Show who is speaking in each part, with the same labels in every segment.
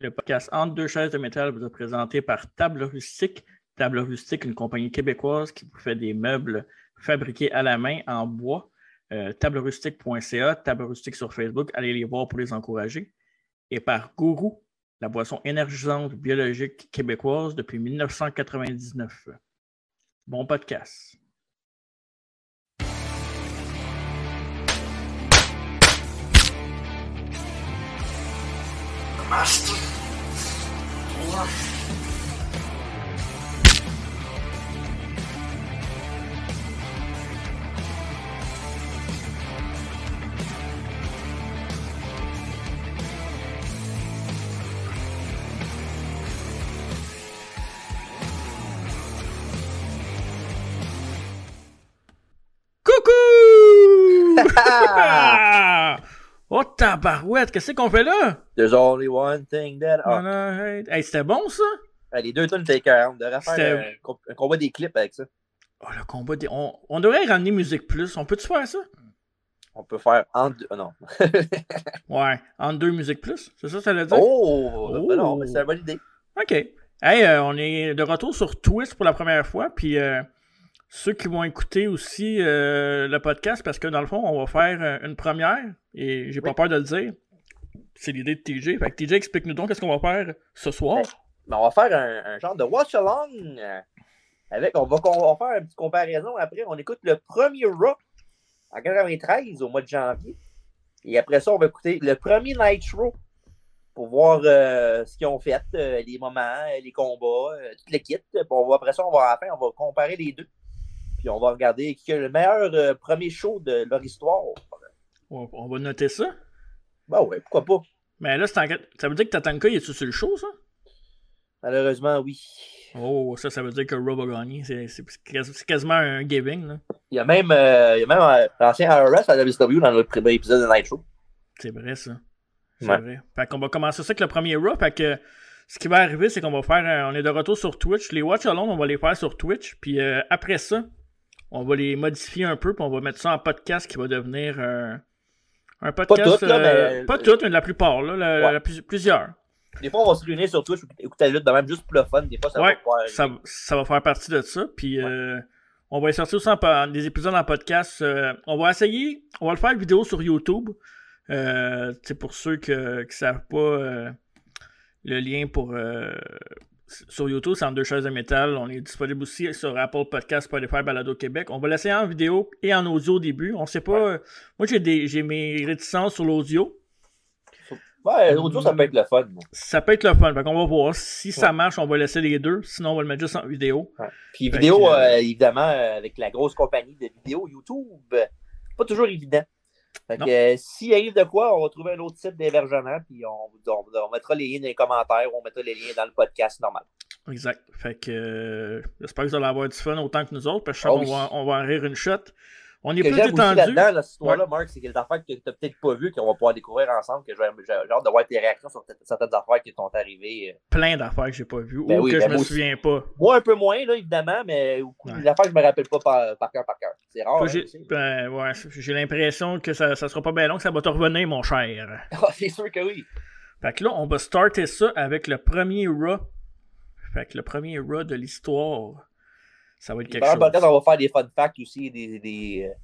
Speaker 1: Le podcast Entre deux chaises de métal vous est présenté par Table Rustique. Table Rustique, une compagnie québécoise qui vous fait des meubles fabriqués à la main en bois. Euh, tablerustique.ca, Table Rustique sur Facebook, allez les voir pour les encourager. Et par Gourou, la boisson énergisante biologique québécoise depuis 1999. Bon podcast.
Speaker 2: Master. War.
Speaker 1: Coucou! Ah! oh tabarouette, qu'est-ce qu'on fait là?
Speaker 2: There's only one thing that.
Speaker 1: On
Speaker 2: Ah,
Speaker 1: a- Hey, c'était bon ça?
Speaker 2: ah, les deux tonnes étaient écœurantes. On devrait faire
Speaker 1: C'était-
Speaker 2: un, com- un combat des clips avec ça.
Speaker 1: Oh, le combat des... On, on devrait ramener Musique Plus. On peut-tu faire ça?
Speaker 2: On peut faire entre deux. ah, non.
Speaker 1: Ouais, entre deux Musique Plus. C'est ça que ça veut dire?
Speaker 2: Oh!
Speaker 1: Oh.
Speaker 2: Ben non, mais c'est une bonne idée.
Speaker 1: OK. Hey, euh, on est de retour sur Twist pour la première fois. Puis euh, ceux qui vont écouter aussi euh, le podcast, parce que dans le fond, on va faire euh, une première. Et j'ai pas
Speaker 2: Oui.
Speaker 1: peur de le dire. C'est l'idée de TJ. Fait que TJ, explique-nous donc qu'est-ce qu'on va faire ce soir.
Speaker 2: Mais Ben, on va faire un, un genre de watch along euh, avec. On va, on va faire une petite comparaison après. On écoute le premier Raw en 93 au mois de janvier. Et après ça, on va écouter le premier Nitro pour voir euh, ce qu'ils ont fait, euh, les moments, euh, les combats, euh, tout le kit. Puis on va, après ça, on va à la fin, on va comparer les deux. Puis on va regarder qui a le meilleur euh, premier show de leur histoire.
Speaker 1: On, on va noter ça.
Speaker 2: Bah ouais, pourquoi pas?
Speaker 1: Mais là, c'est en... ça veut dire que Tatanka, il est sur le show, ça?
Speaker 2: Malheureusement, oui.
Speaker 1: Oh, ça, ça veut dire que Rob a gagné. C'est- C'est c'est- c'est quasiment un giving, là.
Speaker 2: Il y a même, euh, il y a même euh, l'ancien IRS à la WCW dans notre premier épisode de Nitro.
Speaker 1: C'est vrai, ça. C'est
Speaker 2: Ouais.
Speaker 1: vrai. Fait qu'on va commencer ça avec le premier Raw. Fait que ce qui va arriver, c'est qu'on va faire. un- on est de retour sur Twitch. Les Watch Alone, on va les faire sur Twitch. Puis euh, après ça, on va les modifier un peu. Puis on va mettre ça en podcast qui va devenir un- un podcast.
Speaker 2: toutes, là,
Speaker 1: euh,
Speaker 2: mais-
Speaker 1: pas toutes, mais la plupart, là, la-
Speaker 2: Ouais.
Speaker 1: la plus- plusieurs.
Speaker 2: Des fois, on va se réunir sur Twitch pour écouter la lutte de même juste pour le fun. Des fois, ça
Speaker 1: Ouais,
Speaker 2: va pas.
Speaker 1: ça, ça va faire partie de ça. Puis euh, on va y sortir aussi en pa- des épisodes en podcast. Euh, on va essayer, on va le faire vidéo sur YouTube. Euh, c'est pour ceux que- qui ne savent pas euh, le lien pour euh, sur YouTube, c'est en deux chaises de métal. On est disponible aussi sur Apple Podcast, Spotify, Balado Québec. On va l'essayer en vidéo et en audio au début. On sait pas. euh, moi, j'ai des- j'ai mes réticences sur l'audio.
Speaker 2: Ouais, audio, ça peut être le fun. moi.
Speaker 1: Ça peut être le fun. on va voir si ça marche. On va laisser les deux. Sinon, on va le mettre juste en vidéo.
Speaker 2: Puis
Speaker 1: Fait
Speaker 2: vidéo,
Speaker 1: que-
Speaker 2: euh, évidemment, euh, avec la grosse compagnie de vidéos YouTube, euh, pas toujours évident. Fait
Speaker 1: Non.
Speaker 2: que euh, s'il arrive de quoi, on va trouver un autre site d'hébergement, puis on, on, on mettra les liens dans les commentaires, on mettra les liens dans le podcast normal.
Speaker 1: Exact. Fait que euh, j'espère que vous allez avoir du fun autant que nous autres, parce que je sais
Speaker 2: Ah
Speaker 1: qu'on
Speaker 2: oui.
Speaker 1: va, on va en rire une shot. On est
Speaker 2: Ce que
Speaker 1: plus
Speaker 2: j'aime aussi
Speaker 1: détendu.
Speaker 2: là-dedans, là, cette histoire-là, Marc, c'est que les affaires que tu n'as peut-être pas vues, qu'on va pouvoir découvrir ensemble, que j'ai j'ai hâte de voir tes réactions sur t- certaines affaires qui t'ont arrivées. euh,
Speaker 1: Plein d'affaires que j'ai pas vues
Speaker 2: Ben
Speaker 1: ou
Speaker 2: oui,
Speaker 1: que
Speaker 2: ben
Speaker 1: je me
Speaker 2: moi aussi.
Speaker 1: souviens pas.
Speaker 2: Moi, un peu moins, là, évidemment, mais au coup,
Speaker 1: Ouais.
Speaker 2: les affaires, je me rappelle pas par, par cœur, par cœur. C'est rare.
Speaker 1: Toi,
Speaker 2: hein,
Speaker 1: j'ai
Speaker 2: tu sais.
Speaker 1: ben, ouais, j'ai l'impression que ça, ça sera pas bien long, que ça va te revenir, mon cher.
Speaker 2: Ah, c'est sûr que oui.
Speaker 1: Fait que là, on va starter ça avec le premier Raw. Fait que le premier Raw de l'histoire. Ça va être
Speaker 2: Puis
Speaker 1: quelque
Speaker 2: pendant le podcast,
Speaker 1: chose.
Speaker 2: on va faire des fun facts aussi, des, des, euh,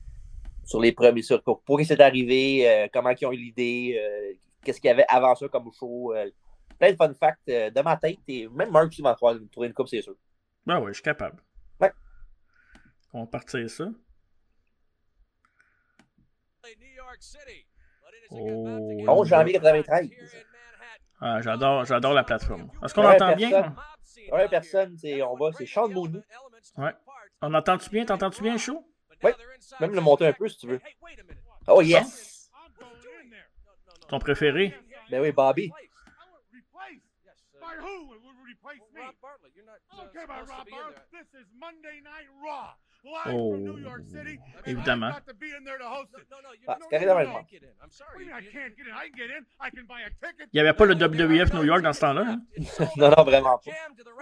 Speaker 2: sur les premiers, sur pour- pourquoi c'est arrivé, euh, comment ils ont eu l'idée, euh, qu'est-ce qu'il y avait avant ça comme show. euh, plein de fun facts euh, de ma tête. Et même Marc, tu vas trouver une coupe, c'est sûr.
Speaker 1: Ben ouais, je suis capable.
Speaker 2: Ouais.
Speaker 1: On va partir ça. Oh.
Speaker 2: 11 janvier 93.
Speaker 1: Ah, j'adore, j'adore la plateforme. Est-ce qu'on
Speaker 2: Ouais,
Speaker 1: entend bien?
Speaker 2: personne. Ouais, personne, c'est- on va, c'est Sean Mooney.
Speaker 1: Ouais. On entend-tu bien? T'entends-tu bien chaud?
Speaker 2: Ouais, même le monter un peu si tu veux.
Speaker 3: Oh yes!
Speaker 1: Ton préféré?
Speaker 3: Ben oui,
Speaker 4: Uh,
Speaker 3: Bobby.
Speaker 5: By who would replace me? I don't care about Rob Bartlett. This is Monday Night Raw. Live
Speaker 1: Oh,
Speaker 5: from New York City. and
Speaker 1: évidemment.
Speaker 5: I've got to be in there to host it.
Speaker 2: Ah, c'est carré dans le monde.
Speaker 5: What do you mean I can't get in? I can get in. I can buy a ticket.
Speaker 1: Il n'y avait pas le WWF New York dans ce temps-là. hein?
Speaker 2: Non, non, vraiment pas.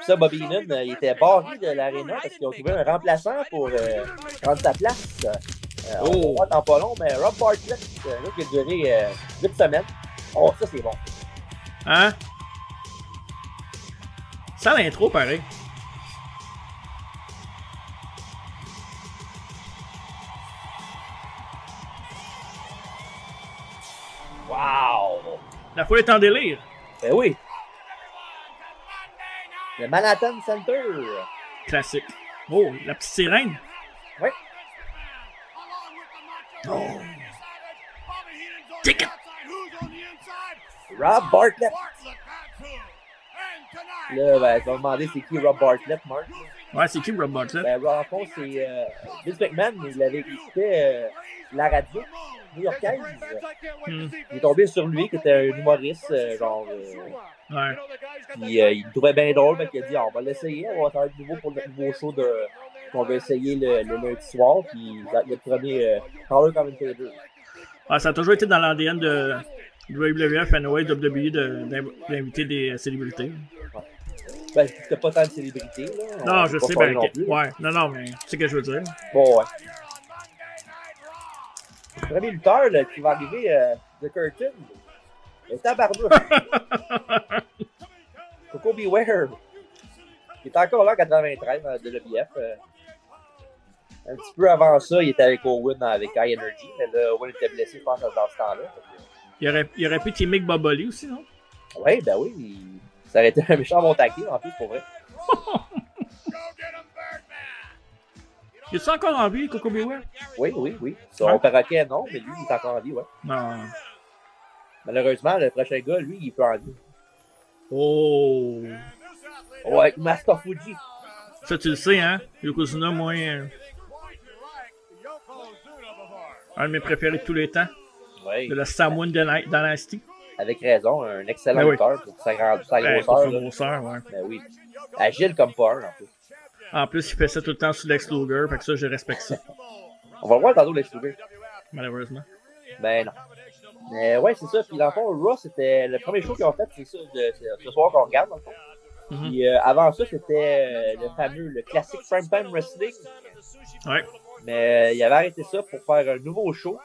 Speaker 2: Ça, Bobby Heenan, euh, il était barré de l'aréna parce qu'ils ont trouvé un remplaçant pour euh, prendre sa place. Euh, on va voir dans pas long, mais Rob Bartlett, euh, là, qui a duré euh, 8 semaines. Oh, ça, c'est bon.
Speaker 1: Hein? Sans l'intro, pareil.
Speaker 2: Wow!
Speaker 1: La foule est en délire.
Speaker 2: Ben oui! Le Manhattan Center!
Speaker 1: Classique. Oh, la petite sirène.
Speaker 2: Oui.
Speaker 1: Oh.
Speaker 5: Take it.
Speaker 2: Rob Bartlett!
Speaker 5: Là,
Speaker 2: Là, ben, tu vas me demander c'est qui Rob Bartlett, Mark?
Speaker 1: Ouais, c'est qui Rob Bartlett?
Speaker 2: Ben, Rob, en fond, c'est euh, Vince McMahon, il l'avait écouté euh, la radio new-yorkaise.
Speaker 1: Hmm.
Speaker 5: Il est tombé sur lui, qui était un humoriste, euh, genre. euh,
Speaker 1: Ouais.
Speaker 5: il, euh, il me trouvait bien drôle,
Speaker 2: ben,
Speaker 5: fait qu'il a dit Ah, on va l'essayer, on va faire de nouveau
Speaker 2: pour
Speaker 5: pour le nouveau show de,
Speaker 2: qu'on va essayer le, le lundi soir, puis ça va être le premier euh, Power Commentator.
Speaker 1: Ah, ça a toujours été dans l'ADN de WWF, NOA, WWE E de- d'inv- d'inviter des euh, célébrités.
Speaker 2: Ben, c'était pas tant de célébrité, là. On
Speaker 1: Non,
Speaker 2: va
Speaker 1: je
Speaker 2: pas
Speaker 1: sais,
Speaker 2: parler
Speaker 1: ben,
Speaker 2: non
Speaker 1: ok.
Speaker 2: plus.
Speaker 1: ouais, non, non, mais tu sais ce que je veux dire.
Speaker 2: Bon, ouais. Le premier lutteur, là, qui va arriver euh, de Curtin, le tabarnouche, Coco Beware, qui est encore là en 93 euh, de l'EBF. euh. un petit peu avant ça, il était avec Owen, euh, avec High Energy, mais là, Owen était blessé, je pense, dans ce temps-là. Fait que-
Speaker 1: Il aurait, il aurait pu être Mick Boboli aussi, non?
Speaker 2: Oui, ben oui. il- Ça aurait été un méchant bon taquet, en plus, pour vrai.
Speaker 1: Il est encore en vie, Coco Beware?
Speaker 2: Oui, oui, oui.
Speaker 1: Hein?
Speaker 2: Son perroquet, non, mais lui, il est encore en vie, ouais.
Speaker 1: Non.
Speaker 2: Malheureusement, le prochain gars, lui, il peut en vie.
Speaker 1: Oh!
Speaker 2: Ouais, avec Master Fuji.
Speaker 1: Ça, tu le sais, hein? Yokozuna, moi, euh, un de mes préférés de tous les temps,
Speaker 2: Ouais.
Speaker 1: de la Samoan Dyna- Dynasty.
Speaker 2: Avec raison, un excellent
Speaker 1: Ben oui.
Speaker 2: lutteur pour sa grande sa
Speaker 1: Ouais, pour
Speaker 2: grosseur.
Speaker 1: sa
Speaker 2: là.
Speaker 1: grosseur, ouais.
Speaker 2: Ben oui. Agile comme pas un, en plus.
Speaker 1: En plus, il fait ça tout le temps sur Lex Luger, fait que ça, je respecte ça,
Speaker 2: On va le voir tantôt, les souvenirs.
Speaker 1: malheureusement.
Speaker 2: Ben non. Mais ouais, c'est ça. Puis dans le fond, Raw, c'était le premier show qu'ils ont fait, c'est ça, de, de- ce soir qu'on regarde, dans le fond.
Speaker 1: Mhm.
Speaker 2: Puis euh, avant ça, c'était euh, le fameux, le classique Prime Time Wrestling.
Speaker 1: Ouais.
Speaker 2: Mais euh, il avait arrêté ça pour faire un nouveau show.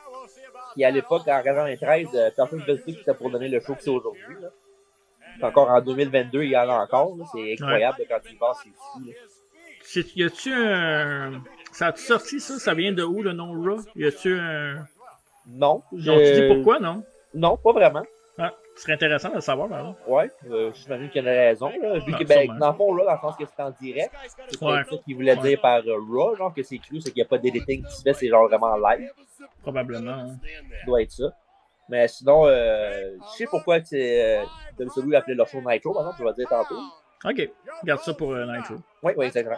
Speaker 2: Qui à l'époque, en 93, euh, personne ne faisait que c'était pour donner le show que c'est aujourd'hui. là. Puis Encore en 2022, il y en a encore. là. C'est incroyable quand tu y passes ici.
Speaker 1: C'est- Y a-tu un. Ça a-tu sorti, ça? Ça vient de où, le nom Raw? Y a-tu un.
Speaker 2: Non.
Speaker 1: Ils ont-tu
Speaker 2: je-
Speaker 1: dit pourquoi, non?
Speaker 2: Non, pas vraiment.
Speaker 1: Ah, ce serait intéressant de le savoir, par exemple.
Speaker 2: Ouais, euh, j'imagine qu'il y en a raison. Là, vu
Speaker 1: Non,
Speaker 2: que, ben,
Speaker 1: sûrement.
Speaker 2: dans le fond, là, dans le sens que c'est en direct, c'est peut-être
Speaker 1: Ouais.
Speaker 2: ça qu'il voulait
Speaker 1: Ouais.
Speaker 2: dire par euh, Raw, genre que c'est cru, c'est qu'il n'y a pas d'éditing qui se fait, c'est genre vraiment live.
Speaker 1: Probablement. hein.
Speaker 2: Ça doit être ça. Mais sinon, euh, je sais pourquoi que c'est. Euh, WWE appelait leur show Nitro, par exemple, je vais le dire tantôt.
Speaker 1: Ok, garde ça pour euh, Nitro.
Speaker 2: Oui, oui, exactement.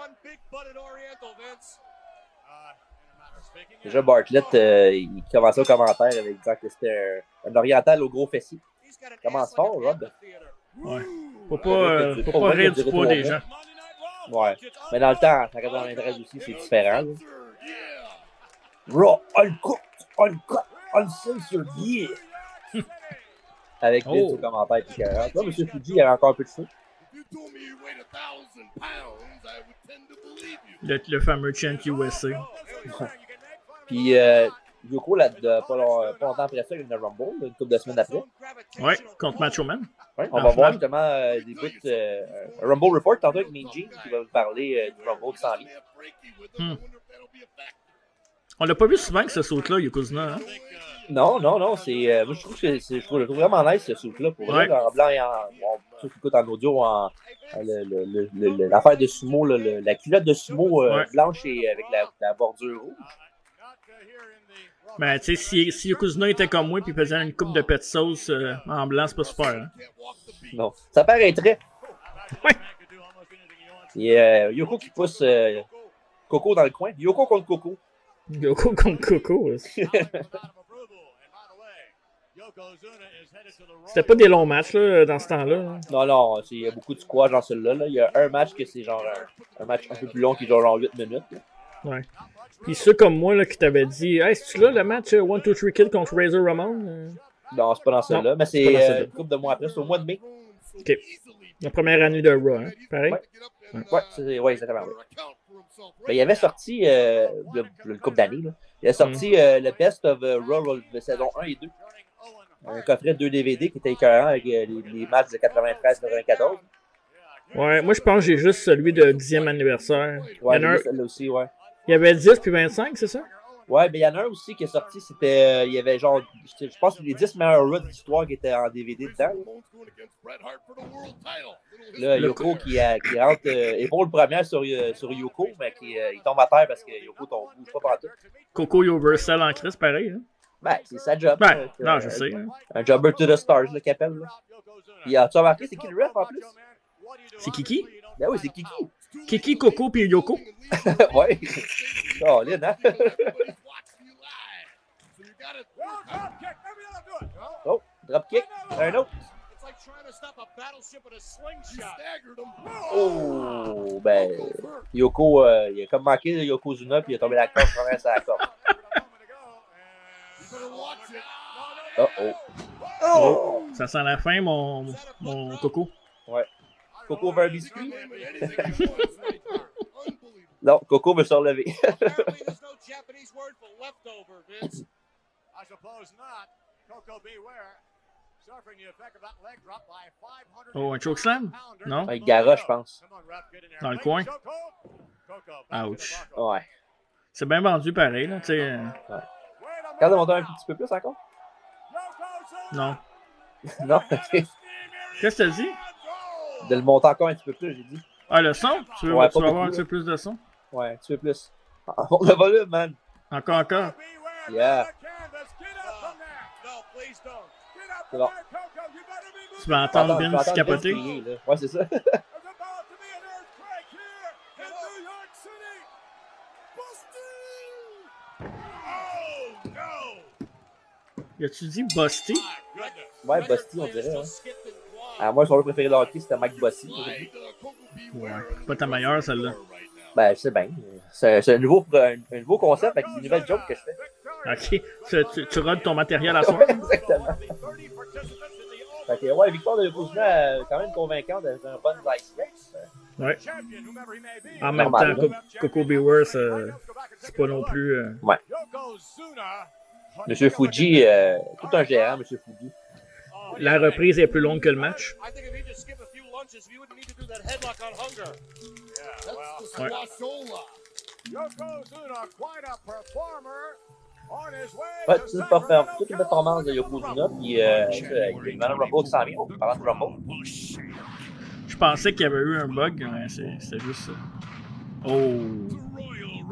Speaker 2: Déjà, Bartlett, euh, il commençait au commentaire avec disant que c'était un, un oriental au gros fessier. Commence fort, Rob.
Speaker 1: Ouais. Faut pas, euh, faut pas rire du poids des gens.
Speaker 2: Ouais. Mais dans le temps, en 93 aussi, c'est différent. là. Raw, uncut, uncut, uncensored, yeah! Avec
Speaker 1: Oh.
Speaker 2: lui, du commentaire puis carrément. Là, M. Fuji, il avait encore un peu de feu.
Speaker 1: Le, le fameux Chant USA.
Speaker 2: Puis, euh, Yoko, là, de- pas, long- euh, pas longtemps après ça, il y a eu le Rumble, là, une couple de semaines après.
Speaker 1: Ouais, contre Macho Man.
Speaker 2: Ouais,
Speaker 1: Ah,
Speaker 2: on
Speaker 1: finalement.
Speaker 2: va voir justement euh, des bouts, euh, un Rumble Report tantôt avec Minji qui va vous parler euh, du Rumble qui s'en vient.
Speaker 1: Hmm. On l'a pas vu souvent que ce saute-là, Yokozuna. Hein?
Speaker 2: Non, non, non, c'est. euh, moi, je trouve que c'est. Je trouve je trouve vraiment nice ce souffle-là pour
Speaker 1: Ouais.
Speaker 2: vrai, en blanc et en. Ah, Bon, ben, ceux qui écoutent en audio, en. en le- le- le- le- le- L'affaire de sumo, là, le- la culotte de sumo euh,
Speaker 1: Ouais.
Speaker 2: blanche et avec la, la bordure rouge.
Speaker 1: Mais Ben, tu sais, si, si Yokozuna était comme moi puis faisait une coupe de pet sauce euh, en blanc, c'est pas super. Hein?
Speaker 2: Non, ça paraîtrait. Et euh, Yoko qui pousse euh, Coco dans le coin. Yoko contre Coco.
Speaker 1: Yoko contre Coco. C'était pas des longs matchs là, dans ce temps-là. hein.
Speaker 2: Non, non, c'est- il y a beaucoup de squash dans celui-là. là. Il y a un match que c'est genre euh, un, un match un peu plus long qui dure genre 8 minutes. là.
Speaker 1: Ouais. Puis ceux comme moi là, qui t'avaient dit Hey, c'est-tu là le match euh, 1, 2, 3 Kid contre Razor Ramon Euh,
Speaker 2: Non, c'est pas dans celui-là, mais
Speaker 1: pas dans
Speaker 2: c'est
Speaker 1: celle-là.
Speaker 2: euh, une couple de mois après, c'est au mois de mai.
Speaker 1: Ok. La première année de Raw, hein? pareil.
Speaker 2: Ouais, c'est- ouais, exactement. ouais. Ben, il avait sorti, euh, le, le couple d'années, là. il a
Speaker 1: Mm.
Speaker 2: sorti euh, le Best of euh, Raw Roll de saison 1 et 2. Un coffret de 2 DVD qui était écœurant avec euh, les, les matchs de 93-94.
Speaker 1: Ouais, moi je pense que j'ai juste celui de 10e anniversaire.
Speaker 2: Ouais,
Speaker 1: il, y en a un-
Speaker 2: lui, celle-là aussi, ouais.
Speaker 1: il y avait 10 puis 25, c'est ça?
Speaker 2: Ouais, mais il y en a un aussi qui est sorti, c'était. euh, il y avait genre. Je je pense que les 10 meilleurs routes d'histoire qui étaient en DVD dedans. Là,
Speaker 1: Le
Speaker 2: Yoko qui, a- qui rentre euh, épaule première sur, euh, sur Yoko, mais qui euh, il tombe à terre parce que Yoko tombe bouge pas partout.
Speaker 1: Coco Yoversell en crise, pareil. hein?
Speaker 2: Ben, c'est sa job.
Speaker 1: Ben,
Speaker 2: hein,
Speaker 1: non,
Speaker 2: euh,
Speaker 1: je sais. hein.
Speaker 2: Un jobber to the stars, là, qu'il appelle. Là. Il a, tu as remarqué, c'est qui le ref en plus?
Speaker 1: C'est Kiki?
Speaker 2: Ben oui, c'est Kiki.
Speaker 1: Kiki, Coco puis Yoko.
Speaker 2: ouais. Oh, là, non? Oh, dropkick. Un autre. Oh, ben. Yoko, euh, il a comme manqué le Yokozuna, puis il a tombé la corde, première sur la corde. Oh, oh.
Speaker 1: Oh! Ça sent la fin, mon, mon Coco.
Speaker 2: Coco veut un biscuit? Non, Coco veut se relever.
Speaker 5: I suppose not. Coco, beware. Suffering the effect of that leg drop by 500
Speaker 1: Oh, un chokeslam? Non?
Speaker 2: Un garage, je pense.
Speaker 1: Dans le coin? Ouch.
Speaker 5: Ouch.
Speaker 2: Ouais.
Speaker 1: C'est bien vendu
Speaker 2: Oh.
Speaker 1: pareil, là, tu sais. euh,
Speaker 2: Quand on monte un petit peu plus encore?
Speaker 1: Non.
Speaker 2: Non, ok.
Speaker 1: Qu'est-ce que t'as dit?
Speaker 2: de le monter encore un petit peu plus, j'ai dit.
Speaker 1: Ah, le son? Tu veux,
Speaker 2: Ouais,
Speaker 1: tu veux
Speaker 2: pas
Speaker 1: avoir un
Speaker 2: beaucoup,
Speaker 1: petit peu plus de son?
Speaker 2: Ouais, un petit peu plus. Ah, monte le volume, man.
Speaker 1: Encore, encore.
Speaker 2: Yeah. C'est bon.
Speaker 1: Tu vas entendre
Speaker 2: Attends,
Speaker 1: Vince
Speaker 2: attends,
Speaker 1: capoter.
Speaker 2: Vince crier, là. Ouais, c'est ça.
Speaker 1: Y a-tu dit Busty?
Speaker 5: Oh,
Speaker 2: Ouais, Bosti, on dirait. Hein. Ah, moi, son jeu préféré de hockey, c'était Mike Bosti. aujourd'hui.
Speaker 1: Ouais, pas ta meilleure, celle-là.
Speaker 2: Ben, je sais bien. C'est c'est un nouveau, un, un nouveau concept avec une nouvelle joke que je fais.
Speaker 1: Ok, tu, tu, tu rodes ton matériel à soir?
Speaker 2: Ouais, exactement. Fait que, ouais, victoire de Yokozuna, euh, quand même convaincante, avec un bon ice mix.
Speaker 1: Ouais. En
Speaker 5: Ah,
Speaker 1: même temps,
Speaker 2: Normal,
Speaker 1: Co- Coco Beware, ça- c'est pas non plus. euh,
Speaker 2: Monsieur Fuji, euh, tout un géant, Monsieur Fuji.
Speaker 1: La reprise est plus longue que le match. Ouais.
Speaker 2: Ouais, toute une perform- toute une performance de Yokozuna, puis euh, il y a Madame Rumble qui s'en vient, on parle de Rumble.
Speaker 1: Je pensais qu'il y avait eu un bug, mais c'est- c'était juste ça. Oh!
Speaker 2: E.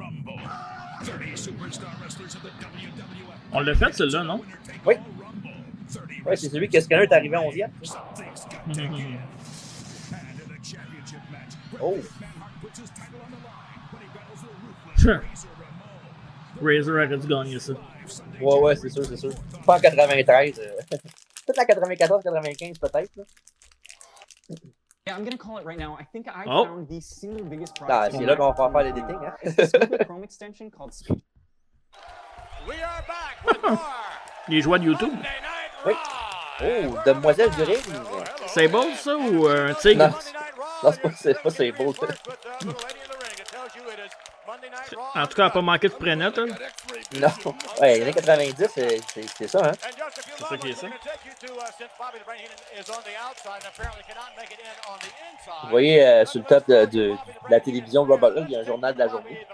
Speaker 1: On l'a fait celui-là, non?
Speaker 2: Oui. Ouais, c'est celui que Scanner est arrivé en 11e. Oh,
Speaker 1: Sure. Razor aurait dû gagner ça.
Speaker 2: ouais, ouais, c'est sûr, c'est sûr. Pas en 93. euh, Peut-être en 94, 95, peut-être. là.
Speaker 6: Yeah, I'm gonna call it right now. I think I
Speaker 1: Oh.
Speaker 6: found the single biggest
Speaker 2: Ah,
Speaker 6: prize.
Speaker 2: c'est là qu'on va faire faire les dating, hein.
Speaker 6: It's this Google Chrome extension called Speed.
Speaker 1: Les joies de YouTube?
Speaker 2: Oui. Oh, Demoiselle du Ring.
Speaker 1: C'est beau ça ou euh, un tigre?
Speaker 2: Non. Non, c'est pas- c'est pas- c'est beau, ça.
Speaker 1: En tout cas, elle a pas manqué de prénote, hein?
Speaker 2: Non. Ouais, les années 90, c'est- c'est c'est ça, hein.
Speaker 1: C'est ça qui est ça.
Speaker 2: Vous voyez euh, sur le top de, de- de la télévision de Robert Hall, il y a un journal de la journée.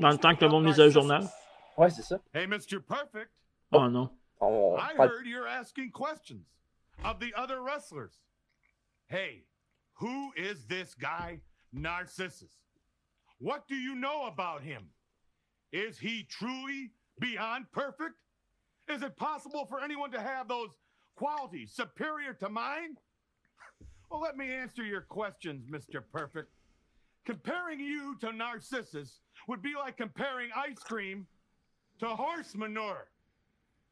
Speaker 1: Dans le temps que le monde lisait le journal?
Speaker 2: Ouais, c'est ça.
Speaker 5: Hey, Mr. Perfect,
Speaker 1: Oh non.
Speaker 2: On
Speaker 5: I
Speaker 2: parle-
Speaker 5: heard you're asking questions of the other wrestlers. Hey, who is this guy, Narcissus? What do you know about him? Is he truly beyond perfect? Is it possible for anyone to have those qualities superior to mine? Well, let me answer your questions, Mr. Perfect. Comparing you to Narcissus would be like comparing ice cream to horse manure.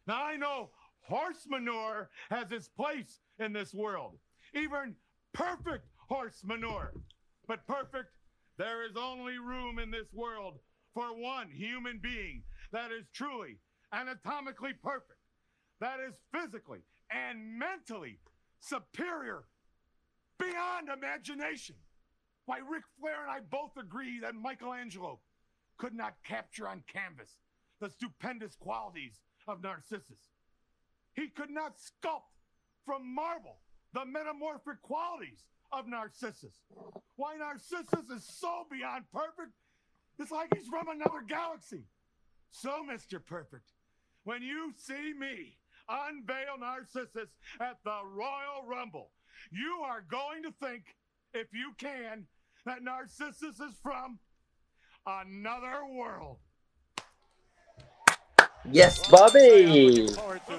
Speaker 5: Now, I know horse manure has its place in this world, even perfect horse manure. But perfect, there is only room in this world for one human being that is truly anatomically perfect, that is physically and mentally superior beyond imagination. Why, Ric Flair and I both agree that Michelangelo could not capture on canvas the stupendous qualities of Narcissus. He could not sculpt from marble the metamorphic qualities of Narcissus. Why Narcissus is so beyond perfect, it's like he's from another galaxy. So, Mr. Perfect, when you see me unveil Narcissus at the Royal Rumble, you are going to think, if you can, that Narcissus is from another world.
Speaker 2: Yes, Bobby!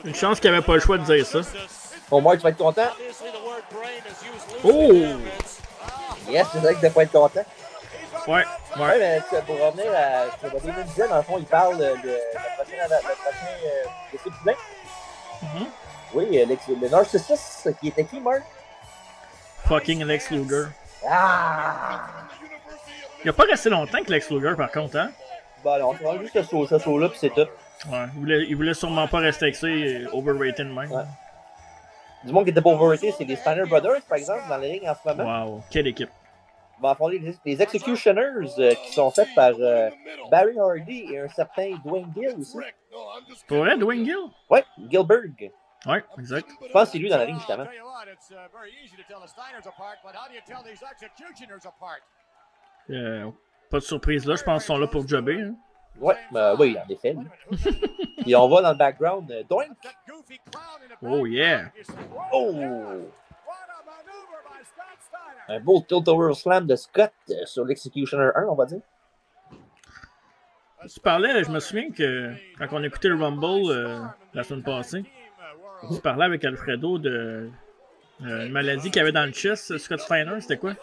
Speaker 1: Une chance qu'il avait pas le choix de dire ça.
Speaker 2: Au moins, tu vas être content.
Speaker 1: Oh!
Speaker 2: Yes, c'est vrai que tu pas être content.
Speaker 1: Ouais,
Speaker 2: Ouais,
Speaker 1: ouais.
Speaker 2: mais tu- pour revenir à ce que Bobby Lee disait, dans le fond, il parle euh, le, le prochain, le prochain euh, le Cyprien.
Speaker 1: Mhm.
Speaker 2: Oui, euh, l'ex- le narcissiste qui était qui, Mark?
Speaker 1: Fucking Lex Luger.
Speaker 2: Ah!
Speaker 1: Il a pas resté longtemps que Lex Luger, par contre, hein?
Speaker 2: Bon, alors, on prend juste ce saut- ce saut-là, puis c'est tout.
Speaker 1: Ouais, il voulait, il voulait sûrement pas rester avec ça, il est overrated même.
Speaker 2: Ouais. Du monde qui était pas overrated, c'est les Steiner Brothers, par exemple, dans les rings en ce moment.
Speaker 1: Wow, quelle équipe.
Speaker 2: Ils vont fonder les, les Executioners euh, qui sont faits par euh, Barry Hardy et un certain Dwayne Gill aussi.
Speaker 1: Pour vrai, Dwayne Gill?
Speaker 2: Ouais, Gilberg.
Speaker 1: Ouais, exact.
Speaker 2: Je pense que c'est lui dans la ligne, justement.
Speaker 1: Euh, pas de surprise là, je pense qu'ils sont là pour jobber. hein.
Speaker 2: Ouais, bah oui, en effet. lui. Et on voit dans le background, euh, Doink.
Speaker 1: Oh yeah!
Speaker 2: Oh! Un beau tilt over slam de Scott euh, sur l'Executioner 1, on va dire.
Speaker 1: Tu parlais, je me souviens que quand on écoutait le Rumble euh, la semaine passée,
Speaker 5: Ah.
Speaker 1: tu parlais avec Alfredo de euh, une maladie qu'il avait dans le chest, Scott Steiner, c'était quoi?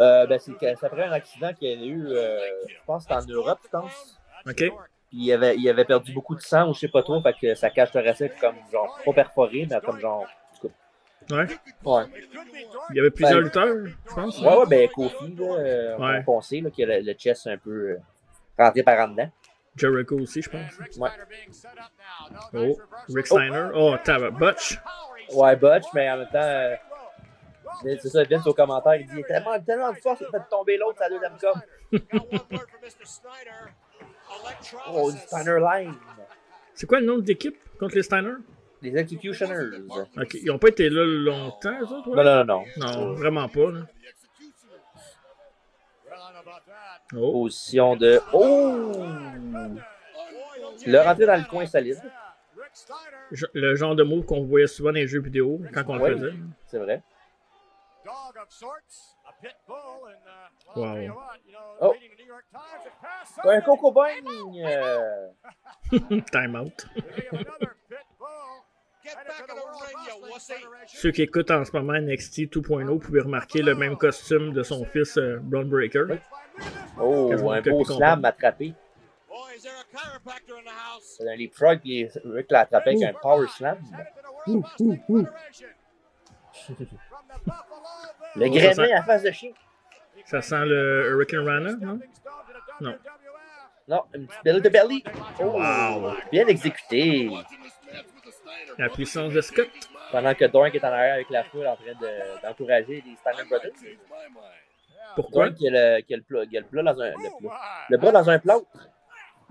Speaker 2: Euh, ben, c'est que- c'est après un accident qu'il y a eu, euh, je pense, que c'était en Europe, je pense.
Speaker 1: Ok.
Speaker 2: Puis il avait, il avait perdu beaucoup de sang, ou je sais pas trop, fait que sa cage thoracique, comme genre, pas perforée, mais comme genre.
Speaker 1: Ouais.
Speaker 2: Ouais.
Speaker 1: Il y avait plusieurs
Speaker 2: Ben-
Speaker 1: lutteurs, je pense.
Speaker 2: Ouais, ouais, ben Kofi, là, euh,
Speaker 1: Ouais.
Speaker 2: on sait là, que le, le chest est un peu euh, rentré par en dedans.
Speaker 1: Jericho aussi, je pense.
Speaker 2: Ouais.
Speaker 1: Oh, Rick Steiner. Oh, t'as Butch.
Speaker 2: Ouais, Butch, mais en même temps, euh, Vince- c'est ça, Vince au commentaire, il dit tellement, tellement de force, il a fait tomber l'autre, sa deuxième com. Oh, une Steiner Line.
Speaker 1: C'est quoi le nom de l'équipe contre les Steiner?
Speaker 2: Les Executioners. Non,
Speaker 1: Ok, ils ont pas été là longtemps, eux autres, ouais?
Speaker 2: non, non, non.
Speaker 1: Non, vraiment pas. Là. Oh,
Speaker 2: Position de. Oh! Le rentrer dans le coin solide,
Speaker 1: je- le genre de mot qu'on voyait souvent dans les jeux vidéo quand on
Speaker 2: Ouais.
Speaker 1: le faisait.
Speaker 2: c'est vrai.
Speaker 5: uh,
Speaker 1: Wow.
Speaker 2: Oh. Un Coco Bang! euh,
Speaker 1: Time out. Ceux qui écoutent en ce moment NXT 2.0 pouvaient oh, remarquer le même costume de son fils euh, Braun Breaker.
Speaker 2: Oh,
Speaker 1: Quasiment
Speaker 2: un
Speaker 1: que
Speaker 2: beau
Speaker 1: plus qu'on
Speaker 2: slam
Speaker 1: peut.
Speaker 2: attrapé. Euh, Les procs, les Rick l'a attrapé avec un power slam. Le
Speaker 1: Oh, ça
Speaker 2: grainet
Speaker 1: sent-
Speaker 2: à face de chien.
Speaker 1: Ça sent le Hurricane Rana, non? Non.
Speaker 2: Non, une petite belly de belly. Oh,
Speaker 1: Wow.
Speaker 2: bien exécuté.
Speaker 1: La puissance de Scott.
Speaker 2: Pendant que Doink est en arrière avec la foule en train de- d'encourager les Stanley Brothers.
Speaker 1: Pourquoi?
Speaker 2: Doink, il a le, il a le, pla- il a le plat dans un. Le, plat-
Speaker 5: Le
Speaker 2: le bras dans un plâtre.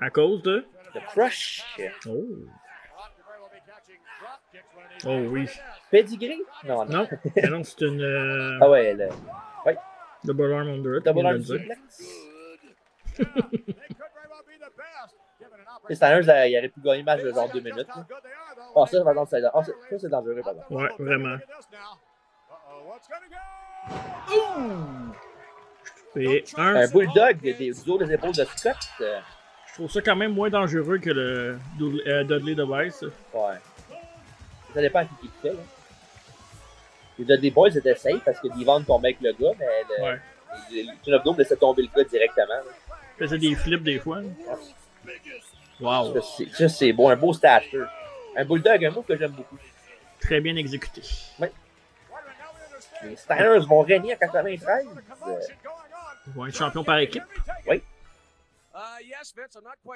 Speaker 1: À cause de.
Speaker 2: Le crush.
Speaker 1: Oh. Oh oui.
Speaker 2: Pedigree? Non, non.
Speaker 1: Non, mais non, c'est une euh,
Speaker 2: Ah ouais, le
Speaker 1: double arm under it.
Speaker 2: double
Speaker 1: on vient de le
Speaker 2: arm
Speaker 1: dire.
Speaker 2: suplex. Les Steiners, euh, ils auraient pu gagner le match de genre deux minutes. là. Oh, ça, par contre, c'est oh, ça- ça, c'est dangereux, par contre.
Speaker 1: Ouais, vraiment. Et un,
Speaker 2: Un bulldog des, du haut des épaules de Scott. euh,
Speaker 1: je trouve ça quand même moins dangereux que le Dudley- euh, Dudley Device.
Speaker 2: Ouais. Ça dépend à qui qui le fait, là. Les Dudley Boys étaient safe parce que Devon tombait avec le gars, mais le,
Speaker 1: Ouais.
Speaker 2: le, le Chin of Doom laissait tomber le gars directement. là.
Speaker 1: Faisait des flips des fois.
Speaker 2: Ça,
Speaker 1: Wow.
Speaker 2: c'est- Ça, c'est beau, un beau stasher. Un bulldog, un mot que j'aime beaucoup.
Speaker 1: Très bien exécuté.
Speaker 2: Les Steiners vont régner en 93. euh,
Speaker 1: Ils vont être champions par équipe.
Speaker 4: Uh,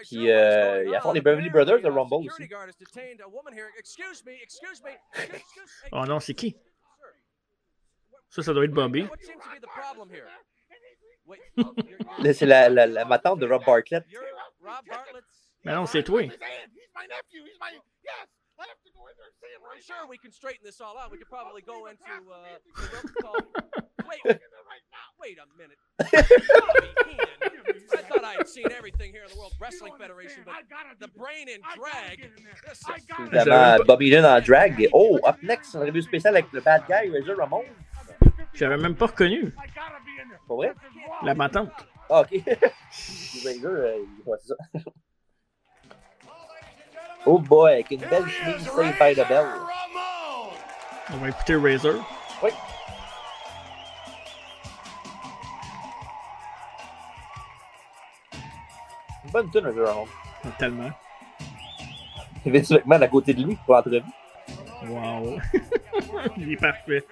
Speaker 2: Puis, euh, ils font les Beverly Brothers de Rumble aussi.
Speaker 1: Oh non, c'est qui? Ça, ça doit être Bobby.
Speaker 2: Là, C'est la, la, la- ma tante de Rob Bartlett.
Speaker 1: Mais non, c'est toi.
Speaker 4: He's my nephew. He's my. Yes, I have to go in there and see him.
Speaker 3: I'm sure we can straighten this all out. We could probably go into uh, the rope call. Wait, wait a minute. Bobby Heenan. I thought I had seen everything here in the World Wrestling Federation, but the brain in drag. This is
Speaker 2: Évidemment, Bobby Lynn en drag. Et oh, up next, une revue spéciale avec le bad guy Razor Ramon.
Speaker 1: J'avais même pas reconnu.
Speaker 2: Pas vrai?
Speaker 1: La matante.
Speaker 2: Ah, ok. Razor, euh, ouais, c'est ça. Oh boy, avec une belle chemise saved by the bell.
Speaker 1: On va écouter Razor.
Speaker 2: Une bonne tune, Razor Ramon.
Speaker 1: Tellement.
Speaker 2: Vince McMahon à côté de lui pour entrevue.
Speaker 1: Wow. Il est parfait.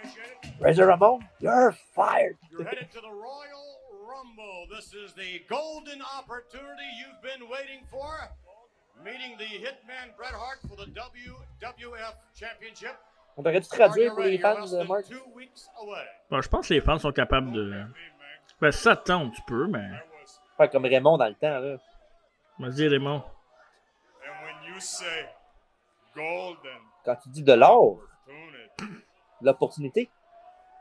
Speaker 2: Razor Ramon, you're fired.
Speaker 6: You're headed to the Royal Rumble. This is the golden opportunity you've been waiting for. Meeting the Hitman Bret Hart for the WWF Championship.
Speaker 2: On aurait dû
Speaker 6: Are you
Speaker 2: traduire pour les
Speaker 6: ready? You're
Speaker 2: fans
Speaker 6: less
Speaker 2: de
Speaker 6: than
Speaker 2: Mark.
Speaker 6: two weeks away.
Speaker 1: Bon, je pense que les fans sont capables de. Ben, si ça te tente, tu peux, mais.
Speaker 6: There was,
Speaker 2: Faire comme Raymond dans le temps, là.
Speaker 1: Vas-y, Raymond.
Speaker 6: and when you say golden
Speaker 2: Quand tu dis de l'or,
Speaker 6: opportunity,
Speaker 2: de l'opportunité,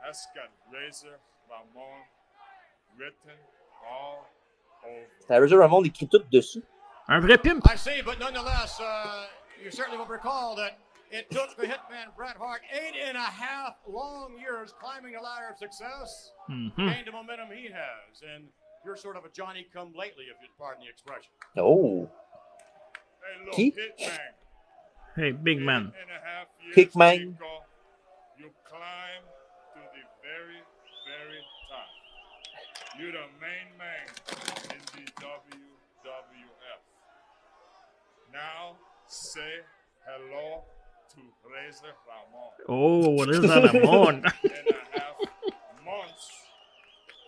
Speaker 6: that's got Razor Ramon written all over.
Speaker 2: c'est Razor Ramon écrit tout dessus.
Speaker 1: Un vrai pimp.
Speaker 6: I see, but nonetheless, uh, you certainly will recall that it took the hitman Bret Hart eight and a half long years climbing the ladder of success,
Speaker 1: Mhm.
Speaker 6: gained the momentum he has, and you're sort of a Johnny come lately, if you pardon the expression.
Speaker 2: Oh!
Speaker 6: Hey, look,
Speaker 2: He-
Speaker 6: Hitman.
Speaker 1: Hey, big man.
Speaker 6: eight and a half years
Speaker 2: Hitman.
Speaker 6: ago, You climb to the very, very top. You're the main man in the WWF. Now say hello to Razor Ramon.
Speaker 1: Oh, what is that, Ramon?
Speaker 6: Eight and a half months,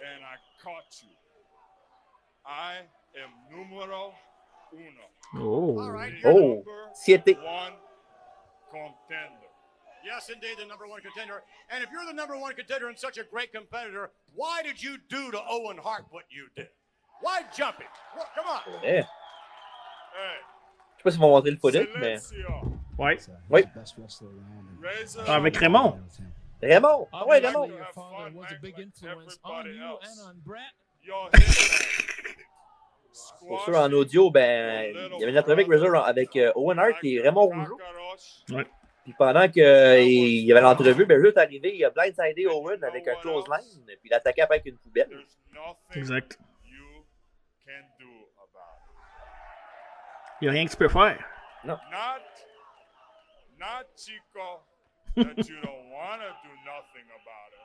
Speaker 6: and I caught you. I am numero uno. All
Speaker 1: Oh.
Speaker 6: right, you're the
Speaker 2: Oh!
Speaker 6: number
Speaker 2: Siete!
Speaker 6: one contender. Yes, indeed, the number one contender. And if you're the number one contender and such a great competitor, why did you do to Owen Hart what you did? Why jump him? Look, come on. Hey,
Speaker 2: Eh, Je sais pas si vont montrer le footage, mais.
Speaker 6: Silencio.
Speaker 1: Ouais.
Speaker 2: Oui.
Speaker 6: Razor.
Speaker 1: Ah, avec Raymond.
Speaker 2: Raymond! Ah ouais,
Speaker 6: Obviously,
Speaker 2: Raymond!
Speaker 6: Your father was a big influence on you and on
Speaker 7: Brett.
Speaker 6: Your hitman.
Speaker 2: Pour ceux en audio, ben, il y avait une entrevue avec, Razor, avec euh, Owen Hart et Raymond Rougeau. Puis pendant qu'il y avait l'entrevue, ben, juste arrivé, il a blindsidé Owen avec un close line, puis il attaquait avec une poubelle.
Speaker 6: There's nothing
Speaker 1: Exact.
Speaker 6: you can do about it.
Speaker 1: Il a rien que tu peux faire.
Speaker 6: Not, not Chico, that you don't want to do nothing about it.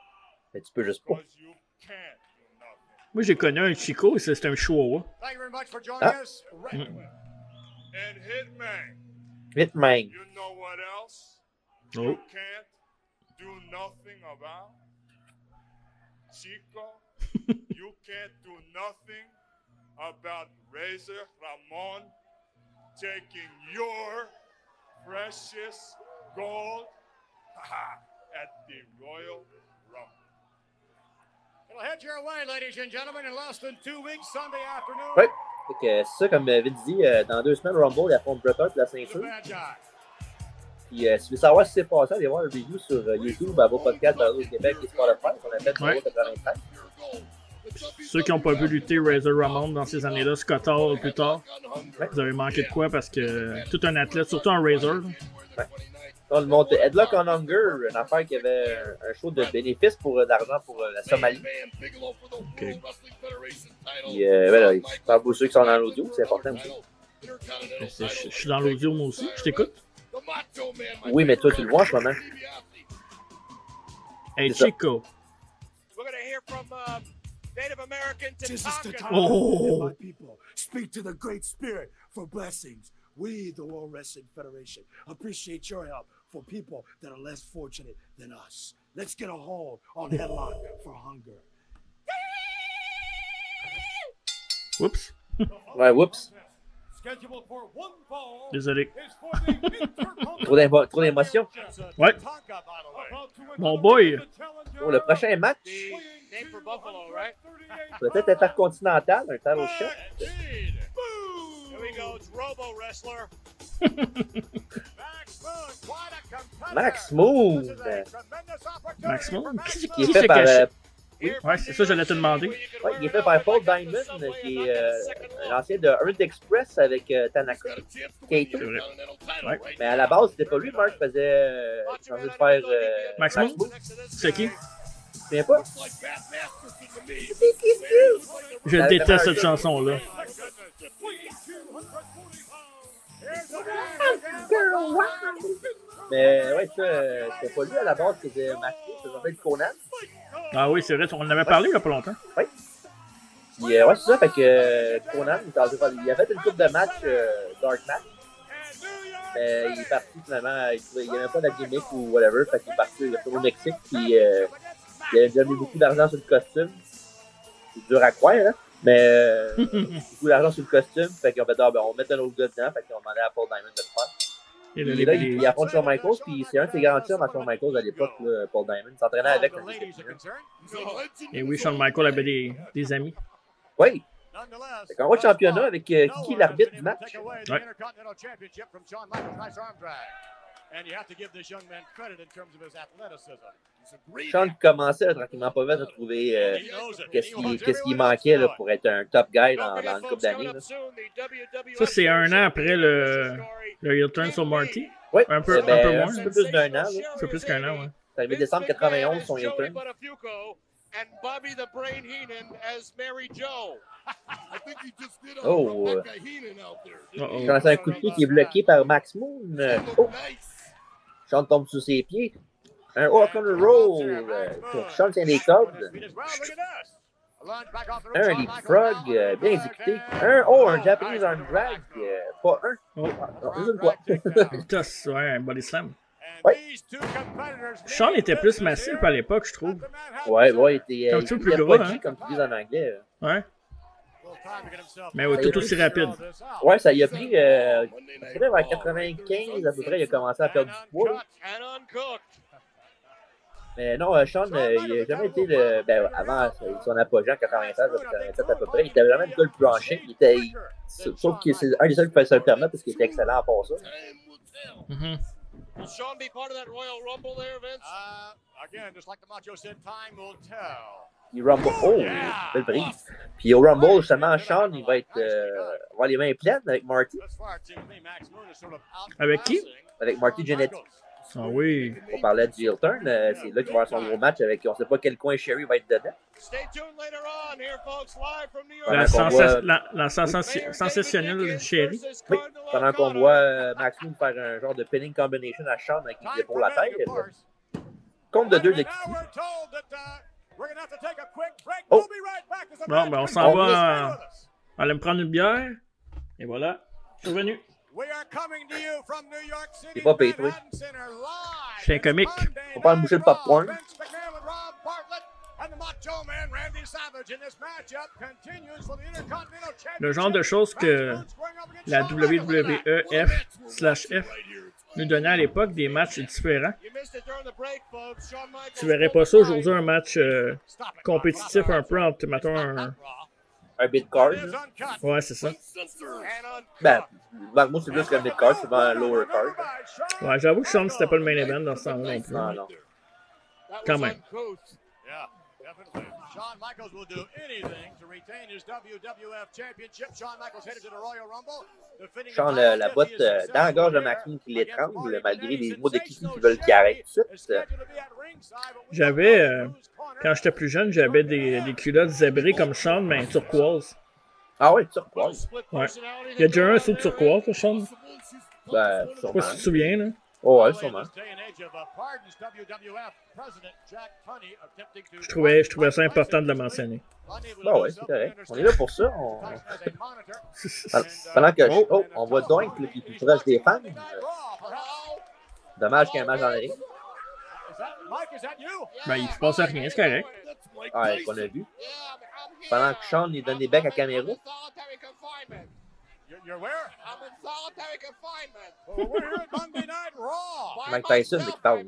Speaker 2: Mais tu peux juste pas.
Speaker 6: Because you can't do nothing.
Speaker 1: Moi, j'ai connu un Chico et c'était un chihuahua.
Speaker 6: Thank you very much for joining
Speaker 2: Ah.
Speaker 6: us. Right away. And Hitman,
Speaker 2: Vite, man.
Speaker 6: you know what else? You
Speaker 1: Oh.
Speaker 6: can't do nothing about Chico. you can't do nothing about Razor Ramon taking your precious gold at the Royal Rumble. It'll head your way, ladies and gentlemen, in less than two weeks, Sunday afternoon.
Speaker 2: Ouais. Fait que c'est ça, comme euh, Vince dit, euh, dans deux semaines, Rumble, il affronte Bret Hart pour la
Speaker 6: The
Speaker 2: ceinture.
Speaker 6: bad guy.
Speaker 2: Puis euh, si vous voulez savoir ce qui s'est passé, allez voir le review sur euh, YouTube, à vos podcasts, dans le Québec et Spotify. On a fait
Speaker 1: Ouais.
Speaker 2: le 85.
Speaker 1: Ceux qui n'ont pas vu lutter Razor Ramon dans ces années-là, Scottard plus tard, vous avez manqué de quoi parce que tout un athlète, surtout un Razor,
Speaker 2: Quand le monte Headlock on Hunger, une affaire qui avait un- un show de bénéfices pour euh, de l'argent pour euh, la Somalie. Puis euh, voilà, je parle pour ceux qui sont dans l'audio, c'est important aussi.
Speaker 1: je Ben, je suis dans l'audio moi aussi, je t'écoute.
Speaker 2: Oui, mais toi, tu le vois en ce moment.
Speaker 1: Hey
Speaker 2: C'est ça.
Speaker 1: Chico.
Speaker 3: We're going to hear from uh, Native American Tatanka.
Speaker 1: Oh!
Speaker 5: My people, speak to the Great Spirit for blessings. We, the World Wrestling Federation, appreciate your help for people that are less fortunate than us. Let's get a hold on Headlock for Hunger.
Speaker 1: Oups,
Speaker 2: Ouais, whoops.
Speaker 6: Scheduled for one fall
Speaker 1: désolé.
Speaker 6: is for the Intercontinental
Speaker 2: Trop d'émo- trop d'émotions.
Speaker 1: Ouais. Mon boy.
Speaker 2: Pour Oh, le prochain match,
Speaker 3: The name for Buffalo, right?
Speaker 2: peut-être intercontinental, un title shot.
Speaker 3: Here we go. It's Robo Wrestler.
Speaker 6: Back
Speaker 2: Max Moon.
Speaker 1: Max Moon? Qui,
Speaker 2: Il
Speaker 1: qui
Speaker 2: est
Speaker 1: se
Speaker 2: fait par
Speaker 1: cachait?
Speaker 2: euh,
Speaker 1: Ouais, c'est ça, j'allais te demander.
Speaker 2: ouais, il est fait par Paul Diamond, qui est euh, l'ancien de Earth Express avec euh, Tanaka. Kaito.
Speaker 1: C'est vrai.
Speaker 2: Mais à la base, c'était pas lui, Mark faisait. Euh, il faisait faire. euh,
Speaker 1: Max Moon?
Speaker 2: Moon.
Speaker 1: C'est qui?
Speaker 2: Tu te souviens pas?
Speaker 1: Je
Speaker 2: La-
Speaker 1: déteste
Speaker 2: la-
Speaker 1: cette chanson-là.
Speaker 2: Mais ouais, ça, euh, c'était pas lui à la base qui faisait Max Moon, ça s'appelle Conan.
Speaker 1: Ah oui, c'est vrai, on en avait parlé il y a pas longtemps.
Speaker 2: Puis, euh, ouais, c'est ça, fait que euh, Conan, il, tente de faire- il a fait une coupe de match, euh, Dark Match, mais il est parti finalement, il trouvait- il n'y avait pas de gimmick ou whatever, fait qu'il est parti, il est retourné au Mexique, puis euh, il avait déjà mis beaucoup d'argent sur le costume. C'est dur à croire, hein, mais euh, beaucoup d'argent sur le costume, fait qu'on fait, ah, ben, on met un autre gars dedans, fait qu'on demandait à Paul Diamond de le faire.
Speaker 1: Et là,
Speaker 2: Puis là,
Speaker 1: les-
Speaker 2: il,
Speaker 1: les-
Speaker 2: il affronte Shawn Michaels, puis c'est un de ses grands chums à Shawn Michaels à l'époque, là, Paul Diamond, il s'entraînait avec. quand il était plus jeune.
Speaker 1: Et Eh oui, Shawn Michael avait des, des amis.
Speaker 2: Oui,
Speaker 5: Fait
Speaker 2: fait qu'on voit le championnat avec euh, qui
Speaker 5: qui
Speaker 2: est l'arbitre du match.
Speaker 1: Ouais.
Speaker 2: Sean commençait là, tranquillement pas vite à trouver euh, qu'est-ce qui, qu'est-ce qui manquait là, pour être un top guy dans, dans une couple d'années. là.
Speaker 5: E
Speaker 4: Ça, c'est un an après le.
Speaker 1: Là, il retourne sur Marty.
Speaker 2: Oui,
Speaker 1: Un peu-
Speaker 2: eh ben,
Speaker 1: un peu moins.
Speaker 2: petit peu plus d'un an. là.
Speaker 1: C'est plus qu'un an, ouais.
Speaker 2: C'est arrivé décembre 91, son intern. Oh, euh,
Speaker 1: Uh-oh.
Speaker 2: il lance un coup de pied qui est bloqué par Max Moon. Euh, Oh, Sean tombe sous ses pieds. Un walk on the Oh, roll. euh, pour Sean tient les cordes. Un leapfrog, frog bien exécuté. Un, oh, un Japanese arm drag. euh, pas un.
Speaker 1: Oh.
Speaker 2: Non, juste une fois.
Speaker 1: Il tosse, ouais, un body slam.
Speaker 5: Sean
Speaker 1: Sean était plus massif à l'époque, je trouve.
Speaker 2: Ouais, ouais, il était,
Speaker 1: Comme
Speaker 2: euh,
Speaker 1: tu
Speaker 2: il
Speaker 1: veux, plus
Speaker 2: était
Speaker 1: gros,
Speaker 2: pudgy,
Speaker 1: hein?
Speaker 2: comme tu dis en anglais. euh.
Speaker 1: Ouais. Mais ouais, tout aussi rapide.
Speaker 2: Ouais, ça y a pris. Euh, c'est vrai, vers 95 à peu près, il a commencé à perdre du poids. là. Mais non, euh, Sean, euh, il n'a jamais été le. Ben, avant euh, son apogée en 96, en 97 à euh, peu près, il n'était jamais le gars le plus en shape. Il était, il- sa- sauf que c'est un des seuls qui pouvait se le permettre parce qu'il était excellent à part ça.
Speaker 1: Mhm.
Speaker 2: Il rumble. Oh, belle brise. Puis au Rumble, justement, Sean, il va être. euh, avoir les mains pleines avec Marty.
Speaker 1: Avec qui?
Speaker 2: Avec Marty Jannetty.
Speaker 1: Ah oui.
Speaker 2: On parlait du heel turn. euh, c'est là qu'il va avoir son gros match avec. On ne sait pas quel coin Sherry va être dedans.
Speaker 1: La,
Speaker 2: Pendant qu'on
Speaker 1: sensa-
Speaker 2: voit-
Speaker 1: la- la sensa- sensationnelle chérie.
Speaker 2: Oui, pendant qu'on voit euh, Max Moon faire un genre de pinning combination à Sean avec les épaules à terre. euh, Compte de deux de Kitty.
Speaker 5: uh,
Speaker 2: Oh.
Speaker 1: Bon, ben, on s'en va en- On allait me prendre une bière. Et voilà. Je suis revenu.
Speaker 2: C'est pas payé, toi.
Speaker 1: Je suis un comique.
Speaker 2: Faut pas me bouger le popcorn.
Speaker 1: Le genre de choses que la WWEF slash F nous donnait à l'époque des matchs différents. Tu verrais pas ça aujourd'hui, un match euh, compétitif un peu entre, mettons, un...
Speaker 2: Un bit card. là.
Speaker 1: Ouais, c'est ça.
Speaker 2: Ben, Max Moon, c'est plus qu'un mid card, c'est vraiment un lower card.
Speaker 1: Ouais, j'avoue que Sean, c'était pas le main event dans ce temps-là non plus.
Speaker 2: Non, non.
Speaker 1: Quand même.
Speaker 5: Yeah, definitely. Shawn Michaels will do anything to retain his WWF Championship. Shawn Michaels headed to the Royal Rumble. defending the
Speaker 2: Sean, la,
Speaker 5: title
Speaker 2: la
Speaker 5: if
Speaker 2: botte
Speaker 5: he is
Speaker 2: euh, dans la
Speaker 5: successful
Speaker 2: gorge de
Speaker 5: here
Speaker 2: Max Moon qui
Speaker 5: against
Speaker 2: l'étrangle,
Speaker 5: Marty
Speaker 2: malgré
Speaker 5: Jannetty.
Speaker 2: les mots de Kitty qui veulent qu'il
Speaker 5: Sensational
Speaker 2: arrête tout de
Speaker 5: is
Speaker 2: suite.
Speaker 5: scheduled to be at ringside, but we
Speaker 1: J'avais,
Speaker 5: don't know
Speaker 1: euh,
Speaker 5: who's corner.
Speaker 1: Quand j'étais plus jeune, j'avais des, des culottes zébrées comme Sean, mais turquoise.
Speaker 2: Ah ouais, turquoise.
Speaker 1: Ouais. Il y a déjà un sous turquoise, là, Sean. Je
Speaker 2: Ben,
Speaker 1: sais pas
Speaker 2: sûrement.
Speaker 1: si tu te souviens, là.
Speaker 2: Oh, ouais,
Speaker 5: Well, in
Speaker 2: sûrement.
Speaker 5: this day and age of, uh, pardons, WWF President Jack Tunney attempting to-
Speaker 1: Je trouvais, je trouvais ça important de le mentionner.
Speaker 5: Unable to
Speaker 2: Bah
Speaker 5: do
Speaker 2: ouais, c'est
Speaker 5: so,
Speaker 2: correct.
Speaker 5: we
Speaker 2: On est là
Speaker 5: understand.
Speaker 2: pour ça. on-
Speaker 5: Tyson has a monitor.
Speaker 2: Pen- Pendant que. je- Oh, on voit Doink là, qui est plus proche des fans. Dommage qu'il y ait un match dans la ring.
Speaker 1: Ben, il se passe rien, c'est correct.
Speaker 2: Ah, Ouais, qu'on a vu. Pendant que Sean il donne des becs à Camero. Mike Tyson, mais qui parle.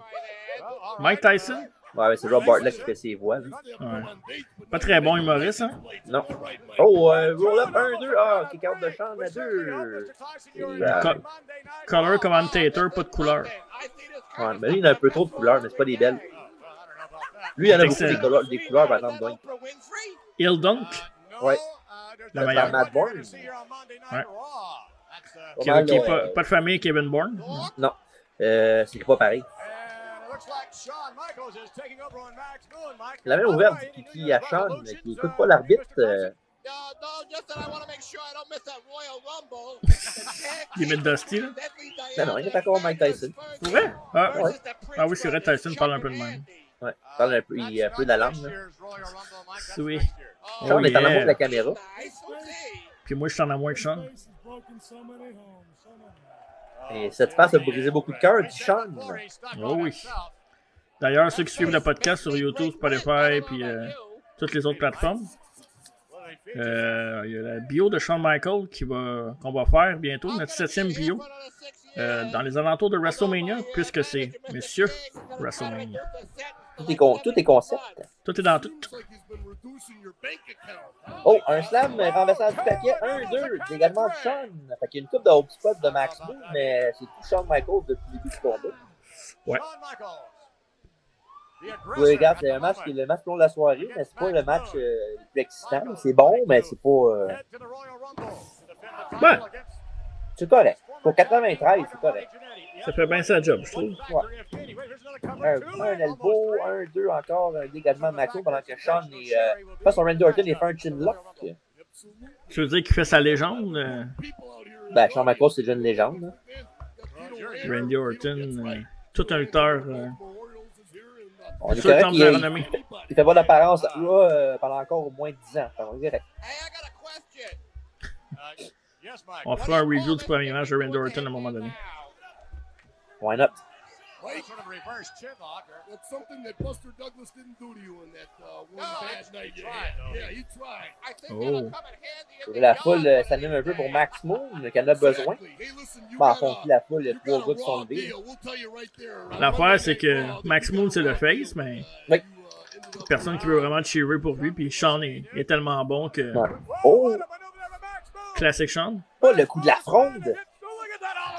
Speaker 1: Mike Tyson?
Speaker 2: Ouais, mais c'est Rob Bartlett qui fait ses voix. hein. lui.
Speaker 1: Pas très bon humoriste, hein?
Speaker 2: Non. Oh, euh, roll up 1, 2. Ah, kick out de champ à euh, 2. Ah.
Speaker 1: Co- color commentator, pas de couleur.
Speaker 2: Ouais, mais lui, il a un peu trop de couleurs, mais c'est pas des belles. Lui, il y en a beaucoup des couleurs, des couleurs par exemple. donc.
Speaker 1: Il Dunk,
Speaker 2: Ouais.
Speaker 1: la
Speaker 2: Par
Speaker 1: meilleure.
Speaker 2: uh, Matt Bourne.
Speaker 1: Ouais. Qui,
Speaker 2: Pas mal,
Speaker 1: qui est
Speaker 2: ouais.
Speaker 1: pas, pas de famille, Kevin Bourne.
Speaker 2: Non. Euh, c'est pas pareil. La main ouverte qui, qui à Sean, mais qui écoute pas l'arbitre. euh,
Speaker 1: Il met Dusty, là.
Speaker 2: Non, non, il est encore Mike Tyson.
Speaker 1: Pour vrai? Ah,
Speaker 2: Ouais.
Speaker 1: ah oui, c'est vrai, Tyson parle un peu de même.
Speaker 2: Ouais, il parle un peu, il a un peu de la langue. là.
Speaker 1: Oui.
Speaker 2: Sean
Speaker 1: Oh,
Speaker 2: est en amour
Speaker 1: yeah.
Speaker 2: de la caméra.
Speaker 1: Puis moi, je suis en amour avec Sean.
Speaker 2: Et cette passe a brisé beaucoup de cœur, dit Sean.
Speaker 1: Oh oui. D'ailleurs, ceux qui suivent le podcast sur YouTube, Spotify, puis euh, toutes les autres plateformes, euh, il y a la bio de Shawn Michaels qui va, qu'on va faire bientôt, notre septième bio, euh, dans les alentours de WrestleMania, puisque c'est Monsieur WrestleMania.
Speaker 2: Tout est, con, tout est concept.
Speaker 1: Tout est dans tout.
Speaker 2: Oh, un slam euh, renversant du paquet, 1-2, également de Sean. Fait qu'il y a une coupe de home spot de Max Moon, mais c'est tout Sean Michaels depuis le début du combat. Oui, regarde, c'est un match qui est le match long de la soirée, mais c'est pas le match euh, le plus excitant. C'est bon, mais c'est pas. euh,
Speaker 1: Ben,
Speaker 2: c'est correct. Pour 93, c'est correct.
Speaker 1: ça fait bien sa job, je trouve.
Speaker 2: Un, un elbow, un, deux encore, un dégagement de Maxo pendant que Sean est. Euh, pas son Randy Orton et fait un chinlock.
Speaker 1: Tu veux dire qu'il fait sa légende, euh,
Speaker 2: Ben, Sean Michaels, c'est déjà une légende. hein.
Speaker 1: Randy Orton, euh, tout un lutteur, euh,
Speaker 2: On est
Speaker 1: tout le
Speaker 2: correct.
Speaker 1: temps
Speaker 2: Il,
Speaker 1: de
Speaker 2: il,
Speaker 1: renommée.
Speaker 2: il fait bonne apparence là euh, pendant encore au moins 10 ans. Fait qu'on euh, est correct.
Speaker 1: On fera un review du premier match de Randy Orton à un moment donné.
Speaker 2: Why not?
Speaker 8: That's something that Buster Douglas didn't do to you on that uh, one bad night. you had. Yeah, he tried.
Speaker 1: Oh.
Speaker 2: La foule euh, s'anime un peu pour Max Moon, euh, qu'elle en a besoin.
Speaker 8: Hey, listen, you
Speaker 2: Bon, en
Speaker 8: got
Speaker 2: fond,
Speaker 8: a-
Speaker 2: la foule,
Speaker 8: you
Speaker 2: les
Speaker 8: got
Speaker 2: trois gars
Speaker 8: a
Speaker 2: qui
Speaker 8: raw
Speaker 2: sont levés.
Speaker 8: deal. We'll tell you right there.
Speaker 1: L'affaire, c'est que Max Moon, c'est le face, mais
Speaker 2: Oui.
Speaker 1: personne qui veut vraiment cheerer pour lui. Puis Sean est, est tellement bon que.
Speaker 2: Ouais. Oh!
Speaker 1: Classic Sean.
Speaker 2: Pas le coup de la fronde!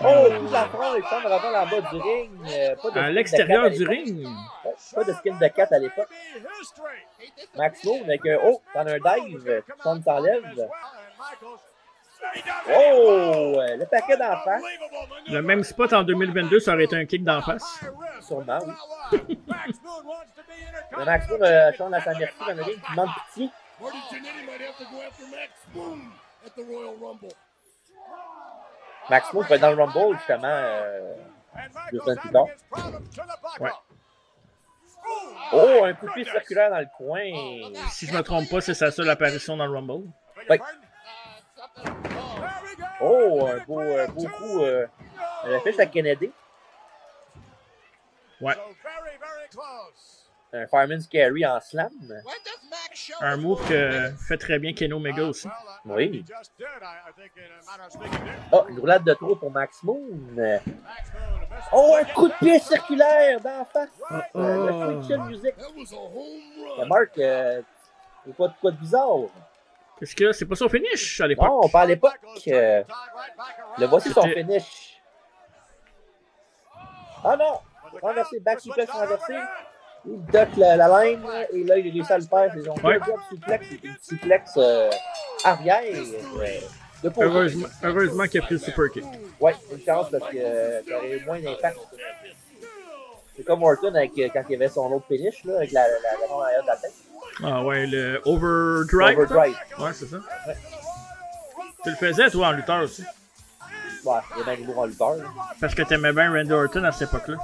Speaker 2: Oh, le coup de la fronde, Sean Robert en bas du ring. euh, pas de
Speaker 1: À
Speaker 2: skin
Speaker 1: l'extérieur
Speaker 2: de
Speaker 1: du
Speaker 2: cat à l'époque.
Speaker 1: ring.
Speaker 2: Ouais, Pas de skin de cat à l'époque. Max Moon avec un oh, dans un dive, Sean s'enlève. Oh, euh, le paquet d'en face.
Speaker 1: Le même spot en 2022, ça aurait été un kick d'en face.
Speaker 2: Sûrement, oui. Le Max Moon, euh, Sean à sa merci dans le ring, qui demande pitié.
Speaker 8: Marty Jannetty might have to go after Max Boom at the Royal Rumble.
Speaker 2: Max Moon va être dans le Rumble, justement. euh, deux semaines plus tard.
Speaker 1: Ouais.
Speaker 5: Ah,
Speaker 2: Oh, un coup de pied circulaire dans le coin.
Speaker 1: Si je me trompe pas, c'est sa seule apparition dans le Rumble.
Speaker 2: Ouais. Oh, un beau, un beau coup. Euh, le fils à Kennedy.
Speaker 1: Ouais.
Speaker 2: Un Fireman's Carry en slam.
Speaker 1: Un move que fait très bien Ken
Speaker 8: Ah,
Speaker 1: Omega aussi.
Speaker 8: uh,
Speaker 2: Oui. Oh, une roulade de trop pour Max Moon. Oh, un coup de pied circulaire d'en face. Euh,
Speaker 1: Oh.
Speaker 2: le switch de musique.
Speaker 8: That was a home run.
Speaker 2: La marque, euh, c'est pas de quoi de bizarre.
Speaker 1: Est-ce que c'est pas son finish à l'époque?
Speaker 2: Non, on parle à l'époque. euh, le voici son
Speaker 1: C'était-
Speaker 2: finish. Ah non! Renversé, back suplex renversé. Il doc la, la ligne et là, il réussit à le faire. Ils ont
Speaker 1: Ouais.
Speaker 2: deux drop suplex et une suplex euh, arrière. euh, de côté.
Speaker 1: Heureusement, heureusement qu'il a pris le super kick.
Speaker 2: Ouais, une chance parce que euh, t'aurais eu moins d'impact. C'est comme Orton avec, euh, quand il avait son autre finish, là, avec la, la, la, la, arrière de la tête.
Speaker 1: Ah ouais, le overdrive.
Speaker 2: Overdrive.
Speaker 1: Ouais, c'est ça. Tu le faisais, toi, en lutteur aussi.
Speaker 2: Ouais, il y a bien des mots en lutteur. là.
Speaker 1: Parce que t'aimais bien Randy Orton à cette époque-là.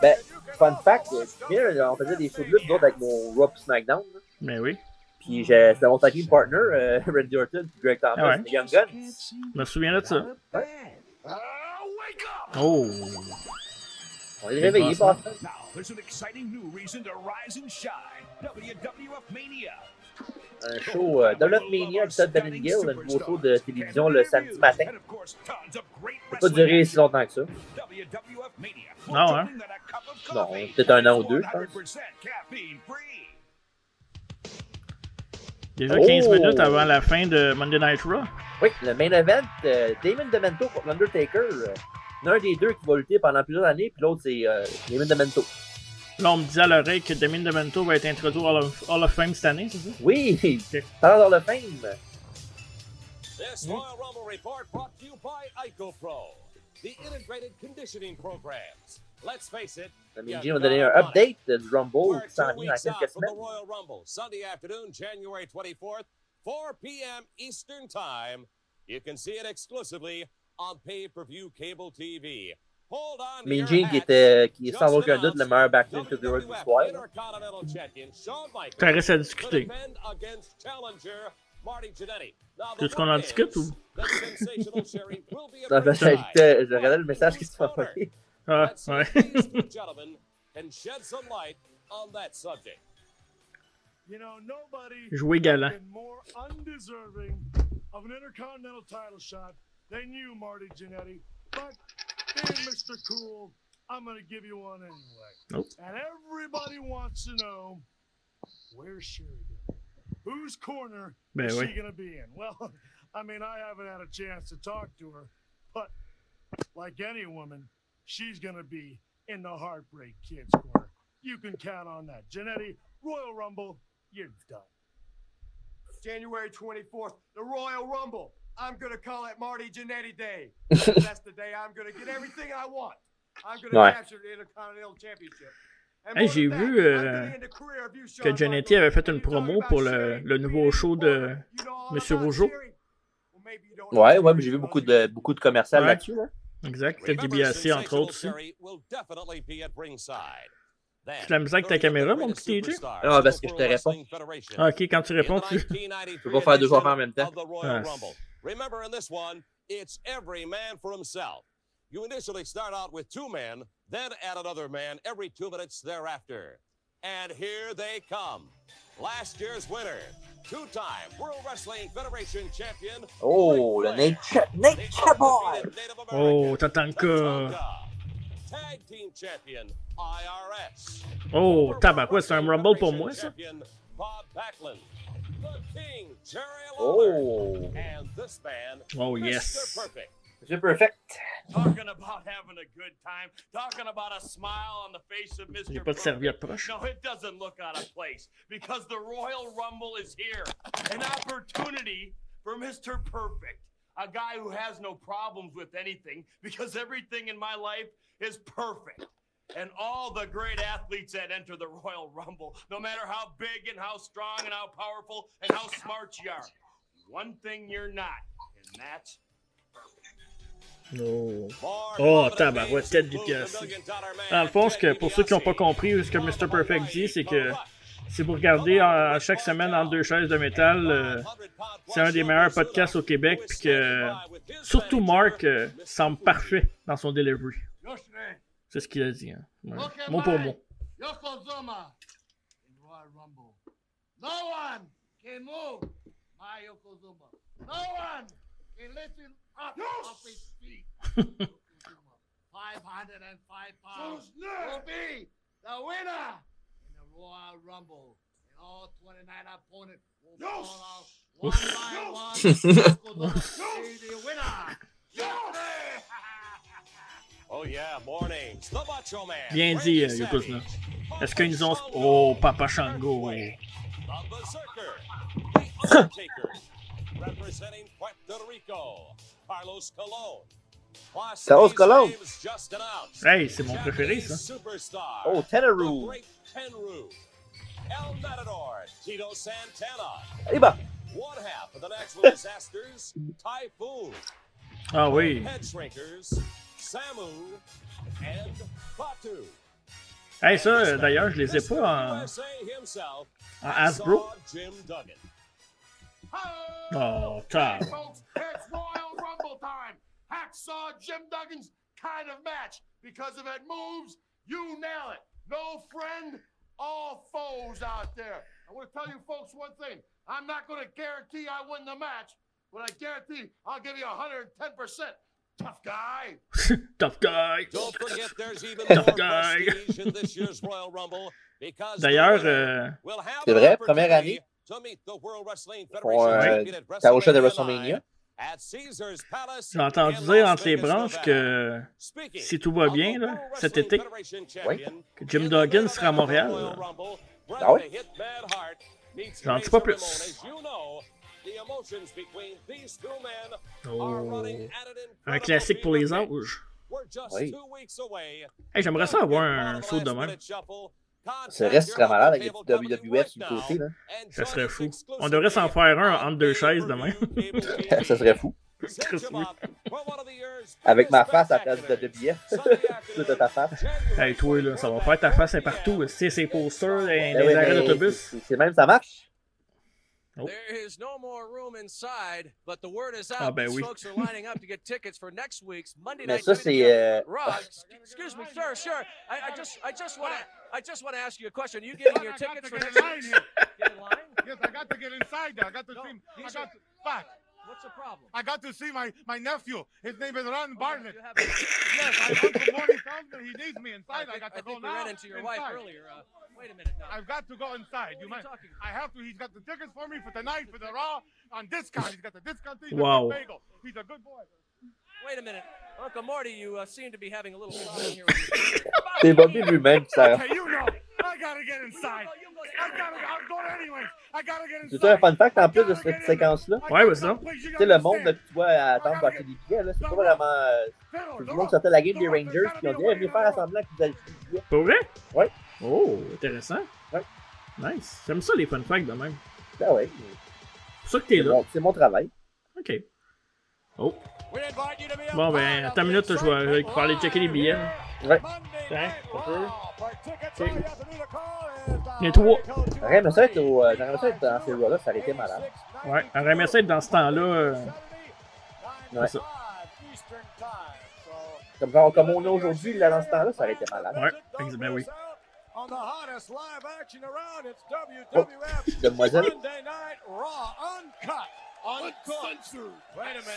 Speaker 2: Ben, fun fact, euh, tu te souviens, là, on faisait des shows de lutte, d'autres, avec mon Raw puis SmackDown. là.
Speaker 1: Mais oui.
Speaker 2: Puis j'ai- c'était mon tag team partner, euh, Randy Orton, puis Greg Thomas,
Speaker 1: Ah ouais.
Speaker 2: les Young Guns.
Speaker 1: Je me souviens là de ça. Oh!
Speaker 2: On est réveillés, pas
Speaker 9: Now, there's an exciting new reason to rise and shine. WWF Mania.
Speaker 2: un show euh, Develop Mania avec Todd Gill, un nouveau show de télévision le samedi matin. C'est pas duré si longtemps que ça.
Speaker 1: Non, hein?
Speaker 2: Non, peut-être un an ou deux, je pense.
Speaker 1: Déjà 15
Speaker 2: Oh!
Speaker 1: minutes avant la fin de Monday Night Raw.
Speaker 2: Oui, le main event, euh, Damon Demento contre l'Undertaker. euh, L'un des deux qui va lutter pendant plusieurs années, puis l'autre, c'est euh, Damon Demento.
Speaker 1: Là, on me dit à l'oreille que Damien Demento va être introduit au Hall of, Hall of Fame cette année, c'est ça?
Speaker 2: Oui, parlant dans le fame. euh,
Speaker 4: This
Speaker 1: Hmm?
Speaker 4: Royal Rumble report brought to you by IcoPro, the integrated conditioning programs. Let's face it,
Speaker 2: La
Speaker 4: you
Speaker 2: Minji m'a donné un
Speaker 4: gotta run it.
Speaker 2: update euh, du Rumble
Speaker 4: We're
Speaker 2: qui s'en
Speaker 4: two
Speaker 2: vient dans
Speaker 4: weeks out
Speaker 2: quelques
Speaker 4: from the
Speaker 2: semaines.
Speaker 4: Royal Rumble, Sunday afternoon, January 24th, 4 p.m. Eastern Time. You can see it exclusively on pay-per-view cable TV. Hold on to your
Speaker 2: Minji qui,
Speaker 4: hats.
Speaker 2: était, qui est sans
Speaker 4: Just
Speaker 2: aucun doute le
Speaker 4: announced,
Speaker 2: meilleur backstage de l'histoire.
Speaker 4: WWF
Speaker 2: là.
Speaker 4: Intercontinental Champion Shawn Michaels
Speaker 1: Ça reste à
Speaker 4: to
Speaker 1: discuter.
Speaker 4: defend against challenger Marty Jannetty. Now, the
Speaker 1: Qu'est-ce qu'on
Speaker 4: word
Speaker 1: en discute
Speaker 4: is
Speaker 1: ou?
Speaker 4: that sensational Sherry will be a
Speaker 2: Non, ben,
Speaker 4: great guy.
Speaker 2: j'écoutais- je regardais le message qui se m'a envoyé.
Speaker 1: Ah,
Speaker 4: Let's see
Speaker 1: ouais.
Speaker 4: if these two gentlemen can shed some light on that subject.
Speaker 5: You know, nobody
Speaker 1: Jouer galant.
Speaker 5: been more undeserving of an intercontinental title shot than you, Marty Jannetty. But being Mr. Cool, I'm gonna give you one anyway.
Speaker 1: Nope.
Speaker 5: And everybody wants to know where's Sherry going? Whose corner
Speaker 1: Ben
Speaker 5: is
Speaker 1: oui.
Speaker 5: she gonna be in? Well, I mean, I haven't had a chance to talk to her, but like any woman, she's gonna be in the heartbreak kids corner. You can count on that. Janetti, Royal Rumble, you're done.
Speaker 9: January 24th, the Royal Rumble. I'm going to call it Marty Jannetty Day. That's the day I'm going to get everything I want. I'm going to
Speaker 2: Ouais.
Speaker 9: capture the Intercontinental Championship. And
Speaker 1: Hey,
Speaker 9: more
Speaker 1: j'ai
Speaker 9: than
Speaker 1: vu,
Speaker 9: that, I'm
Speaker 1: euh,
Speaker 9: gonna end the career of you,
Speaker 1: que
Speaker 9: Shawn
Speaker 1: Jannetty
Speaker 9: Michaels.
Speaker 1: avait fait
Speaker 9: And
Speaker 1: une
Speaker 9: you talking
Speaker 1: promo
Speaker 9: about
Speaker 1: pour le,
Speaker 9: Sherry
Speaker 1: le nouveau
Speaker 9: being
Speaker 1: show de
Speaker 9: important. You know all
Speaker 1: Monsieur
Speaker 9: about
Speaker 1: Rougeau.
Speaker 9: Sherry. Well, maybe you don't know
Speaker 2: Ouais,
Speaker 9: Sherry
Speaker 2: ouais, mais j'ai vu
Speaker 9: because
Speaker 2: beaucoup
Speaker 9: you-
Speaker 2: de, beaucoup de commerciales
Speaker 1: Ouais.
Speaker 2: là-dessus. Là.
Speaker 1: Exact. Ted
Speaker 4: Remember,
Speaker 1: DiBiase, entre
Speaker 4: Sensational
Speaker 1: autres, aussi.
Speaker 4: Sherry will definitely be at ringside. Then,
Speaker 1: Tu la misère avec ta
Speaker 4: during the
Speaker 1: caméra, mon
Speaker 4: greatest
Speaker 1: petit TJ?
Speaker 4: superstars
Speaker 2: Ah, parce
Speaker 4: of
Speaker 2: que je
Speaker 4: the
Speaker 2: te
Speaker 4: Pro
Speaker 2: réponds.
Speaker 4: Wrestling Federation
Speaker 1: Ah, ok, quand tu
Speaker 4: in the
Speaker 1: réponds, tu.
Speaker 4: 1993
Speaker 2: peux pas faire deux
Speaker 4: edition
Speaker 2: affaires en même temps.
Speaker 4: of the Royal
Speaker 1: Ah.
Speaker 4: Rumble. Remember, in this one, it's every man for himself. You initially start out with two men, then add another man every two minutes thereafter. And here they come. Last year's winner, two-time World Wrestling Federation champion.
Speaker 2: Oh,
Speaker 4: Ric
Speaker 2: le
Speaker 4: Flair.
Speaker 2: Nate Cha- Nate Chabot!
Speaker 4: Native American,
Speaker 1: Oh, Tatanka.
Speaker 4: Tatanka. Tag team champion, IRS.
Speaker 1: Oh, tabarouette, c'est un Rumble pour moi, ça.
Speaker 4: Champion, Bob Backlund. The King, Jerry Lawler.
Speaker 2: Oh!
Speaker 4: And this man,
Speaker 1: Oh,
Speaker 4: Mr.
Speaker 1: yes.
Speaker 4: Perfect.
Speaker 2: Monsieur Perfect!
Speaker 9: Talking about having a good time. Talking about a smile on the face of Mr.
Speaker 1: J'ai pas de
Speaker 9: Perfect.
Speaker 1: serviette proche.
Speaker 9: No, it doesn't look out of place because the Royal Rumble is here. An opportunity for Mr. Perfect, a guy who has no problems with anything because everything in my life is perfect. And all the great athletes that enter the Royal Rumble, no matter how big and how strong and how powerful and how smart you are, one thing you're not, and that's
Speaker 1: Oh.
Speaker 4: More
Speaker 1: Oh,
Speaker 4: prominent
Speaker 1: tabarouette,
Speaker 4: names
Speaker 1: Ted
Speaker 4: include
Speaker 1: DiBiase.
Speaker 4: the Million Dollar Man,
Speaker 1: Dans le fond, ce que-
Speaker 4: Ted
Speaker 1: pour ceux qui n'ont pas
Speaker 4: DiBiase.
Speaker 1: compris ce que Mr. Perfect dit, c'est que
Speaker 4: From Hawaii,
Speaker 1: si vous regardez en, en chaque semaine entre deux chaises de métal, euh, c'est un des meilleurs podcasts au Québec, puis que surtout Mark euh, semble parfait dans son delivery.
Speaker 5: Yesterday,
Speaker 1: C'est ce qu'il a dit. Hein. Ouais. Mot pour mot.
Speaker 5: Yokozuna in Royal Rumble. No one can move my Yokozuna. No one can listen up off his feet. Yokozuna, 505 pounds, will be the winner in the Royal Rumble. And all 29 opponents will fall out one by one. Yokozuna will be the winner.
Speaker 4: Oh yeah, mornings. The Macho Man.
Speaker 1: Bien dit, euh,
Speaker 4: Randy
Speaker 1: Yokozuna.
Speaker 4: Savage.
Speaker 1: Est-ce qu'ils nous ont.
Speaker 4: Hulk
Speaker 1: Oh,
Speaker 4: Hogan.
Speaker 1: Papa Shango. ouais.
Speaker 4: The Berserker. The Undertaker. Representing Puerto Rico. Carlos Colon. Plus,
Speaker 2: Carlos
Speaker 4: these
Speaker 2: Colon.
Speaker 4: names just announced.
Speaker 1: Hey, c'est mon
Speaker 4: Japanese
Speaker 1: préféré, ça.
Speaker 4: superstar.
Speaker 2: Oh,
Speaker 4: The
Speaker 2: Tenaru!
Speaker 4: great Tenru. El Matador. Tito Santana.
Speaker 2: Allez, bah!
Speaker 4: One half of the natural disasters. Typhoon.
Speaker 1: Ah oui.
Speaker 4: Head Shrinkers. Samu. And Batu.
Speaker 1: Hey, ça, euh, d'ailleurs, je les ai pas
Speaker 4: Mr. USA himself,
Speaker 1: en, en Hasbro.
Speaker 4: Saw Jim Duggan.
Speaker 1: Oh, tab.
Speaker 5: folks, it's Royal Rumble time. Hacksaw Jim Duggan's kind of match because if it moves, you nail it. No friend, all foes out there. I want to tell you folks one thing. I'm not going to guarantee I win the match, but I guarantee I'll give you 110%. Tough guy.
Speaker 1: Tough guy.
Speaker 4: Don't forget there's even
Speaker 1: Tough
Speaker 4: more
Speaker 1: guy.
Speaker 4: prestige in this year's Royal Rumble because
Speaker 1: D'ailleurs,
Speaker 4: the winner
Speaker 1: euh,
Speaker 4: will have
Speaker 2: C'est
Speaker 4: the
Speaker 2: vrai, première
Speaker 4: opportunity
Speaker 2: année.
Speaker 4: to meet the World Wrestling
Speaker 2: Pour,
Speaker 4: Federation
Speaker 2: euh,
Speaker 4: champion at
Speaker 2: Taosha de
Speaker 4: WrestleMania
Speaker 2: WrestleMania.
Speaker 4: nine at Caesar's Palace
Speaker 1: j'ai entendu
Speaker 4: in
Speaker 1: dire
Speaker 4: Las
Speaker 1: entre les
Speaker 4: Vegas,
Speaker 1: branches
Speaker 4: Nevada.
Speaker 1: que
Speaker 4: Speaking
Speaker 1: si tout va
Speaker 4: of the
Speaker 1: bien, là,
Speaker 4: World Wrestling
Speaker 1: cet été,
Speaker 4: Federation champion,
Speaker 1: que Jim
Speaker 4: in the
Speaker 1: Duggan
Speaker 4: main
Speaker 1: sera
Speaker 4: event
Speaker 1: à
Speaker 4: of the
Speaker 1: Montréal.
Speaker 4: Royal Rumble, Bret
Speaker 2: Ah ouais?
Speaker 4: the Hitman Hart meets
Speaker 1: J'en dis
Speaker 4: Razor
Speaker 1: pas plus.
Speaker 4: Ramon. As you know, the emotions between these two men
Speaker 2: Oh.
Speaker 4: are running at an
Speaker 1: oh, un
Speaker 4: incredible
Speaker 1: classique pour
Speaker 4: fever
Speaker 1: les
Speaker 4: pitch.
Speaker 1: âges.
Speaker 4: We're just
Speaker 2: Oui.
Speaker 4: two weeks away.
Speaker 1: Hey, J'aimerais ça avoir un saut de même.
Speaker 2: Ce reste serait malade avec le WWF sur le côté, là.
Speaker 1: Ça serait fou. On devrait s'en faire un entre deux chaises demain.
Speaker 2: Ça serait fou.
Speaker 1: Chris, oui.
Speaker 2: Avec ma face à la place de WF. Tout
Speaker 4: Tout
Speaker 2: de ta face.
Speaker 1: Hey, toi, là, ça va faire ta face un partout. Tu sais, ces posters, les,
Speaker 2: Ben oui,
Speaker 1: arrêts
Speaker 2: mais
Speaker 1: d'autobus.
Speaker 2: c'est- C'est même, ça marche.
Speaker 4: There is no more room inside, but the word is out.
Speaker 1: Ah, ben
Speaker 4: that
Speaker 1: oui.
Speaker 4: Folks are lining up to get tickets for next week's Monday
Speaker 2: Mais
Speaker 4: night.
Speaker 2: ça,
Speaker 4: Video
Speaker 2: c'est, euh,
Speaker 4: Raw. Ex- Excuse me, sir, sir. I, I just, I just want to, I just want to ask you a question. Are you getting your
Speaker 5: I got
Speaker 4: tickets
Speaker 5: to
Speaker 4: for
Speaker 5: get in
Speaker 4: next
Speaker 5: line
Speaker 4: week's?
Speaker 5: here.
Speaker 4: Get in line?
Speaker 5: Yes, I got to get inside there. I got to
Speaker 4: No,
Speaker 5: see. I
Speaker 4: these
Speaker 5: got
Speaker 4: are-
Speaker 5: to, fuck.
Speaker 4: What's the problem?
Speaker 5: I got to see my, my nephew. His name is Ron
Speaker 4: Oh,
Speaker 5: Bartlett.
Speaker 4: You have-
Speaker 5: Yes, I want the morning counselor. He needs me
Speaker 4: I
Speaker 5: inside. I,
Speaker 4: think,
Speaker 5: got to
Speaker 4: I
Speaker 5: go
Speaker 4: think we
Speaker 5: now.
Speaker 4: ran into your wife
Speaker 5: inside.
Speaker 4: earlier. Uh, wait a minute now.
Speaker 5: I've got to go inside.
Speaker 4: What are
Speaker 5: You
Speaker 4: you
Speaker 5: might.
Speaker 4: talking about?
Speaker 5: I have to. He's got the tickets for me for tonight for the Raw on discount. He's got the discount. He's
Speaker 1: Wow.
Speaker 5: A good bagel. He's a good boy.
Speaker 4: Wait a minute. Uncle Morty, you uh, seem to be having a little problem here. With
Speaker 2: C'est Bobby lui-même qui s'arrête.
Speaker 5: Okay, you know. I gotta get inside. I gotta. I'm going anyway. I gotta get inside.
Speaker 2: C'est un fun fact en plus de cette séquence-là.
Speaker 1: Ouais, mais ça.
Speaker 5: Tu
Speaker 2: Tu sais, le monde, là, que tu vois, à attendre pour acheter des billets, là, c'est pas vraiment. euh, tout le monde sortait la game des Rangers, puis on dit, Eh, venez faire semblant que vous allez acheter des billets.
Speaker 1: Pour vrai?
Speaker 2: Ouais.
Speaker 1: Oh, intéressant.
Speaker 2: Ouais.
Speaker 1: Nice. J'aime ça, les fun facts de même.
Speaker 2: Ben ouais,
Speaker 1: C'est pour ça que t'es
Speaker 2: c'est
Speaker 1: là.
Speaker 2: mon- c'est mon travail.
Speaker 1: OK. Oh. Bon, ben, attends une minute, je vais récupérer les checker les billets. là.
Speaker 2: Ouais.
Speaker 1: Tiens, un peu. Ok.
Speaker 5: uh,
Speaker 1: Les trois.
Speaker 2: J'aurais aimé ça être au. euh, J'aurais aimé ça être dans ces rois-là, ça aurait été malade.
Speaker 1: Ouais, j'aurais aimé ça être dans ce temps-là. euh,
Speaker 2: Ouais.
Speaker 1: c'est ça.
Speaker 2: Comme, genre, comme on est aujourd'hui, là, dans ce temps-là, ça aurait été malade.
Speaker 1: Ouais, ex- ben oui.
Speaker 2: Oh, demoiselle.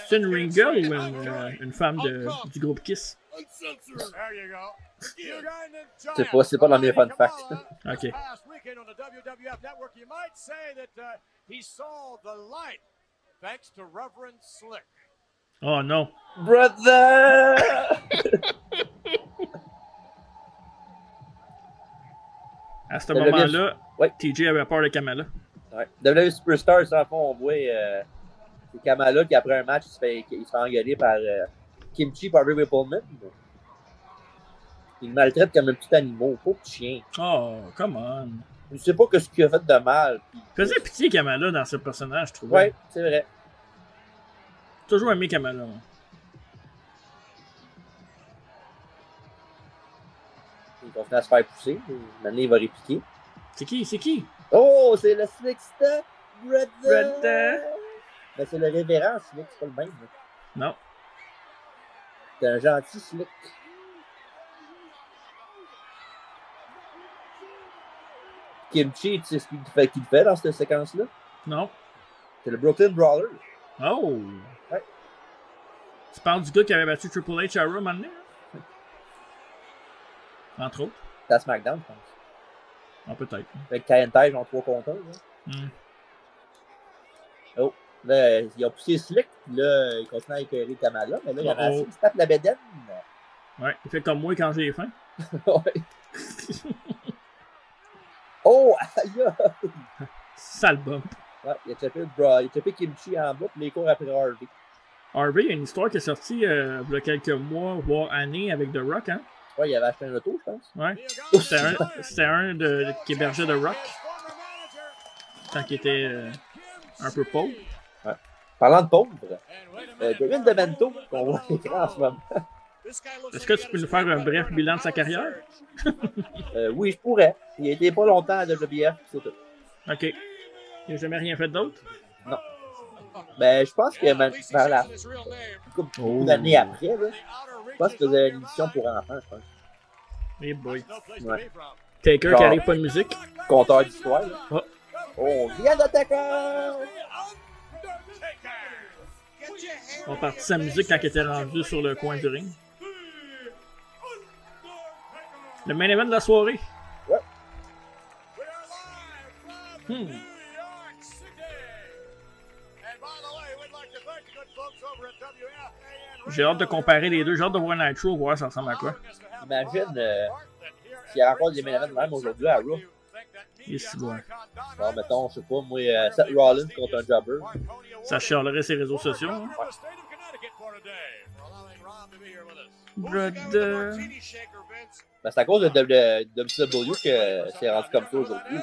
Speaker 1: C'est une ring girl ou une, euh, une femme de, du groupe Kiss?
Speaker 5: There you go.
Speaker 2: C'est pas, c'est pas dans mes fun facts.
Speaker 1: OK.
Speaker 10: Last weekend on the WWF Network, you might say that uh, he saw the light thanks to Reverend Slick.
Speaker 1: Oh non.
Speaker 2: Brother!
Speaker 1: À ce
Speaker 2: Elle l'a bien
Speaker 1: moment-là,
Speaker 2: Ouais.
Speaker 1: TJ avait peur de Kamala.
Speaker 2: Ouais. WWE Superstar, ça, en fond, on voit euh, c'est Kamala qui, après un match, il se fait, il se fait engueuler par euh, Kimchi Bobby Whippleman. Il le maltraite comme un petit animal, pauvre petit chien.
Speaker 1: Oh, come on.
Speaker 2: Je sais pas que ce qu'il a fait de mal. puis-
Speaker 1: Faisait pitié Kamala dans ce personnage, je trouvais.
Speaker 2: Ouais, c'est vrai.
Speaker 1: J'ai Toujours aimé Kamala. moi.
Speaker 2: Il continue à se faire pousser. puis Maintenant, il va répliquer.
Speaker 1: C'est qui? C'est qui?
Speaker 2: Oh, c'est le Slickster! Brother!
Speaker 1: Brother.
Speaker 2: Mais c'est le révérend Slick, c'est pas le même. hein.
Speaker 1: Non.
Speaker 2: C'est un gentil Slick. Kimchi, tu sais ce qu'il fait, qu'il fait dans cette séquence-là?
Speaker 1: Non.
Speaker 2: C'est le Brooklyn Brawler.
Speaker 1: Oh!
Speaker 2: Ouais.
Speaker 1: Tu parles du gars qui avait battu Triple H à Raw un moment donné, là? Entre autres.
Speaker 2: C'est à SmackDown, je pense.
Speaker 1: Ah, peut-être.
Speaker 2: Avec Kyan Tage en trois compteurs. Là.
Speaker 1: Hmm.
Speaker 2: Oh, là, ils ont poussé Slick, puis là, ils continuent à écœurer Kamala, mais là, il y en
Speaker 1: Oh,
Speaker 2: a
Speaker 1: oh.
Speaker 2: assez qui se tape la bédaine.
Speaker 1: Ouais, il fait comme moi quand j'ai faim.
Speaker 2: Ouais. oh, aïe! aïe.
Speaker 1: Sale bump.
Speaker 2: Ouais, il a tapé le bra, il a tapé Kimchi en bas, puis les cours après Harvey.
Speaker 1: Harvey, il y a une histoire qui est sortie euh, il y a quelques mois, voire années, avec The Rock, hein?
Speaker 2: Ouais, il avait acheté un auto, je pense.
Speaker 1: Ouais. C'était un, c'était un de, qui hébergeait The Rock quand il était euh, un peu pauvre.
Speaker 2: Parlant de pauvre, euh, David Demento, qu'on voit à l'écran en ce moment.
Speaker 1: Est-ce que tu peux nous faire un bref bilan de sa carrière?
Speaker 2: Euh, oui, je pourrais. Il a été pas longtemps à WBF, c'est tout.
Speaker 1: Ok. Il n'a jamais rien fait d'autre?
Speaker 2: Ben, je pense que même vers la couple
Speaker 1: Oh.
Speaker 2: d'années après, là, je pense qu'il faisait une émission pour enfants, je pense.
Speaker 1: Eh boy.
Speaker 2: Ouais.
Speaker 1: Taker
Speaker 2: Genre-
Speaker 1: qui arrive pas de musique.
Speaker 2: Conteur d'histoire, là.
Speaker 1: Oh.
Speaker 2: On vient d'attaquer!
Speaker 1: On partit sa musique quand il était rendu sur le coin du ring. Le main event de la soirée.
Speaker 10: Hmm.
Speaker 1: J'ai hâte de comparer les deux. J'ai hâte de voir Nitro, voir ça ressemble à quoi.
Speaker 10: Imagine euh, s'il raconte des ménages de même aujourd'hui à Raw.
Speaker 1: Il est si bon.
Speaker 2: Bon, mettons, je sais pas, moi, euh, Seth Rollins contre un jobber.
Speaker 1: Ça charlerait ses réseaux sociaux. hein. Brother.
Speaker 2: Ben, c'est à cause de W- WCW que c'est rendu comme ça aujourd'hui.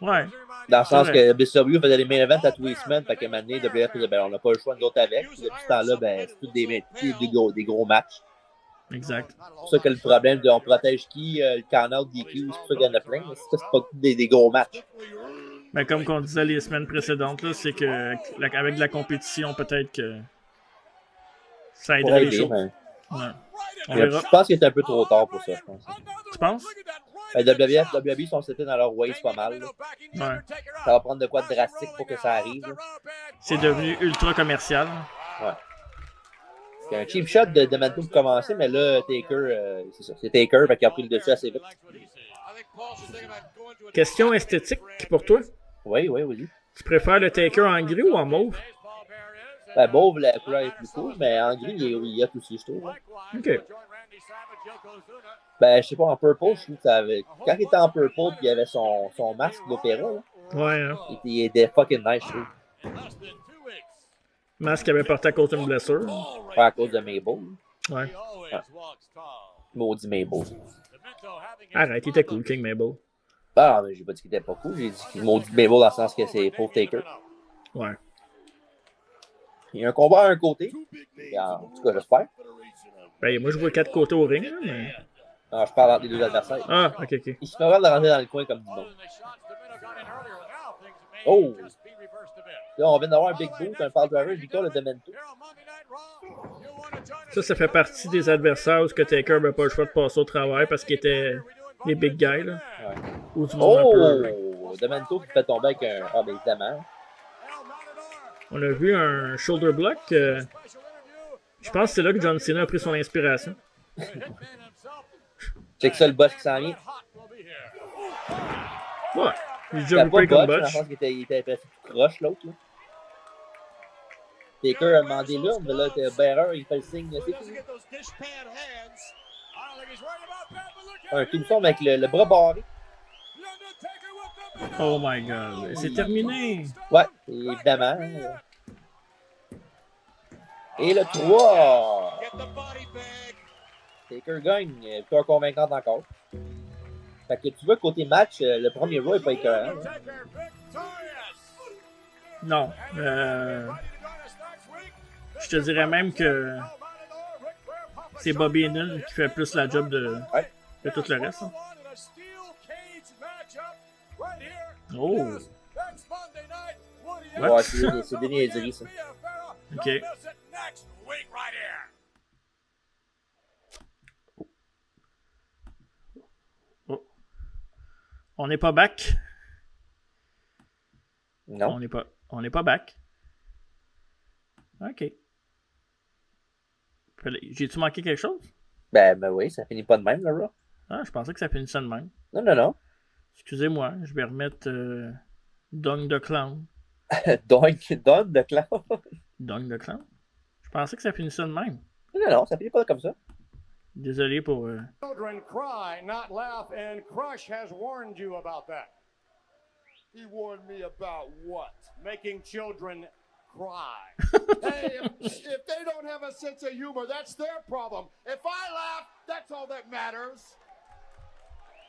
Speaker 1: Ouais.
Speaker 2: Dans le sens
Speaker 1: Ouais.
Speaker 2: que WCW faisait des main events à tous les semaines, fait que maintenant, WF faisait, ben, on n'a pas le choix de d'autres avec. Puis depuis ce temps-là, ben, c'est tous des, ma- tous des, gros, des gros matchs.
Speaker 1: Exact.
Speaker 2: C'est pour ça que le problème de on protège qui, euh, le canal DQ, c'est pour ça qu'il y en a plein, mais c'est ça, c'est pas tous des, des gros matchs.
Speaker 1: Mais comme qu'on disait les semaines précédentes, là, c'est que la- avec de la compétition, peut-être que ça
Speaker 2: Pour
Speaker 1: aiderait les
Speaker 2: aider, ben.
Speaker 1: choses.
Speaker 2: mais-
Speaker 1: Ouais. On
Speaker 2: mais
Speaker 1: verra.
Speaker 2: je pense qu'il est un peu trop tard pour ça, je pense.
Speaker 1: Tu penses?
Speaker 2: Ben, WF, WB sont c'était dans leur ways pas mal. là.
Speaker 1: Ouais.
Speaker 2: Ça va prendre de quoi de drastique pour que ça arrive. là.
Speaker 1: C'est devenu ultra commercial.
Speaker 2: Parce qu'un cheap shot de, de Manto pour commencer, mais là, Taker, euh, c'est ça, c'est Taker, fait qu'il a pris le dessus assez vite.
Speaker 1: Question esthétique pour toi.
Speaker 2: Oui, oui, oui.
Speaker 1: Tu préfères le Taker en gris ou en mauve?
Speaker 2: Ben, mauve, la couleur est plus cool, mais en gris, il est- il y a tout aussi, je trouve. hein.
Speaker 1: Ok.
Speaker 2: Ben, je sais pas, en purple, je trouve que ça avait... Quand il était en purple, puis il avait son, son masque d'opéra, là,
Speaker 1: Ouais. hein.
Speaker 2: il était- il était fucking nice, je trouve.
Speaker 1: Masque qu'il avait porté à cause d'une blessure.
Speaker 2: Pas à cause de Mabel.
Speaker 1: Ouais.
Speaker 2: Maudit Mabel.
Speaker 1: Arrête, il était cool, King Mabel.
Speaker 2: Ah, mais j'ai pas dit qu'il était pas cool, j'ai dit qu'il maudit Mabel dans le sens que c'est pour Taker.
Speaker 1: Ouais.
Speaker 2: Il y a un combat à un côté, et en en tout cas, j'espère.
Speaker 1: Ben, moi, je vois quatre côtés au ring. là, mais-
Speaker 2: Ah, je parle entre les deux adversaires.
Speaker 1: Ah, ok, ok.
Speaker 2: Il se fait mal de rentrer dans le coin comme du monde.
Speaker 10: Oh!
Speaker 2: Là, on vient
Speaker 1: Ah,
Speaker 2: d'avoir un Big Boot, un Fall Driver, Victor le Demento.
Speaker 1: Ça, ça fait partie des adversaires où ce que Taker n'avait pas le choix de passer au travail parce qu'il était les big guys, là. Ou du monde un peu.
Speaker 2: Oh! Demento qui fait tomber avec un. Ah, ben évidemment.
Speaker 1: On a vu un shoulder block. euh, je pense que c'est là que John Cena a pris son inspiration.
Speaker 2: Check ça, le boss qui s'en vient.
Speaker 1: Ouais. J'ai déjà
Speaker 2: T'as
Speaker 1: vu
Speaker 2: pas de
Speaker 1: Break
Speaker 2: botch,
Speaker 1: on
Speaker 2: dans le
Speaker 1: Botch.
Speaker 2: sens qu'il était, il était presque tout croche, l'autre. là. Taker a demandé là, mais là, t'es Bearer, il fait le signe, c'est fini. Un tombstone avec le, le bras barré.
Speaker 1: Oh my god. C'est terminé.
Speaker 2: Ouais, évidemment. Et le 3! Taker gagne, euh, victoire convaincante encore. Fait que tu vois, côté match, euh, le premier round est pas écœurant. hein.
Speaker 1: Non. Euh, je te dirais même que c'est Bobby Heenan qui fait plus la job de,
Speaker 2: Ouais.
Speaker 1: de tout le reste. hein. Oh.
Speaker 2: Ouais, c'est c'est des niaiseries, ça.
Speaker 1: Ok. Oh. On n'est pas back.
Speaker 2: Non.
Speaker 1: On n'est pas, on n'est pas back. Ok. Fallait- J'ai-tu manqué quelque chose?
Speaker 2: Ben, ben oui, ça finit pas de même, le Raw.
Speaker 1: Ah, je pensais que ça finissait de même.
Speaker 2: Non, non, non.
Speaker 1: Excusez-moi, je vais remettre euh, Dung the Clown.
Speaker 2: Donc, donne de clan. non,
Speaker 1: Dung the Clown? Je pensais que ça finissait de même.
Speaker 2: non, non, ça finit pas comme ça.
Speaker 1: Désolé pour. euh,
Speaker 10: Children cry, not laugh, and Crush has warned you about that. He warned me about what? Making children cry. hey, if, if they don't have a sense of humor, that's their problem. If I laugh, that's all that matters.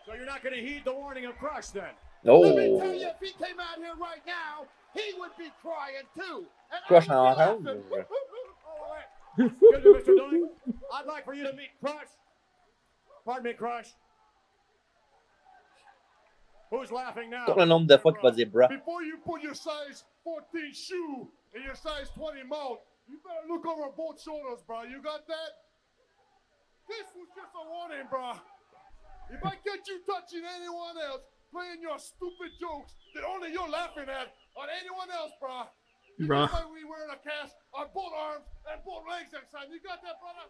Speaker 10: So you're not going to heed the warning of Crush then? Let me
Speaker 2: Oh!
Speaker 10: tell you, if he came out here right now, he would be crying too. And I
Speaker 2: Crush
Speaker 10: would be
Speaker 2: en
Speaker 10: laughing.
Speaker 2: orange.
Speaker 10: All right. Excuse me, Mr. Dunning. I'd like for you to meet Crush. Pardon me, Crush. Who's laughing now?
Speaker 2: Comme le nombre de fois qu'il va dire bra.
Speaker 10: Before you put your size 14 shoe in your size 20 mouth, you better look over both shoulders, bro. You got that? This was just a warning, bro. If I catch you touching anyone else, playing your stupid jokes that only you're laughing at on anyone else, bruh. You
Speaker 1: Bruh.
Speaker 10: know why we wearing a cast on both arms and both legs next time. You got that, brother?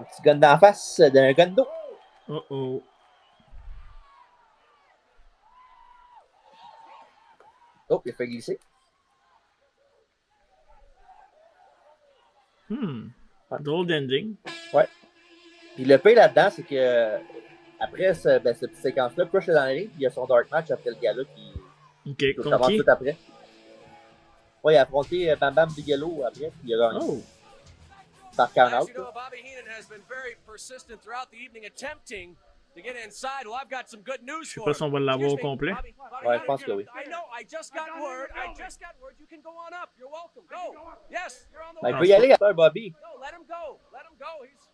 Speaker 2: Un petit gun d'en face euh, d'un gun d'eau.
Speaker 1: Oh oh.
Speaker 2: Oh, il a fait glisser.
Speaker 1: Hmm. Drôle d'ending.
Speaker 2: Puis le pire là-dedans, c'est que euh, après ce, ben, cette petite séquence-là, Crush est dans la ligne, puis il y a son dark match après le gars-là qui
Speaker 1: Ok,
Speaker 2: qui doit
Speaker 1: contre
Speaker 2: savoir
Speaker 1: qui?
Speaker 2: tout après. Ouais, il a affronté euh, Bam Bam Bigelow après, puis il a gagné
Speaker 1: Oh.
Speaker 2: par
Speaker 4: As
Speaker 2: count-out.
Speaker 4: you know, Bobby Heenan has been very persistent throughout the evening, attempting to get inside. Well, I've got some good news
Speaker 1: Je sais
Speaker 4: for
Speaker 1: pas
Speaker 4: him.
Speaker 1: si on va l'avoir au
Speaker 4: Excuse me,
Speaker 1: complet.
Speaker 4: Bobby, Bobby,
Speaker 2: Ouais,
Speaker 4: Bobby,
Speaker 2: je pense que oui.
Speaker 4: I know, I just got word. I just got word. You can go on up. You're welcome. Go. Yes, you're on the
Speaker 2: Ben, il
Speaker 4: way.
Speaker 2: peut
Speaker 1: Ah.
Speaker 2: y aller après Bobby.
Speaker 4: Go, let him go. Let him go. He's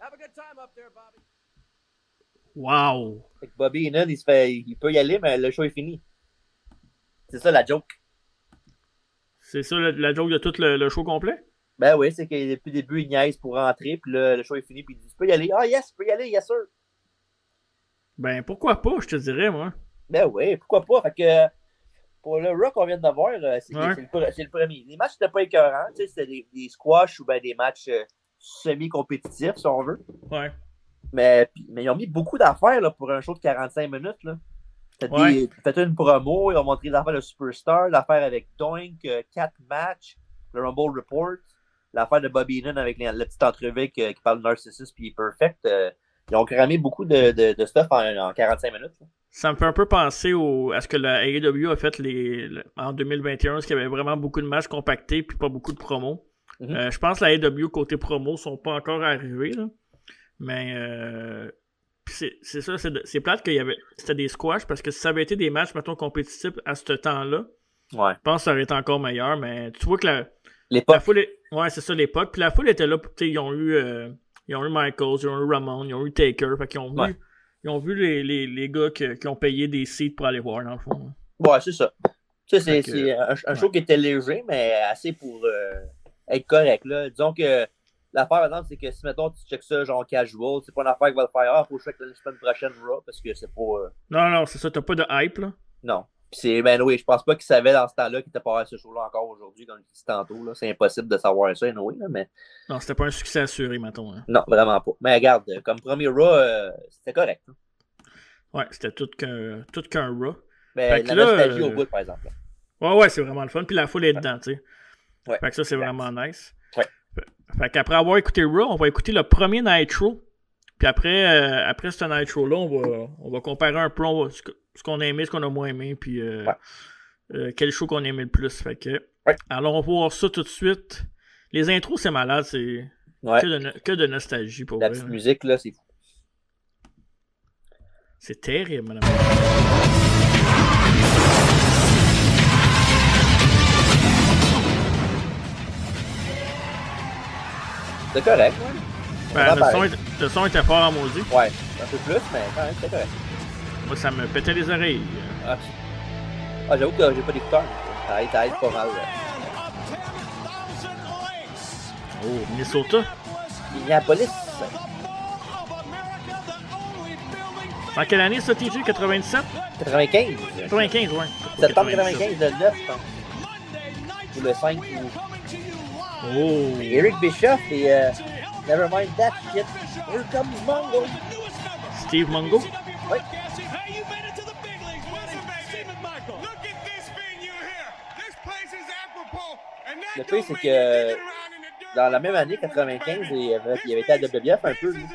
Speaker 4: have a good time up there, Bobby.
Speaker 1: Wow.
Speaker 2: Fait que Bobby Heenan, il, se fait, il peut y aller, mais le show est fini. C'est ça la joke.
Speaker 1: C'est ça la, la joke de tout le, le show complet?
Speaker 2: Ben oui, c'est que depuis le début, il niaise pour rentrer, puis là, le show est fini, puis il dit Tu peux y aller. Ah, yes, tu peux y aller, yes, sir.
Speaker 1: Ben pourquoi pas, je te dirais, moi.
Speaker 2: Ben oui, pourquoi pas. Fait que pour le Raw qu'on vient de voir, euh, c'est
Speaker 1: Ouais.
Speaker 2: c'est le, pre- c'est le premier. Les matchs n'étaient pas écœurants. tu sais, C'était des, des squash ou ben des matchs euh, semi-compétitifs, si on veut.
Speaker 1: Ouais.
Speaker 2: Mais, puis- mais ils ont mis beaucoup d'affaires là, pour un show de 45 minutes. là. T'as
Speaker 1: Ouais.
Speaker 2: des- t'as fait une promo, ils ont montré l'affaire de Superstar, l'affaire avec Doink, 4 matchs, le Rumble Report, l'affaire de Bobby Heenan avec les- la petite entrevue qui, qui parle de Narcissus puis Perfect. euh, ils ont cramé beaucoup de, de, de stuff en, en 45 minutes. là.
Speaker 1: Ça me fait un peu penser au, à ce que la AEW a fait les, le- en 2021, ce qu'il y avait vraiment beaucoup de matchs compactés puis pas beaucoup de promos.
Speaker 2: Mhm.
Speaker 1: Euh, je pense que la AEW côté promo sont pas encore arrivés. Là. Mais euh, puis c'est c'est ça, c'est de- c'est plate qu'il y avait c'était des squash parce que si ça avait été des matchs, mettons, compétitifs à ce temps-là,
Speaker 2: Ouais.
Speaker 1: je pense que ça aurait été encore meilleur. Mais tu vois que la,
Speaker 2: L'époque.
Speaker 1: la foule est- Ouais, c'est ça l'époque. Puis la foule était là. pour- tu sais, Ils ont eu euh, ils ont eu Michaels, ils ont eu Ramon, ils ont eu Taker. Fait qu'ils ont vu,
Speaker 2: Ouais.
Speaker 1: ils ont vu les, les, les gars que- qui ont payé des seats pour aller voir, dans le fond. là.
Speaker 2: Ouais, c'est ça. Ça,
Speaker 1: Fait
Speaker 2: c'est
Speaker 1: que-
Speaker 2: c'est un, un show qui était léger, mais assez pour euh, être correct. Là. Disons que l'affaire, par exemple, c'est que si, mettons, tu checkes ça genre casual, c'est pas une affaire qui va le faire. Ah, faut check la semaine prochaine Raw, parce que c'est pas. euh,
Speaker 1: Non, non, c'est ça. T'as pas de hype, là.
Speaker 2: non. Puis c'est, ben oui, je pense pas qu'ils savaient dans ce temps-là qu'ils étaient pas à ce show-là encore aujourd'hui, comme je dis tantôt. Là. C'est impossible de savoir ça, anyway, là, mais
Speaker 1: Non, c'était pas un succès assuré, mettons. hein.
Speaker 2: non, vraiment pas. Mais regarde, euh, comme premier Raw, euh, c'était correct. hein.
Speaker 1: Ouais, c'était tout qu'un tout qu'un raw. Fait
Speaker 2: Mais
Speaker 1: que
Speaker 2: Ben, la
Speaker 1: là,
Speaker 2: nostalgie
Speaker 1: euh,
Speaker 2: au bout, par exemple. là.
Speaker 1: Ouais, ouais, c'est vraiment le fun. Puis la foule est dedans, tu sais.
Speaker 2: Ouais.
Speaker 1: Fait que ça, c'est
Speaker 2: Exact.
Speaker 1: vraiment nice.
Speaker 2: Ouais.
Speaker 1: Fait- Fait qu'après avoir écouté Raw, on va écouter le premier Nitro. Puis après, euh, après ce Nitro-là, on va, on va comparer un peu on va- ce que- ce qu'on a aimé, ce qu'on a moins aimé, puis euh,
Speaker 2: Ouais.
Speaker 1: euh, quel show qu'on a aimé le plus. Fait que,
Speaker 2: Ouais.
Speaker 1: allons voir ça tout de suite. Les intros, c'est malade, c'est
Speaker 2: Ouais.
Speaker 1: que, de no- que de nostalgie pour
Speaker 2: La
Speaker 1: vrai,
Speaker 2: petite
Speaker 1: hein.
Speaker 2: musique, là, c'est fou.
Speaker 1: C'est terrible, madame.
Speaker 2: C'est correct, ouais.
Speaker 1: Ben, le,
Speaker 2: pareil.
Speaker 1: son, est- le son était fort à maudit.
Speaker 2: Ouais, un peu plus, mais quand même, c'est correct.
Speaker 1: Moi, ça me pétait les oreilles.
Speaker 2: Ah, Ah, j'avoue que j'ai pas d'écouteurs. Ça aide, ça aide pas mal. là.
Speaker 1: Oh, Minnesota.
Speaker 2: Minneapolis.
Speaker 1: En quelle année, ça, TJ 97
Speaker 2: 95.
Speaker 1: 95, ouais.
Speaker 2: Septembre 95, le 9, je pense. Ou le 5. ou-
Speaker 1: Oh.
Speaker 2: Eric Bischoff et euh, Nevermind That Shit. Here comes Mongo.
Speaker 1: Oh, Steve Mungo.
Speaker 2: Oui. Le pire, c'est que dans la même année, 95, il avait, il avait été à WWF un peu. lui.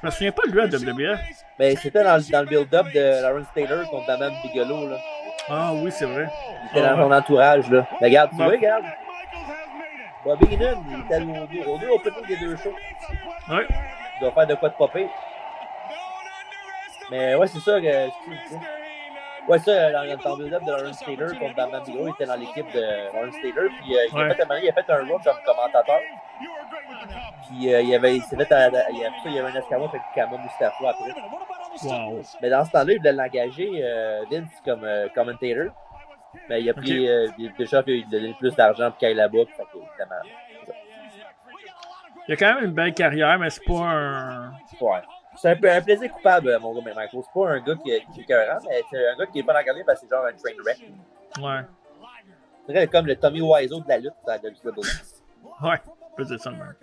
Speaker 1: Je me souviens pas de lui à WWF.
Speaker 2: Mais Ben, c'était dans, le- dans le build-up de Lawrence Taylor contre Madame Bigelow. Là.
Speaker 1: Ah oui, c'est vrai.
Speaker 2: Il était dans son entourage. Là. Mais regarde, tu vois, regarde. Bobby Heenan, il était au deux, au deux opening des deux shows.
Speaker 1: Ouais.
Speaker 2: Il doit faire de quoi de popper. Mais ouais, c'est ça euh, que excuse, tu sais. Ouais, ça, euh, dans dans le build-up de Lawrence Taylor contre Batman Bigelow, il était dans l'équipe de Lawrence Taylor, puis euh, il, s'est
Speaker 1: Ouais.
Speaker 2: fait demander- il a fait un run comme commentateur, puis euh, il, avait, il s'est fait à- à- il, a- ça, il y avait un escamote avec Kama Mustafa après.
Speaker 1: Wow.
Speaker 2: Mais dans ce temps-là, il voulait l'engager, euh, Vince, comme euh, commentator, mais il a pris, euh, il- déjà, il a donné plus d'argent pour qu'il aille là-bas, fait que, évidemment,
Speaker 1: Il a quand même une belle carrière, mais c'est pas un.
Speaker 2: ouais. C'est un, peu- un plaisir coupable, euh, mon gars, mais Michael. C'est pas un gars qui, qui est écœurant, mais c'est un gars qui est pas à regarder parce que c'est genre un train wreck.
Speaker 1: Ouais.
Speaker 2: C'est vrai, comme le Tommy Wiseau de la lutte dans E. la WWE.
Speaker 1: Ouais, je peux dire ça de même.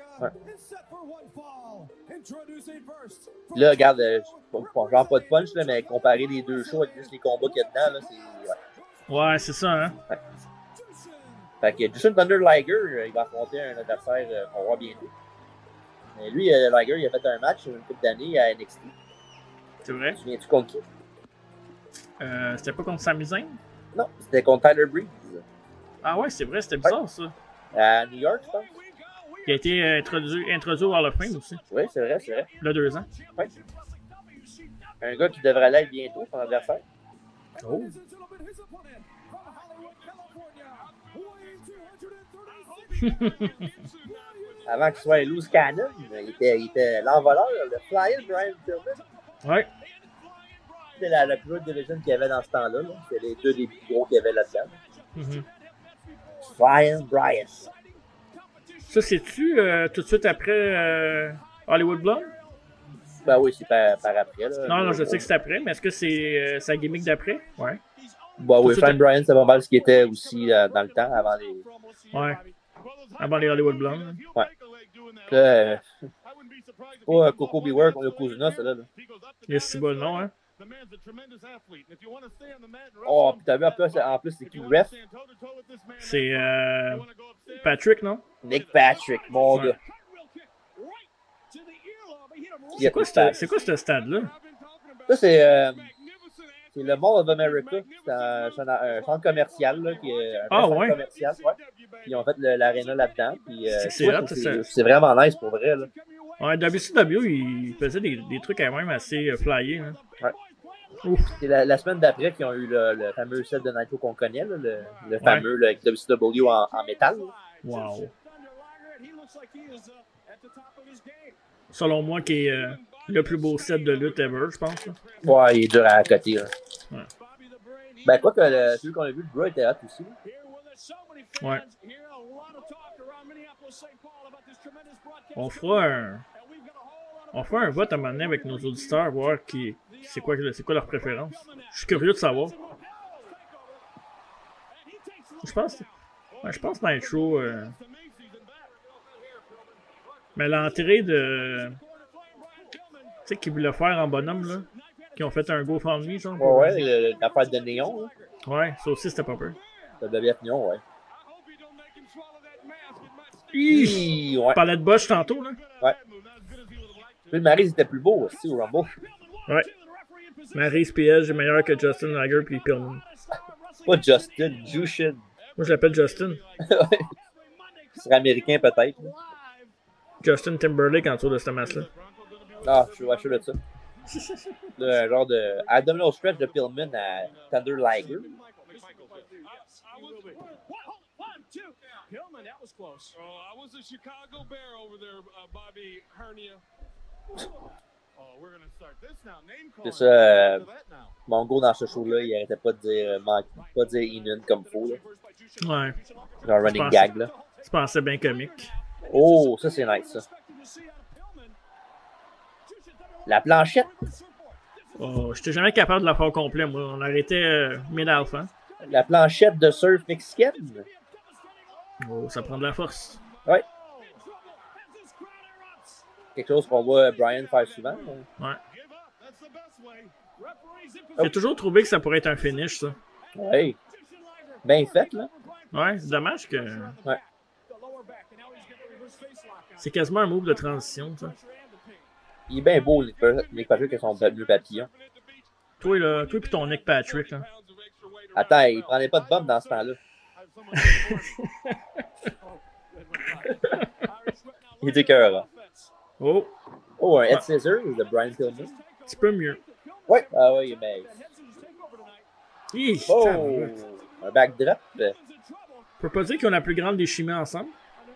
Speaker 2: Là, regarde, euh, je- bon, genre pas de punch, là, mais comparer les deux shows avec juste les combats qu'il y a dedans, là, c'est. ouais.
Speaker 1: Ouais, c'est ça, hein.
Speaker 2: Fait que Justin Thunder Liger, euh, il va affronter un adversaire euh, qu'on voit bientôt. Mais lui, euh, Liger, il a fait un match il y a une couple d'années à NXT.
Speaker 1: C'est vrai.
Speaker 2: Tu viens-tu contre qui?
Speaker 1: Euh, c'était pas contre Sami Zayn?
Speaker 2: Non, c'était contre Tyler Breeze. euh,
Speaker 1: Ah ouais, c'est vrai, c'était bizarre ça.
Speaker 2: À New York, je pense.
Speaker 1: Il a été euh, introduit, introduit au Hall of Fame aussi,
Speaker 2: Oui, c'est vrai, c'est vrai.
Speaker 1: il y a deux ans.
Speaker 2: Un gars qui devrait l'être bientôt, son adversaire.
Speaker 1: Oh.
Speaker 2: Avant qu'il soit un loose cannon, il était, il était l'envoleur, le flyer Brian Pillman.
Speaker 1: Ouais.
Speaker 2: C'était la, la plus haute division qu'il y avait dans ce temps-là. là. C'était les deux des plus gros qu'il y avait là-dedans.
Speaker 1: Mhm.
Speaker 2: Brian Bryant.
Speaker 1: Ça, c'est-tu euh, tout de suite après euh, Hollywood Blonde?
Speaker 2: Ben oui, c'est par, par après. Là.
Speaker 1: Non, non, je sais que c'est après, mais est-ce que c'est euh, sa gimmick d'après? Ouais.
Speaker 2: Ben oui,
Speaker 1: Tout
Speaker 2: Fan
Speaker 1: de suite-
Speaker 2: Bryant, c'est pas mal ce qu'il était aussi euh, dans le temps avant les.
Speaker 1: Ouais. Avant les Hollywood Blondes. hein.
Speaker 2: Ouais. Là, euh, oh, euh, Coco Beware contre le Kuzuna, celle-là. là.
Speaker 1: Il c'est bon, non, hein?
Speaker 2: Oh, puis t'as vu, en plus, en plus c'est qui le ref?
Speaker 1: C'est euh, Patrick, non?
Speaker 2: Nick Patrick, mon
Speaker 1: Ouais.
Speaker 2: gars.
Speaker 1: C'est quoi, ce- c'est quoi ce stade-là?
Speaker 2: Ça, c'est euh, c'est le Mall of America. C'est un, c'est un- un centre commercial. Là, qui est un
Speaker 1: Ah,
Speaker 2: centre
Speaker 1: ouais.
Speaker 2: commercial, ouais. Puis ils ont fait le- l'aréna là-dedans. Puis, euh,
Speaker 1: C'est- c'est
Speaker 2: ouais,
Speaker 1: hot, ça.
Speaker 2: c'est vraiment nice pour vrai. Là.
Speaker 1: Ouais, WCW, il faisait des, des trucs quand même assez euh, flyés. hein.
Speaker 2: C'est la, la semaine d'après qu'ils ont eu le, le fameux set de Nitro qu'on connaît, là, le, le fameux là, avec WCW en, en métal. là.
Speaker 1: Wow. Selon moi, qui est euh, le plus beau set de lutte ever, je pense. là.
Speaker 2: Ouais, il est dur à côté. Là.
Speaker 1: Ouais.
Speaker 2: Ben, quoi que le- celui qu'on a vu, le bras était hot aussi.
Speaker 1: Ouais. On fera un. On fera un vote à un moment donné avec nos auditeurs, voir qui c'est quoi, c'est quoi leur préférence. Je suis curieux de savoir. Je pense. ouais, je pense Nitro. euh, Mais l'entrée de. Tu sais, qu'ils voulaient faire en bonhomme, là. Qui ont fait un GoFundMe, genre.
Speaker 2: Ouais, ouais, le- le- l'affaire de Néon, là.
Speaker 1: Ouais, ça aussi, c'était pas peur.
Speaker 2: le bébé Néon, ouais.
Speaker 1: Hi!
Speaker 2: Hi, ouais.
Speaker 1: Parlait de Bosch tantôt, là.
Speaker 2: Le mari, c'était plus beau aussi au Rumble.
Speaker 1: Ouais. Maryse Piège est meilleur que Justin Lager puis Pillman.
Speaker 2: Pas Justin, Jushin.
Speaker 1: Moi, je l'appelle Justin.
Speaker 2: C'est américain peut-être. là.
Speaker 1: Justin Timberlake en dessous de ce match-là.
Speaker 2: Ah, je suis ouais, je suis sûr de ça. Le genre de abdominal stretch de Pillman à Thunder Liger. C'est ça, euh, Mongo dans ce show-là, il arrêtait pas de dire, euh, man- pas de dire Inan comme faux. Là.
Speaker 1: Ouais.
Speaker 2: Genre
Speaker 1: Je
Speaker 2: running
Speaker 1: pense-
Speaker 2: gag. Là.
Speaker 1: Je pensais bien comique.
Speaker 2: Oh, ça c'est nice ça. La planchette.
Speaker 1: Oh, j'étais jamais capable de la faire au complet, moi. On arrêtait euh, mid-alpha. hein.
Speaker 2: La planchette de surf mexicaine.
Speaker 1: Oh, ça prend de la force.
Speaker 2: Ouais. Quelque chose qu'on voit Brian faire souvent. hein.
Speaker 1: Ouais. J'ai toujours trouvé que ça pourrait être un finish, ça.
Speaker 2: Ouais. Bien fait, là.
Speaker 1: Ouais, c'est dommage que.
Speaker 2: Ouais.
Speaker 1: C'est quasiment un move de transition, ça.
Speaker 2: Il est bien beau, les Nick Patrick, avec son bleu papillon.
Speaker 1: Toi, là, toi pis ton Nick Patrick, là.
Speaker 2: Attends, il prenait pas de bombe dans ce temps-là. Il était cœur. hein.
Speaker 1: Oh,
Speaker 2: Oh, un head scissors de Brian Pillman.
Speaker 1: un petit peu mieux.
Speaker 2: Ouais. Ah oui, mais.
Speaker 1: Hi,
Speaker 2: Oh!
Speaker 1: tabarouette.
Speaker 2: Un backdrop.
Speaker 1: On peut pas dire qu'on a la plus grande des chimies ensemble.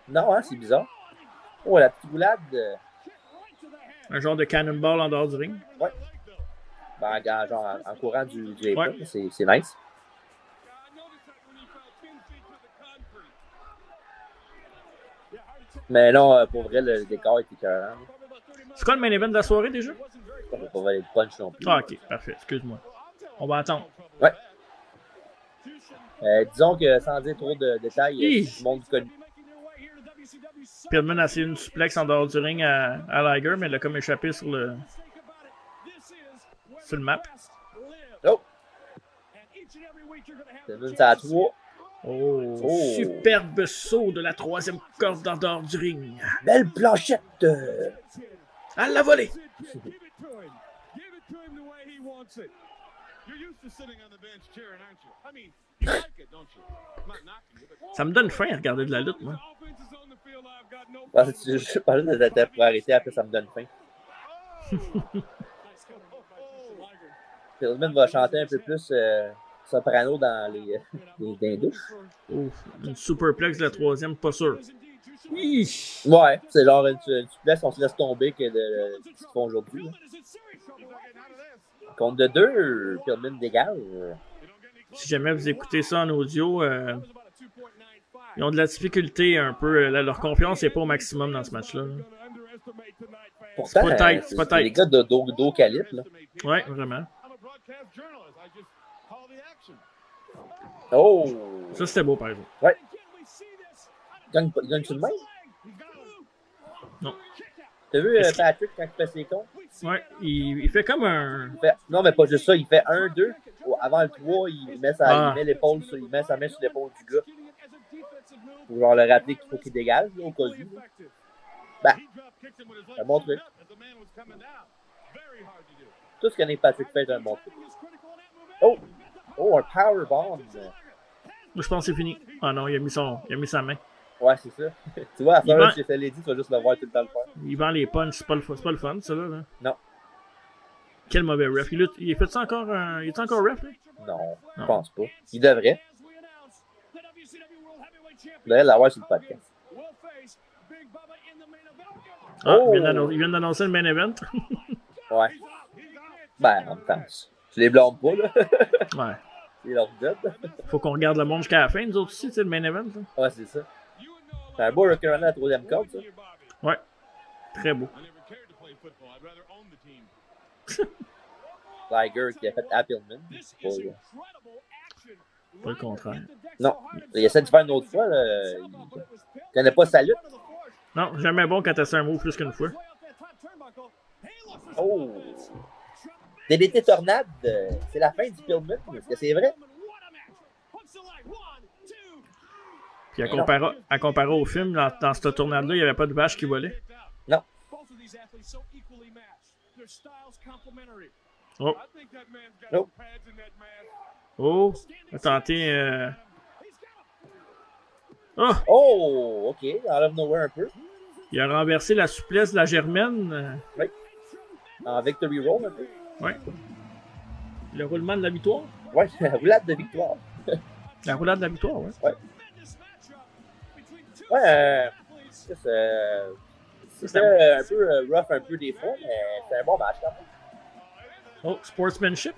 Speaker 2: Non, hein, c'est bizarre. Oh, la petite boulade. euh,
Speaker 1: Un genre de cannonball en dehors du ring.
Speaker 2: Ben, en, genre, en- en courant du, du apron,
Speaker 1: Ouais.
Speaker 2: c'est c'est nice. Mais non, euh, pour vrai, le décor est écœurant.
Speaker 1: C'est quoi le main event de la soirée déjà?
Speaker 2: Je vais pas valer le punch non plus.
Speaker 1: Ah, ok, parfait, excuse-moi. On va attendre.
Speaker 2: Ouais. Euh, disons que sans dire trop de détails,
Speaker 1: Hi.
Speaker 2: tout le monde du connu.
Speaker 1: Piedman a essayé une suplex en dehors du ring à, à Liger, mais il a comme échappé sur le. sur le map.
Speaker 2: Oh! Piedman, ça à trois.
Speaker 1: Oh,
Speaker 2: Oh.
Speaker 1: Superbe saut de la troisième corde en dehors du ring.
Speaker 2: Belle planchette! euh.
Speaker 1: À la volée! Ça me donne faim à regarder de la lutte, moi.
Speaker 2: Je pensais que Ah, tu- je pensais que t'étais pour arrêter, après ça me donne faim. Piedman va chanter un peu plus euh, soprano dans les, euh, les, dans les douches.
Speaker 1: Oh, une superplex de la troisième, pas sûr. Hi!
Speaker 2: Ouais, c'est genre une, une souplesse, on se laisse tomber que de, ce qu'ils font aujourd'hui. là. Compte de deux, Piedman dégage.
Speaker 1: Si jamais vous écoutez ça en audio, euh, ils ont de la difficulté un peu. euh, leur confiance n'est pas au maximum dans ce match-là. là.
Speaker 2: Pourtant,
Speaker 1: C'est pas tight,
Speaker 2: euh,
Speaker 1: c'est pas
Speaker 2: c'est des
Speaker 1: tight.
Speaker 2: gars de dos, dos calibre. là.
Speaker 1: Ouais, vraiment.
Speaker 2: Oh!
Speaker 1: Ça, c'était beau, par exemple.
Speaker 2: Il gagne, pas- il gagne tout de même?
Speaker 1: Non.
Speaker 2: T'as vu euh,
Speaker 1: Est-ce qu'il-
Speaker 2: Patrick quand il fait ses comptes?
Speaker 1: Ouais, il, il fait comme un.
Speaker 2: Il fait- Non, mais pas juste ça, il fait un, deux. Oh, Avant le 3, il met, sa,
Speaker 1: Ah.
Speaker 2: il met l'épaule sur- il met sa main sur l'épaule du gars. Pour genre le rappeler qu'il faut qu'il dégage, là, au cas où. là. Ben, un bon truc. Tout ce que Nick Patrick fait est un bon truc. Oh! Oh, un powerbomb!
Speaker 1: Moi, je pense que c'est fini. Ah non, il a mis, son... il a mis sa main.
Speaker 2: Ouais, c'est ça. tu vois, à
Speaker 1: Il
Speaker 2: ce moment-là,
Speaker 1: vend-
Speaker 2: si je te l'ai dit, tu vas juste le voir tout le temps le faire.
Speaker 1: Il vend les punches, c'est pas le, c'est pas le fun, ça là. là.
Speaker 2: Non.
Speaker 1: Quel mauvais ref. Il, a- il fait ça encore. un- Il est encore ref, là?
Speaker 2: Non, je
Speaker 1: Non.
Speaker 2: pense pas. Il devrait. Il devrait l'avoir sur le podcast.
Speaker 1: Ah, il
Speaker 2: Oh!
Speaker 1: vient d'annon- il vient d'annoncer le main event.
Speaker 2: Ouais. Ben, en même temps, tu les blondes pas, là.
Speaker 1: ouais.
Speaker 2: C'est leur job.
Speaker 1: Faut qu'on regarde le monde jusqu'à la fin, nous autres aussi, tu sais, le main event. là.
Speaker 2: Ouais, c'est ça. C'est un beau recurrent à la troisième corde, ça.
Speaker 1: Ouais. Très beau.
Speaker 2: Liger qui a fait Appleman.
Speaker 1: Pas le contraire.
Speaker 2: Non, il essaie de faire une autre fois, là. Il connaît pas sa lutte.
Speaker 1: Non, jamais bon quand t'essaies un mot plus qu'une fois.
Speaker 2: Oh! DDT Tornade, euh, c'est la fin du Pillman. Est-ce que c'est vrai?
Speaker 1: Puis à comparer, à comparer au film, dans, dans cette tournade-là, il n'y avait pas de vache qui volait.
Speaker 2: Non.
Speaker 1: Oh,
Speaker 2: Nope.
Speaker 1: oh, a tenté. euh, Oh,
Speaker 2: Oh! Ok, out of nowhere un peu.
Speaker 1: il a renversé la souplesse de la Germaine. euh,
Speaker 2: En Victory Roll un peu.
Speaker 1: Ouais. Le roulement de la victoire.
Speaker 2: Ouais, la roulade de victoire.
Speaker 1: La roulade de la victoire, ouais.
Speaker 2: Ouais, euh, ça, c'est-
Speaker 1: c'est
Speaker 2: C'était euh, un peu euh, rough un peu des fois, mais c'était un bon match quand même.
Speaker 1: Oh, sportsmanship.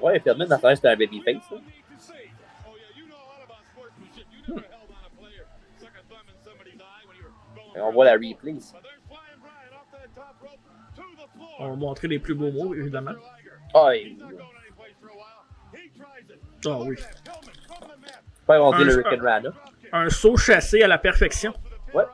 Speaker 2: Ouais, Pillman, dans ce temps-là, c'était un hein. babyface. là. Hmm. Et On voit la replay ici.
Speaker 1: On va montrer les plus beaux mots, évidemment.
Speaker 2: Ah, et-
Speaker 1: Ah oui.
Speaker 2: Pas inventé le
Speaker 1: Un-
Speaker 2: Rick and Rana.
Speaker 1: Un saut chassé à la perfection.
Speaker 2: Ouais.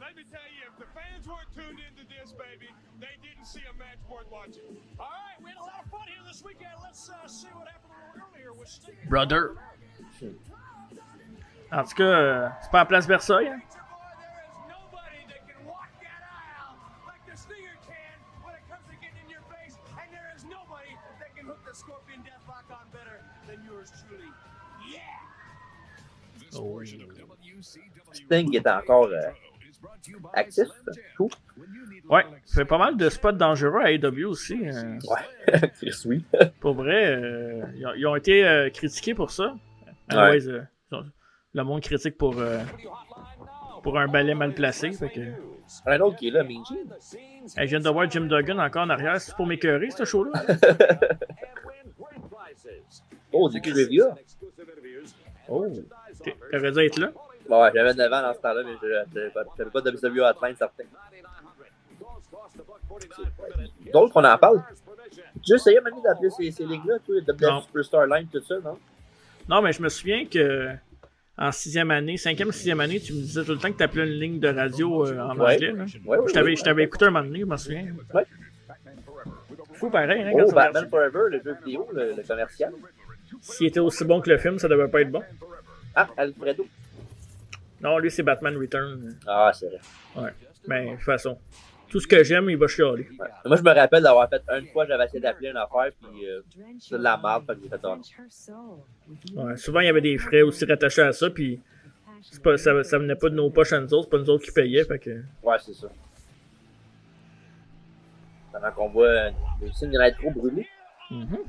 Speaker 5: Let me tell you, if the fans weren't tuned into this, baby, they didn't see a match worth watching. All right, we had a lot of fun here this weekend. Let's uh, see what happened a little earlier with Sting.
Speaker 1: Brother. En tout cas, euh, c'est pas à Place Versailles. hein. Oh.
Speaker 2: Sting est encore euh, actif. Cool.
Speaker 1: Ouais, fait pas mal de spots dangereux à AEW aussi. euh.
Speaker 2: Ouais. Chris, oui.
Speaker 1: Pour vrai, euh, ils, ont, ils ont été euh, critiqués pour ça. Anyways, euh, ils ont- le monde critique pour, euh, pour un balai mal placé. Fait que...
Speaker 2: Un autre qui est là, Minji.
Speaker 1: Hey, je viens de voir Jim Duggan encore en arrière. C'est pour m'écœurer, ce show-là.
Speaker 2: Oh, du trivia.
Speaker 1: Oh, t- t'aurais dû être là.
Speaker 2: Ouais, j'avais 9 ans dans ce temps-là, mais je- j'avais pas, j'avais pas de WW Hotline certain. D'autres qu'on en parle. Tu essayais même d'appeler ces, ces ligues-là, toi,
Speaker 1: Non.
Speaker 2: WW Superstar Line, tout ça, non?
Speaker 1: Non, mais je me souviens que en sixième année, cinquième, sixième année, tu me disais tout le temps que t'appelais une ligne de radio euh, en
Speaker 2: Ouais.
Speaker 1: anglais. là.
Speaker 2: Ouais, ouais,
Speaker 1: Je t'avais
Speaker 2: ouais.
Speaker 1: je t'avais écouté un moment donné, je m'en souviens.
Speaker 2: Ouais.
Speaker 1: Fou pareil, hein, quand
Speaker 2: Oh,
Speaker 1: ça marche.
Speaker 2: Batman Forever, le jeu vidéo, le, le commercial.
Speaker 1: S'il était aussi bon que le film, ça devait pas être bon.
Speaker 2: Ah, Alfredo.
Speaker 1: Non, lui, c'est Batman Return. euh,
Speaker 2: Ah, c'est vrai.
Speaker 1: Ouais. Mais de toute façon, tout ce que j'aime, il va chialer.
Speaker 2: Ouais. Moi, je me rappelle d'avoir fait une fois, j'avais essayé d'appeler une affaire, puis euh, c'est de la merde, fait que j'ai fait un.
Speaker 1: Ouais, souvent, il y avait des frais aussi rattachés à ça, puis c'est pas- ça, ça venait pas de nos poches à nous autres, c'est pas nous autres qui payaient. Fait que...
Speaker 2: Ouais, c'est ça. Pendant qu'on voit euh, le signe de trop brûlé.
Speaker 1: Mhm.
Speaker 3: WCW Monday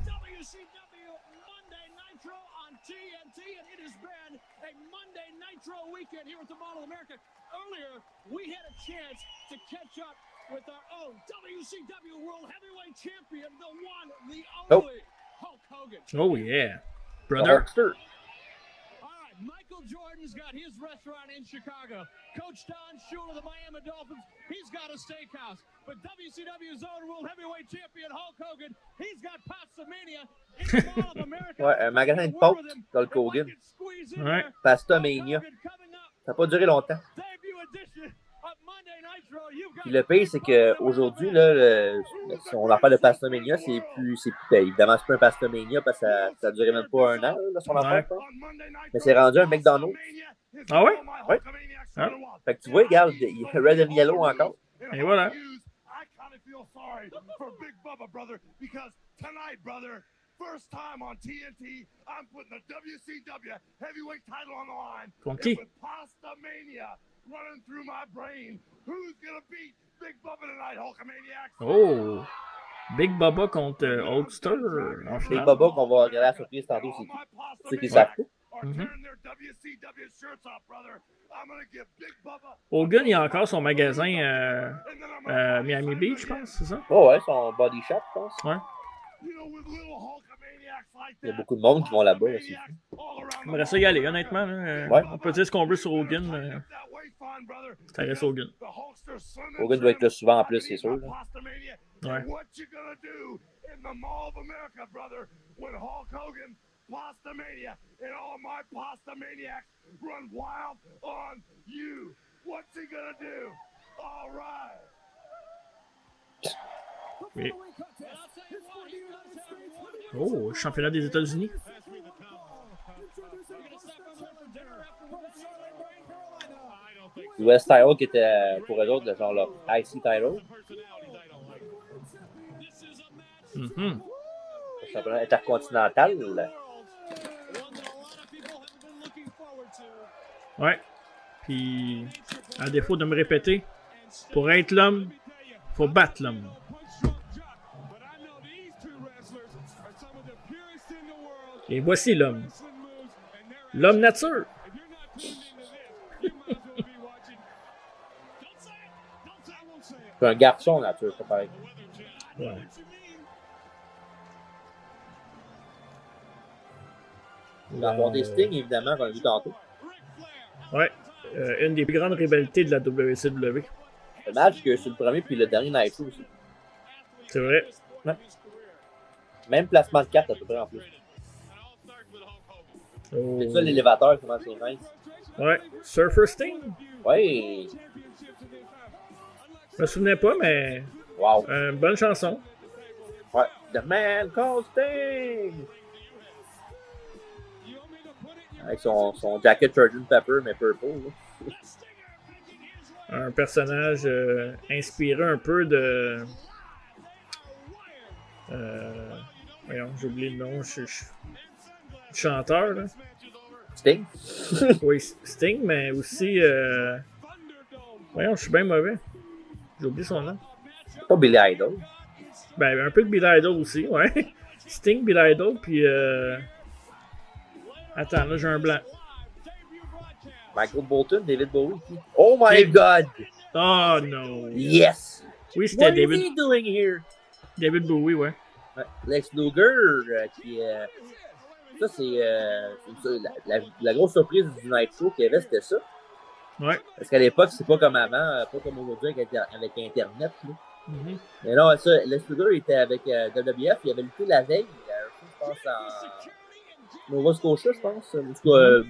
Speaker 3: Nitro on TNT, and it has been a Monday Nitro weekend here at the Mall of America. Earlier, we had a chance to catch up with our own WCW World Heavyweight Champion, the one, the
Speaker 2: Oh.
Speaker 3: only Hulk Hogan.
Speaker 1: Oh yeah.
Speaker 2: Le
Speaker 1: Brother.
Speaker 2: Hulkster.
Speaker 3: All right, Michael Jordan's got his restaurant in Chicago. Coach Don Shula, the Miami Dolphins, he's got a steakhouse. But WCW's own World Heavyweight Champion Hulk Hogan, he's got Potsomania in the Mall of America.
Speaker 2: Ouais, un magasin de
Speaker 3: Word
Speaker 2: pâtes
Speaker 3: with him.
Speaker 2: dans le
Speaker 3: If I
Speaker 2: Kogan.
Speaker 3: could squeeze in
Speaker 1: Ouais.
Speaker 3: there,
Speaker 2: Pastomania.
Speaker 3: Hogan coming up,
Speaker 2: Ça n'a pas duré longtemps.
Speaker 3: debut edition of Monday Nitro. You've got
Speaker 2: Puis le pire, c'est qu'aujourd'hui, là, le- si on en parle de Pastomania, c'est plus, c'est plus payé. Évidemment, c'est pas un Pastomania parce que ça, ça durait même pas un an, là, son affaire. je pense. Mais c'est rendu un McDonald's.
Speaker 1: Ah ouais?
Speaker 2: Ouais.
Speaker 1: Ah.
Speaker 2: Fait que tu vois, regarde, il y a Red and Yellow encore.
Speaker 1: Et voilà.
Speaker 5: I kind of feel sorry for Big Bubba, brother, because tonight, brother, first time on TNT, I'm putting the WCW heavyweight title on the line.
Speaker 1: Contre
Speaker 5: And
Speaker 1: qui?
Speaker 5: with pasta mania running through my brain, who's gonna beat Big Bubba tonight, Hulkamaniacs?
Speaker 1: Oh! Big Baba contre euh, Hulkster en
Speaker 2: Les
Speaker 1: finale.
Speaker 2: Baba qu'on va regarder à la surprise tantôt, c'est qui? Mm-hmm. C'est qui ça?
Speaker 5: Or turn their WCW shirts off, brother. I'm gonna give Big
Speaker 1: Mm-hmm.
Speaker 5: Bubba
Speaker 1: Hogan, il a encore son magasin euh, euh, Miami Beach, je pense, c'est ça?
Speaker 2: Oh ouais, son body shop, je pense.
Speaker 1: Ouais.
Speaker 2: Il y a beaucoup de monde qui vont là-bas aussi.
Speaker 1: J'aimerais ça y aller, honnêtement. là, euh,
Speaker 2: Ouais.
Speaker 1: On peut dire ce qu'on veut sur Hogan, mais ça reste Hogan.
Speaker 2: Hogan doit être là souvent en plus, c'est sûr. là.
Speaker 1: Ouais.
Speaker 5: What you gonna do in the Mall of America, brother, when Hulk Hogan, Pasta Mania, and all my Pasta Maniacs run wild on you? What's he gonna do? All right.
Speaker 1: Oui. Oh, championnat des États-Unis.
Speaker 2: US Title qui était euh, pour eux autres, le genre leur IC Title,
Speaker 1: Mhm.
Speaker 2: le championnat intercontinental. là.
Speaker 1: Ouais. Puis, à défaut de me répéter, pour être l'homme, faut battre l'homme. Et voici l'homme. L'homme nature.
Speaker 2: C'est un garçon, nature, c'est pareil.
Speaker 1: Ouais.
Speaker 2: Il va avoir des stings, évidemment, qu'on a vu tantôt.
Speaker 1: Ouais. Euh, une des plus grandes rivalités de la WCW.
Speaker 2: Le match que sur le premier puis le dernier Night Show aussi.
Speaker 1: C'est vrai.
Speaker 2: Même placement de carte à peu près en plus.
Speaker 1: Oh.
Speaker 2: C'est ça l'élévateur, comment c'est nice.
Speaker 1: Ouais. Surfer Sting?
Speaker 2: Ouais,
Speaker 1: Je me souvenais pas, mais
Speaker 2: wow.
Speaker 1: euh, bonne chanson.
Speaker 2: Ouais. The Man Calls Sting! Avec son, son jacket Sgt Pepper, mais purple. là.
Speaker 1: Un personnage euh, inspiré un peu de. Euh, voyons, j'ai oublié le nom. Je, je- du chanteur, là.
Speaker 2: Sting?
Speaker 1: Oui, Sting, mais aussi. euh, voyons, je suis bien mauvais. J'ai oublié son nom.
Speaker 2: Pas Billy Idol.
Speaker 1: Ben, un peu de Billy Idol aussi, ouais. Sting, Billy Idol, puis. euh, Attends, là, j'ai un blanc.
Speaker 2: Michael Bolton, David Bowie. qui- Oh my god!
Speaker 1: Oh non!
Speaker 2: Yes!
Speaker 1: Oui, c'était
Speaker 2: What is
Speaker 1: David,
Speaker 2: he doing here?
Speaker 1: David Bowie, ouais.
Speaker 2: Ouais, Lex Luger, euh, qui euh, Ça, c'est euh, c'est ça, la, la- la grosse surprise du Night Show qu'il y avait, c'était ça.
Speaker 1: Ouais.
Speaker 2: Parce qu'à l'époque, c'est pas comme avant, euh, pas comme aujourd'hui avec, Inter- avec Internet. là.
Speaker 1: Mhm.
Speaker 2: Mais non, ça, Les Luger était avec euh, WWF, il avait lutté la veille, euh, je pense, en Nova Scotia, je pense. En tout cas, euh,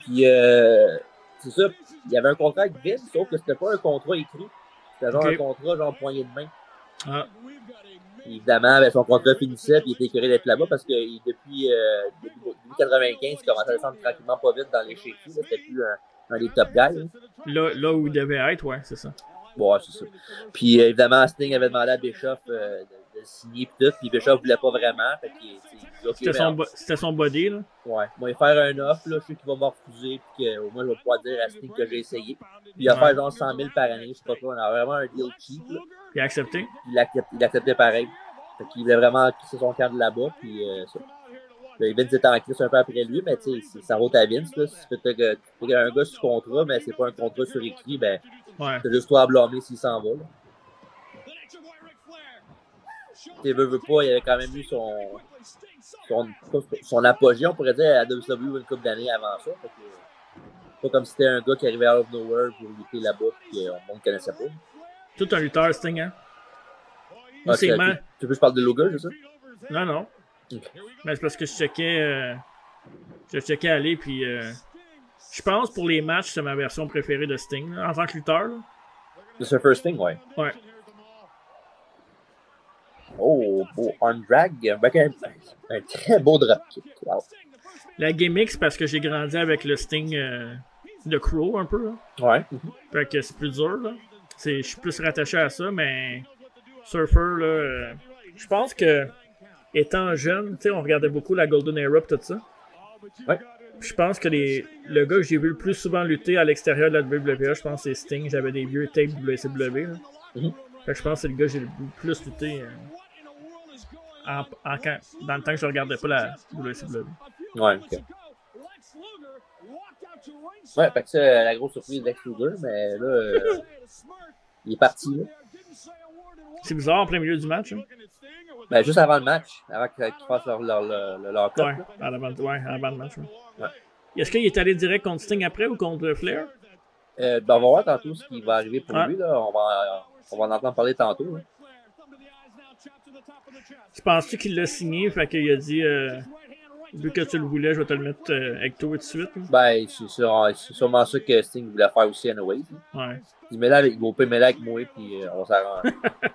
Speaker 2: puis euh, c'est ça, il y avait un contrat avec Vince, sauf que c'était pas un contrat écrit. C'était genre
Speaker 1: Ok.
Speaker 2: un contrat genre poignée de main.
Speaker 1: Ah.
Speaker 2: Puis évidemment, ben, son contrat finissait, puis il était écœuré d'être là-bas parce que il- depuis, euh, depuis 1995, il commençait à descendre tranquillement pas vite dans les shaky. là. C'était plus un, un des top guys. hein. là.
Speaker 1: Là, là où il devait être, ouais, c'est ça.
Speaker 2: Ouais, c'est ça. Puis euh, évidemment, Sting avait demandé à Bischoff euh, de, de le signer pis tout, puis Bischoff voulait pas vraiment. Fait qu'il tu sais, il dit, OK,
Speaker 1: C'était
Speaker 2: ben,
Speaker 1: son, bo- c'était son body, là.
Speaker 2: Ouais, moi, il va faire un offre, là, je sais qu'il va me refuser, puis que au moins, je vais pouvoir dire à Sting que j'ai essayé. Puis il va
Speaker 1: Ouais.
Speaker 2: faire genre 100 000 par année, je sais pas quoi, on a vraiment un deal cheap, là.
Speaker 1: Puis accepté.
Speaker 2: Puis il, accepte- il acceptait pareil. Fait qu'il voulait vraiment c'est son camp de là-bas, puis euh, ça. Là, Vince était en crise un peu après lui, mais tu sais, c'est- ça vaut à Vince, là. Si tu fais que tu fais un gars sous contrat, mais c'est pas un contrat sur écrit, ben,
Speaker 1: Ouais.
Speaker 2: c'est juste toi à blâmer s'il s'en va, là.
Speaker 3: Tu veux, veux pas, il avait quand même eu son.
Speaker 2: son, son apogée, on pourrait dire, à WWE une couple d'années avant ça. Fait que, c'est pas comme si c'était un gars qui arrivait out of nowhere pour lutter là-bas et qu'on ne connaissait pas.
Speaker 1: Tout un lutteur, Sting, hein.
Speaker 2: Ah,
Speaker 1: c'est
Speaker 2: tu-
Speaker 1: mal.
Speaker 2: tu, tu veux que je parle de Logan, c'est ça?
Speaker 1: Non, non.
Speaker 2: Ok.
Speaker 1: Mais c'est parce que je checkais. euh, je checkais aller, puis. euh, je pense pour les matchs, c'est ma version préférée de Sting, là, en tant que lutteur. là.
Speaker 2: C'est son first thing, ouais.
Speaker 1: Ouais.
Speaker 2: Oh, beau arm drag, avec un, un très beau dropkick. Wow.
Speaker 1: La gimmick, c'est parce que j'ai grandi avec le Sting euh, de Crow un peu. là.
Speaker 2: Ouais.
Speaker 1: Fait que c'est plus dur. là. C'est- Je suis plus rattaché à ça, mais Surfer, là, euh, je pense que étant jeune, tu sais, on regardait beaucoup la Golden Era pis tout ça.
Speaker 2: Ouais.
Speaker 1: Puis Je pense que les, le gars que j'ai vu le plus souvent lutter à l'extérieur de la WWE, je pense que c'est Sting. J'avais des vieux tapes WCW. là.
Speaker 2: Mhm.
Speaker 1: Fait que je pense que c'est le gars que j'ai le plus lutté euh, en, en quand- dans le temps que je regardais pas la WCW.
Speaker 2: Ouais, ok. Ouais, fait que ça, la grosse surprise d'Alex Luger, mais là, euh, il est parti, là.
Speaker 1: C'est bizarre en plein milieu du match. hein.
Speaker 2: Ben, juste avant le match, avant qu'ils qu'ils fassent leur, leur, leur, leur lock-up,
Speaker 1: Ouais,
Speaker 2: là.
Speaker 1: à l'avant ouais, à l'avant de match. ouais.
Speaker 2: Ouais.
Speaker 1: Est-ce qu'il est allé direct contre Sting après ou contre euh, Flair?
Speaker 2: Euh, ben, on va voir tantôt ce qui va arriver pour
Speaker 1: Ouais.
Speaker 2: lui. Là. On, va, Ah, on va en entendre parler tantôt. hein. là.
Speaker 1: Tu penses-tu qu'il l'a signé? Fait qu'il a dit, euh, vu que tu le voulais, je vais te le mettre euh, avec toi tout de suite. là.
Speaker 2: Ben, c'est sûr- c'est sûrement ça que Sting voulait faire aussi, anyway. là.
Speaker 1: Ouais.
Speaker 2: Il met là, il va me là avec moi, puis euh, on s'arrange.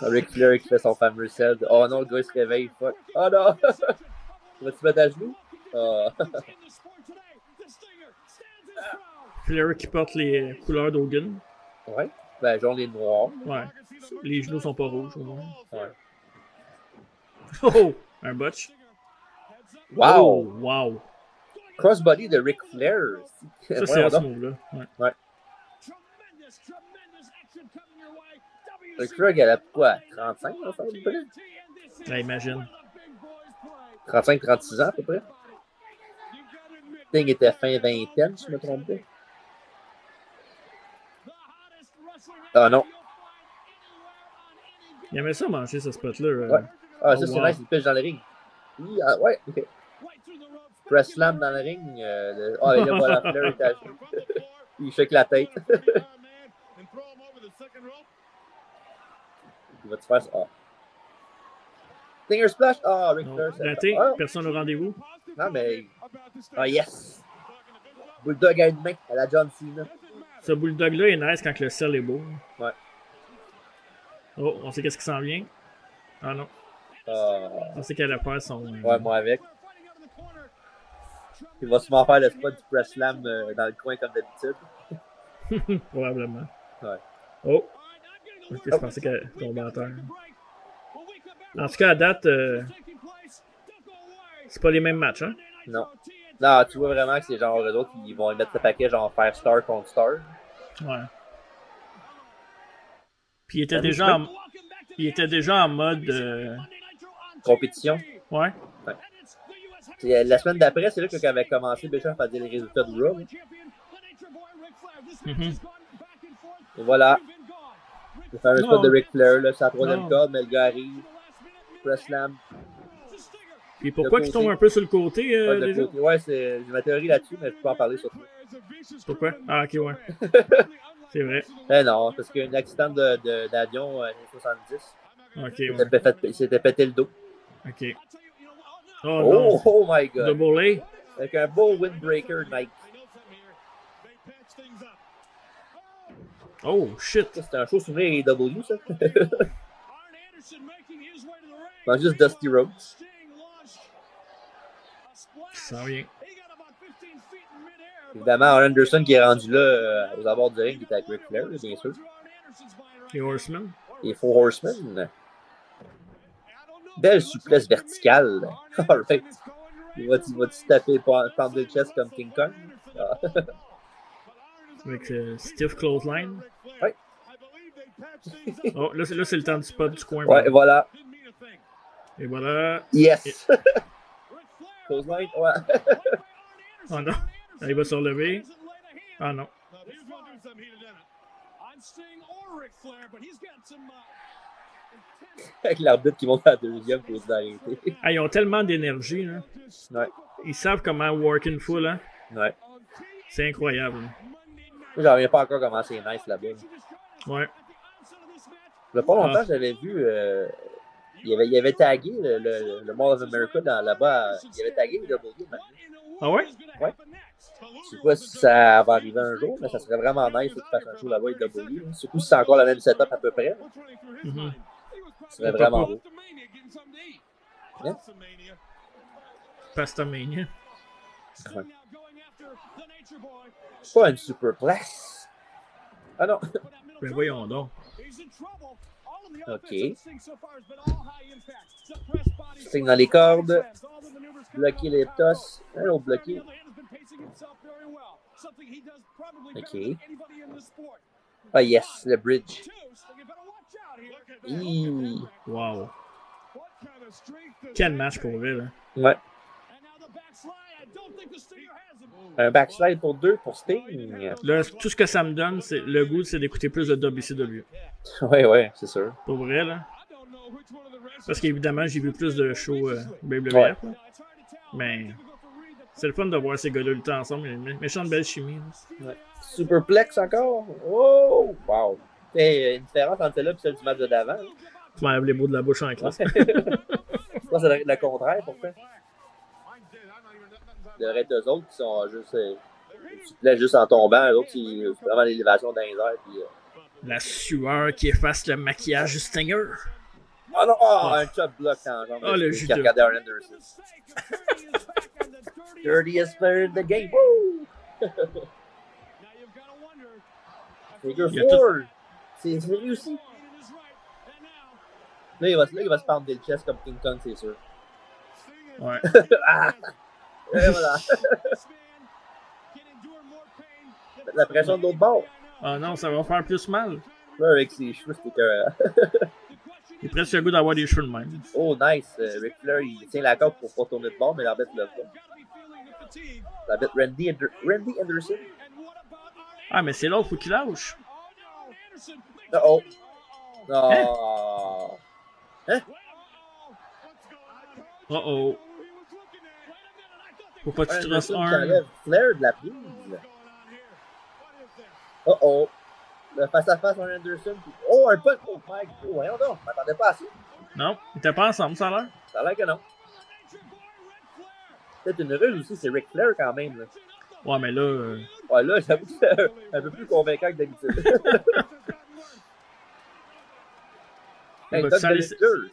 Speaker 2: Ric Flair qui fait son fameux set. Oh non, le gars il se réveille, fuck. Oh non! Vas-tu mettre à genoux? Ah.
Speaker 1: Flair qui porte les couleurs d'Hogan.
Speaker 2: ouais. Ben, genre les noirs.
Speaker 1: Ouais. Les genoux sont pas rouges, au moins.
Speaker 2: Ouais.
Speaker 1: Oh! Un botch. Oh,
Speaker 2: Wow!
Speaker 1: wow!
Speaker 2: Crossbody de Ric Flair.
Speaker 1: Ça, c'est
Speaker 2: Voyons
Speaker 1: à ce
Speaker 2: donc.
Speaker 1: move-là. Ouais.
Speaker 2: Ric Flair, il a quoi? 35, là, ça, à peu près?
Speaker 1: Ouais, imagine.
Speaker 2: 35-36 ans, à peu près. Sting était fin vingtaine, si je me trompe pas. Ah non.
Speaker 1: Il aimait ça manger ce spot-là. euh.
Speaker 2: Ouais. Ah, ça,
Speaker 1: Oh,
Speaker 2: c'est
Speaker 1: wow.
Speaker 2: nice, il pêche dans le ring. Oui, ah, ouais, ok. Press slam dans le ring. euh, le- Ah, et là, voilà, Flair est à genoux. Il shake la tête. Il va te faire ça. Ah. Stinger splash. Ah, Ric
Speaker 1: Non.
Speaker 2: Flair. c'est-
Speaker 1: Raté,
Speaker 2: Ah,
Speaker 1: personne au rendez-vous.
Speaker 2: non, mais. Ah,
Speaker 3: Ah, yes.
Speaker 2: yes. Bulldog à une main à la John Cena.
Speaker 1: Ce bulldog-là est nice quand que le sel est beau.
Speaker 2: Ouais.
Speaker 1: Oh, on sait qu'est-ce qui s'en vient. Ah non,
Speaker 2: Ah,
Speaker 1: on sait qu'elle a faire son. euh,
Speaker 2: ouais, moi avec. Il va sûrement faire le spot du press slam euh, dans le coin comme d'habitude.
Speaker 1: Probablement.
Speaker 2: Ouais.
Speaker 1: Oh! Ok, je pensais qu'elle tombait en terre. En tout cas, à date, euh, c'est pas les mêmes matchs, hein?
Speaker 2: Non. Non, tu vois vraiment que c'est genre eux autres, ils vont mettre le paquet genre faire star contre star.
Speaker 1: Ouais. Puis il était déjà en, il était déjà en mode. euh,
Speaker 2: Compétition.
Speaker 1: Ouais.
Speaker 2: C'est- La semaine d'après, c'est là que- qu'avait commencé Bischoff à dire les résultats de Raw.
Speaker 1: Mhm.
Speaker 2: Et voilà. Le fameux
Speaker 1: Non.
Speaker 2: spot de Ric Flair, là, c'est la troisième
Speaker 1: Non.
Speaker 2: corde, mais le gars arrive. Press slam.
Speaker 1: Puis pourquoi
Speaker 2: Le
Speaker 1: qu'il tombe
Speaker 2: côté.
Speaker 1: un peu sur le côté, euh,
Speaker 2: Ouais, de
Speaker 1: les autres?
Speaker 2: côté. Ouais, c'est j'ai ma théorie là-dessus, mais je peux en parler surtout.
Speaker 1: Pourquoi? Ah, ok, ouais. C'est vrai.
Speaker 2: Eh non, parce qu'il y a eu un accident de- de- d'avion euh, années 70.
Speaker 1: Ok,
Speaker 2: Il
Speaker 1: ouais.
Speaker 2: s'était fait- il s'était pété le dos.
Speaker 1: Ok.
Speaker 2: Oh,
Speaker 1: Oh,
Speaker 2: oh my
Speaker 1: non.
Speaker 2: god.
Speaker 1: Double A.
Speaker 2: Avec un beau windbreaker Nike.
Speaker 1: Oh, shit.
Speaker 2: Ça, C'était un chaud souvenir AEW, ça.
Speaker 3: Pas juste Dusty Rhodes.
Speaker 1: Ça vient.
Speaker 2: Évidemment, Arn Anderson qui est rendu là euh, aux abords du ring, qui est avec Ric Flair, bien sûr.
Speaker 1: Les Horsemen.
Speaker 2: Et Four Horsemen. Belle souplesse verticale. Alright. Il va, il va se taper par par le chest comme King Kong. Ah.
Speaker 1: Avec euh, Stiff Clothesline.
Speaker 2: Ouais.
Speaker 1: Oh, là, c'est- là, c'est le temps du spot du coin.
Speaker 2: Ouais,
Speaker 1: bon.
Speaker 2: voilà.
Speaker 1: Et voilà.
Speaker 2: Yes! Clothesline, ouais.
Speaker 1: Oh non. Ah, Il va se relever. Ah non.
Speaker 2: Avec l'arbitre qui monte à la deuxième pour d'arrêter.
Speaker 1: Ah, ils ont tellement d'énergie. là.
Speaker 2: Ouais.
Speaker 1: Ils savent comment work in full. Hein.
Speaker 2: Ouais.
Speaker 1: C'est incroyable.
Speaker 2: Moi, j'en reviens pas encore comment c'est nice là-bas.
Speaker 1: Ouais.
Speaker 2: Il y a pas
Speaker 1: Ah.
Speaker 2: longtemps, j'avais vu. euh, il, avait, il avait tagué le, le, le Mall of America dans- là-bas. Il avait tagué le WWE. man.
Speaker 1: Ah ouais?
Speaker 2: Ouais. Je sais pas si ça va arriver un jour, mais ça serait vraiment nice de faire un show là-bas avec WWE. là. Surtout si c'est encore la même setup à peu près. là.
Speaker 1: Mhm.
Speaker 2: Ce serait vraiment beau.
Speaker 1: Pastamania.
Speaker 2: Ouais. C'est pas une super place. Ah non.
Speaker 1: Ben voyons donc.
Speaker 2: Ok. Signe dans les cordes. Bloquer les tosses. Un autre bloqué. Ok. Ah yes, le bridge. Hi.
Speaker 1: Wow. Quel match pour vrai, là.
Speaker 2: Ouais. Un Uh, backslide pour deux pour Sting.
Speaker 1: Là, tout ce que ça me donne, c'est le goût, c'est d'écouter plus de WCW.
Speaker 2: Ouais, ouais, c'est sûr.
Speaker 1: Pour vrai, là. Parce qu'évidemment, j'ai vu plus de shows euh, WWF.
Speaker 2: Ouais.
Speaker 1: là. Mais c'est le fun de voir ces gars-là lutter ensemble. Il y a une méchante belle chimie. là.
Speaker 2: Superplex encore. Oh! Wow. C'est une différence entre celle-là et celle du match de l'avant. hein.
Speaker 1: Tu m'enlèves les mots de la bouche en
Speaker 2: Ouais.
Speaker 1: classe.
Speaker 2: Je pense que ça devrait être le contraire, pourquoi? Ça devrait être eux autres qui sont juste. euh, une souplesse juste en tombant, eux autres, qui font vraiment l'élévation dans les airs. Puis, euh,
Speaker 1: La sueur qui efface le maquillage du Stinger.
Speaker 2: Oh non! Oh, un chop block dans la jambe.
Speaker 1: Oh, Ah. le
Speaker 2: Qui
Speaker 1: judo.
Speaker 2: regardait Arn Anderson. Dirtiest player in the game. Woo! Figure
Speaker 1: Il y a tout-
Speaker 2: four! C'est c'est réussi. Là il, va, là, il va se pendre des chest comme King Kong, c'est sûr.
Speaker 1: Ouais.
Speaker 2: Ah! Et voilà. La pression de l'autre bord.
Speaker 1: Ah non, ça va faire plus mal.
Speaker 2: Là, avec ses cheveux, c'était que. euh,
Speaker 1: J'ai presque le goût d'avoir des cheveux de même.
Speaker 2: Oh, nice. Euh, Ric Flair, il tient la corde pour pas tourner de bord, mais l'arbitre le fait. L'arbitre Randy, Ander- Randy Anderson.
Speaker 1: Ah, mais c'est l'autre, faut qu'il lâche.
Speaker 2: Uh oh. Oh.
Speaker 1: Oh oh. Faut pas que tu te
Speaker 2: Anderson
Speaker 1: restes
Speaker 2: qui
Speaker 1: un.
Speaker 2: enlève Flair de la prise. Oh oh. Le face à face en Anderson. puis- Oh, un punch. Oh, Mike. Oh, voyons donc. Je m'attendais pas à ça.
Speaker 1: Non, ils étaient pas ensemble, ça a l'air.
Speaker 2: Ça a l'air que non. Peut-être une ruse aussi, c'est Ric Flair quand même. Là.
Speaker 1: Ouais, mais là. euh,
Speaker 2: Ouais, là, j'avoue que c'est un peu plus convaincant que d'habitude. hey,
Speaker 1: Eh, Ben,
Speaker 2: Tom
Speaker 1: ça les-
Speaker 2: Bellinger.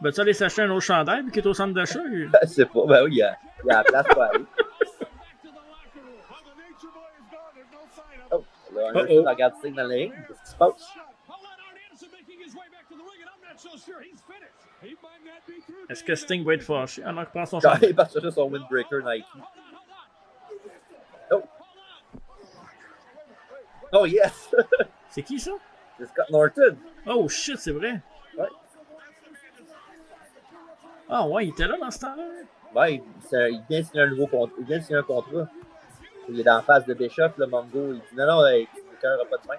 Speaker 1: Ben, tu vas aller s'acheter un autre chandail, puis qui est au centre d'achat. il-
Speaker 2: Je sais pas, ben oui, il y a, il y a la place pour aller. Oh, là, un
Speaker 1: Oh,
Speaker 2: Anderson
Speaker 1: oh.
Speaker 2: regarde Sting dans le ring. Qu'est-ce qui se passe?
Speaker 1: Est-ce que Sting va être fâché? Ah non, il prend son
Speaker 2: Quand
Speaker 1: chandail.
Speaker 2: il part chercher son windbreaker Nike. Oh! Oh yes!
Speaker 1: C'est qui ça?
Speaker 2: C'est Scott Norton!
Speaker 1: Oh shit, c'est vrai.
Speaker 2: Ouais.
Speaker 1: Ah ouais, il était là dans ce temps-là.
Speaker 2: Ouais, il- c'est un- il vient de signer un nouveau contrat. Il vient de signer un contrat. Il est dans la face de Bishop, le Mongo. Il dit non, non, hey, le cœur n'a pas de main.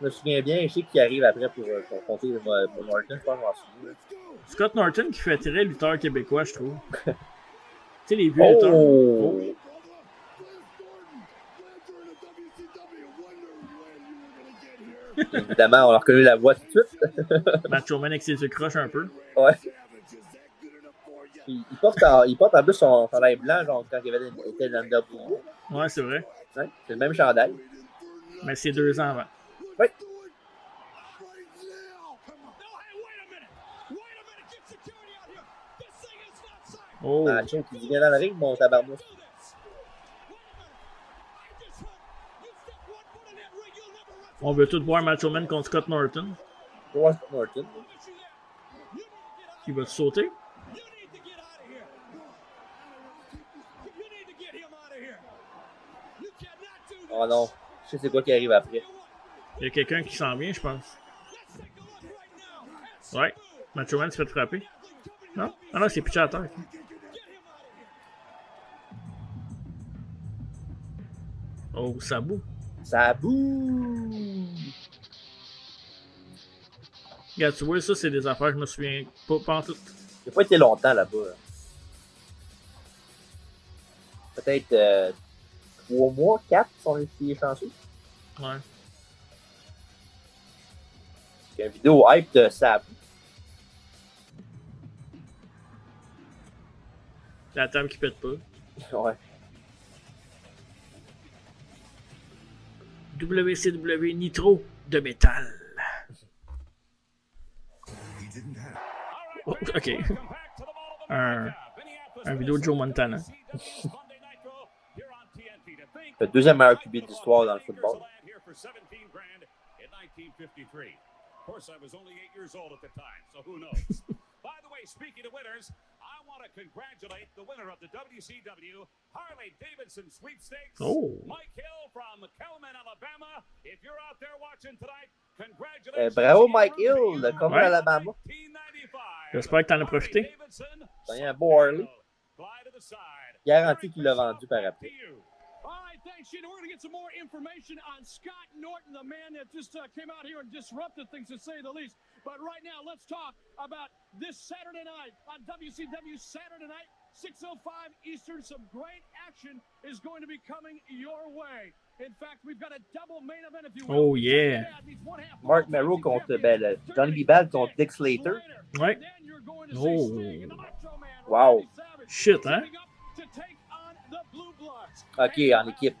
Speaker 2: Je me souviens bien, je sais qu'il arrive après pour euh, confronter euh, pour Norton, je pense, je m'en souviens. là.
Speaker 1: Scott Norton qui fait très lutteur québécois, je trouve. tu sais, les vieux lutteurs.
Speaker 2: Oh! Évidemment, on a reconnu la voix tout de suite.
Speaker 1: Macho Man avec ses yeux croches un peu.
Speaker 2: Ouais. Il, il porte, en, il porte en plus son chandail blanc, genre quand il avait été dans le WWE.
Speaker 1: Ouais, c'est vrai.
Speaker 2: Hein, C'est le même chandail.
Speaker 1: Mais c'est deux ans avant. Oh,
Speaker 2: Macho qui dit Viens dans le ring, mon tabarnouche.
Speaker 1: on veut tout voir Macho Man contre Scott Norton.
Speaker 2: George Norton.
Speaker 1: Qui va sauter.
Speaker 2: Oh non, je sais c'est quoi qui arrive après.
Speaker 1: Il y a quelqu'un qui s'en vient, je pense. Ouais. Macho Man se fait frapper. Non? Ah non, c'est pitché à terre. Oh, ça boue.
Speaker 2: Ça boue!
Speaker 1: Regarde, tu vois, ça, c'est des affaires, je me souviens pas, pas en tout.
Speaker 2: J'ai pas été longtemps là-bas. hein. Peut-être euh, 3 mois, 4 si on est si chanceux.
Speaker 1: Ouais.
Speaker 2: Il y a une vidéo hype de ça boue.
Speaker 1: La table qui pète pas.
Speaker 2: Ouais.
Speaker 1: WCW Nitro de métal. Oh, ok. Un, un vidéo de Joe Montana.
Speaker 2: Le deuxième meilleur QB de l'histoire dans le football.
Speaker 1: Oh.
Speaker 2: Euh, bravo Mike Hill, le combat
Speaker 1: Ouais.
Speaker 2: d'Alabama.
Speaker 1: J'espère que t'en as profité.
Speaker 2: C'est un beau Harley. Garanti qu'il l'a vendu par après.
Speaker 3: All right, thanks, Gina. We're going to get some more information on Scott Norton, the man that just uh, came out here and disrupted things, to say the least. But right now, let's talk about this Saturday night on WCW Saturday Night, 6.05 Eastern. Some great action is going to be coming your way. In fact, we've got a double main event, if you will.
Speaker 1: Oh, yeah.
Speaker 2: Mark Merrow contre ben, le- Johnny B. Bad contre Dick Slater.
Speaker 1: Ouais. Oh.
Speaker 2: Wow.
Speaker 1: Shit, hein?
Speaker 2: Ok, en équipe.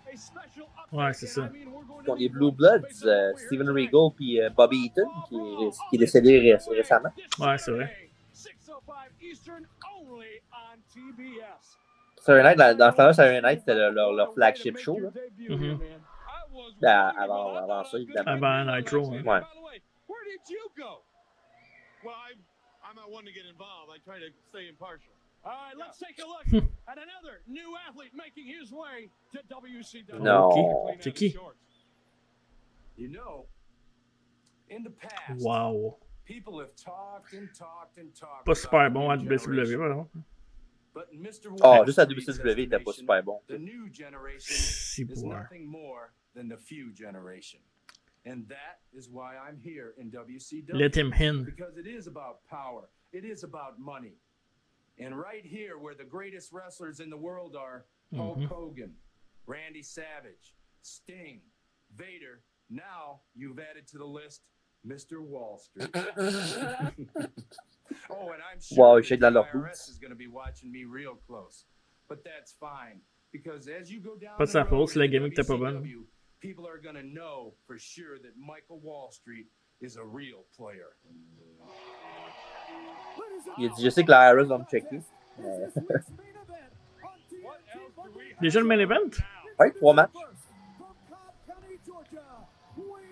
Speaker 1: Ouais, c'est ça.
Speaker 2: Contre les Blue Bloods, euh, Steven Regal puis euh, Bobby Eaton, qui est, qui est décédé ré- récemment.
Speaker 1: Ouais, c'est vrai.
Speaker 3: 605 Eastern only on TBS.
Speaker 2: Saturday Night, dans, dans ce temps-là, Saturday Night, c'était euh, leur, leur- leur flagship show. Là.
Speaker 1: Mhm.
Speaker 2: Ben, avant, avant ça, évidemment.
Speaker 1: Avant Nitro. hein.
Speaker 2: Ouais.
Speaker 3: Where did you go?
Speaker 5: Well, I'm, I'm not one to get involved. I try to stay impartial.
Speaker 3: All right, let's take a look at another new athlete making his way to WCW.
Speaker 2: Non.
Speaker 1: Ok. C'est qui?
Speaker 9: You know, in the past,
Speaker 1: Wow.
Speaker 9: people have talked and talked and talked.
Speaker 1: Pas super
Speaker 9: about
Speaker 1: bon à
Speaker 9: new
Speaker 1: WCW,
Speaker 9: generation.
Speaker 1: par exemple.
Speaker 9: But Mr.
Speaker 2: Ah,
Speaker 9: Wyatt's
Speaker 2: juste à
Speaker 9: breed's
Speaker 2: WCW, il était pas
Speaker 9: estimation,
Speaker 2: super bon.
Speaker 9: The new generation
Speaker 1: Si,
Speaker 9: is
Speaker 1: boire.
Speaker 9: nothing more than the few generation. And that is why I'm here in WCW.
Speaker 1: Let him in.
Speaker 9: Because it is about power, it is about money. And right here, where the greatest wrestlers in the world are Hulk
Speaker 1: Mhm.
Speaker 9: Hogan, Randy Savage, Sting, Vader, now you've added to the list Mr. Wall Street. oh, and I'm sure
Speaker 2: Wow,
Speaker 9: that
Speaker 2: je sais de
Speaker 9: the
Speaker 2: la leur
Speaker 9: IRS is going to be watching me real close. But that's fine. Because as you go down
Speaker 1: Pas de sa
Speaker 9: the road
Speaker 1: faute si la
Speaker 9: in
Speaker 1: gimmick était pas bonne.
Speaker 9: WCW, people are going to know for sure that Michael Wall Street is a real player.
Speaker 2: Il a dit, je sais que la IRS va me checker. Mais-
Speaker 1: Déjà le main event?
Speaker 2: Ouais, trois matchs.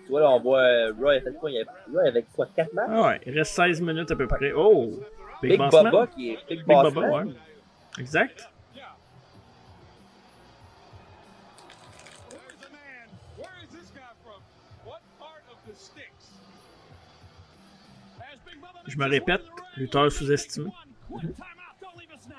Speaker 2: Tu vois, là, on voit euh, Raw, il a fait quoi? Il y avait- Raw, il y avait quoi? 4 matchs?
Speaker 1: Ah ouais, il reste 16 minutes à peu près. Oh! Big,
Speaker 2: Big
Speaker 1: Boss
Speaker 2: Baba
Speaker 1: Man.
Speaker 2: qui est Big,
Speaker 1: Big
Speaker 2: Boss
Speaker 1: Baba,
Speaker 2: Man.
Speaker 1: ouais. Exact.
Speaker 3: Where's the man? Where is this guy from? What part of the sticks? As Big Bubba
Speaker 1: Je me répète, lutteur sous-estimé.
Speaker 3: Quick timeout, don't leave us now.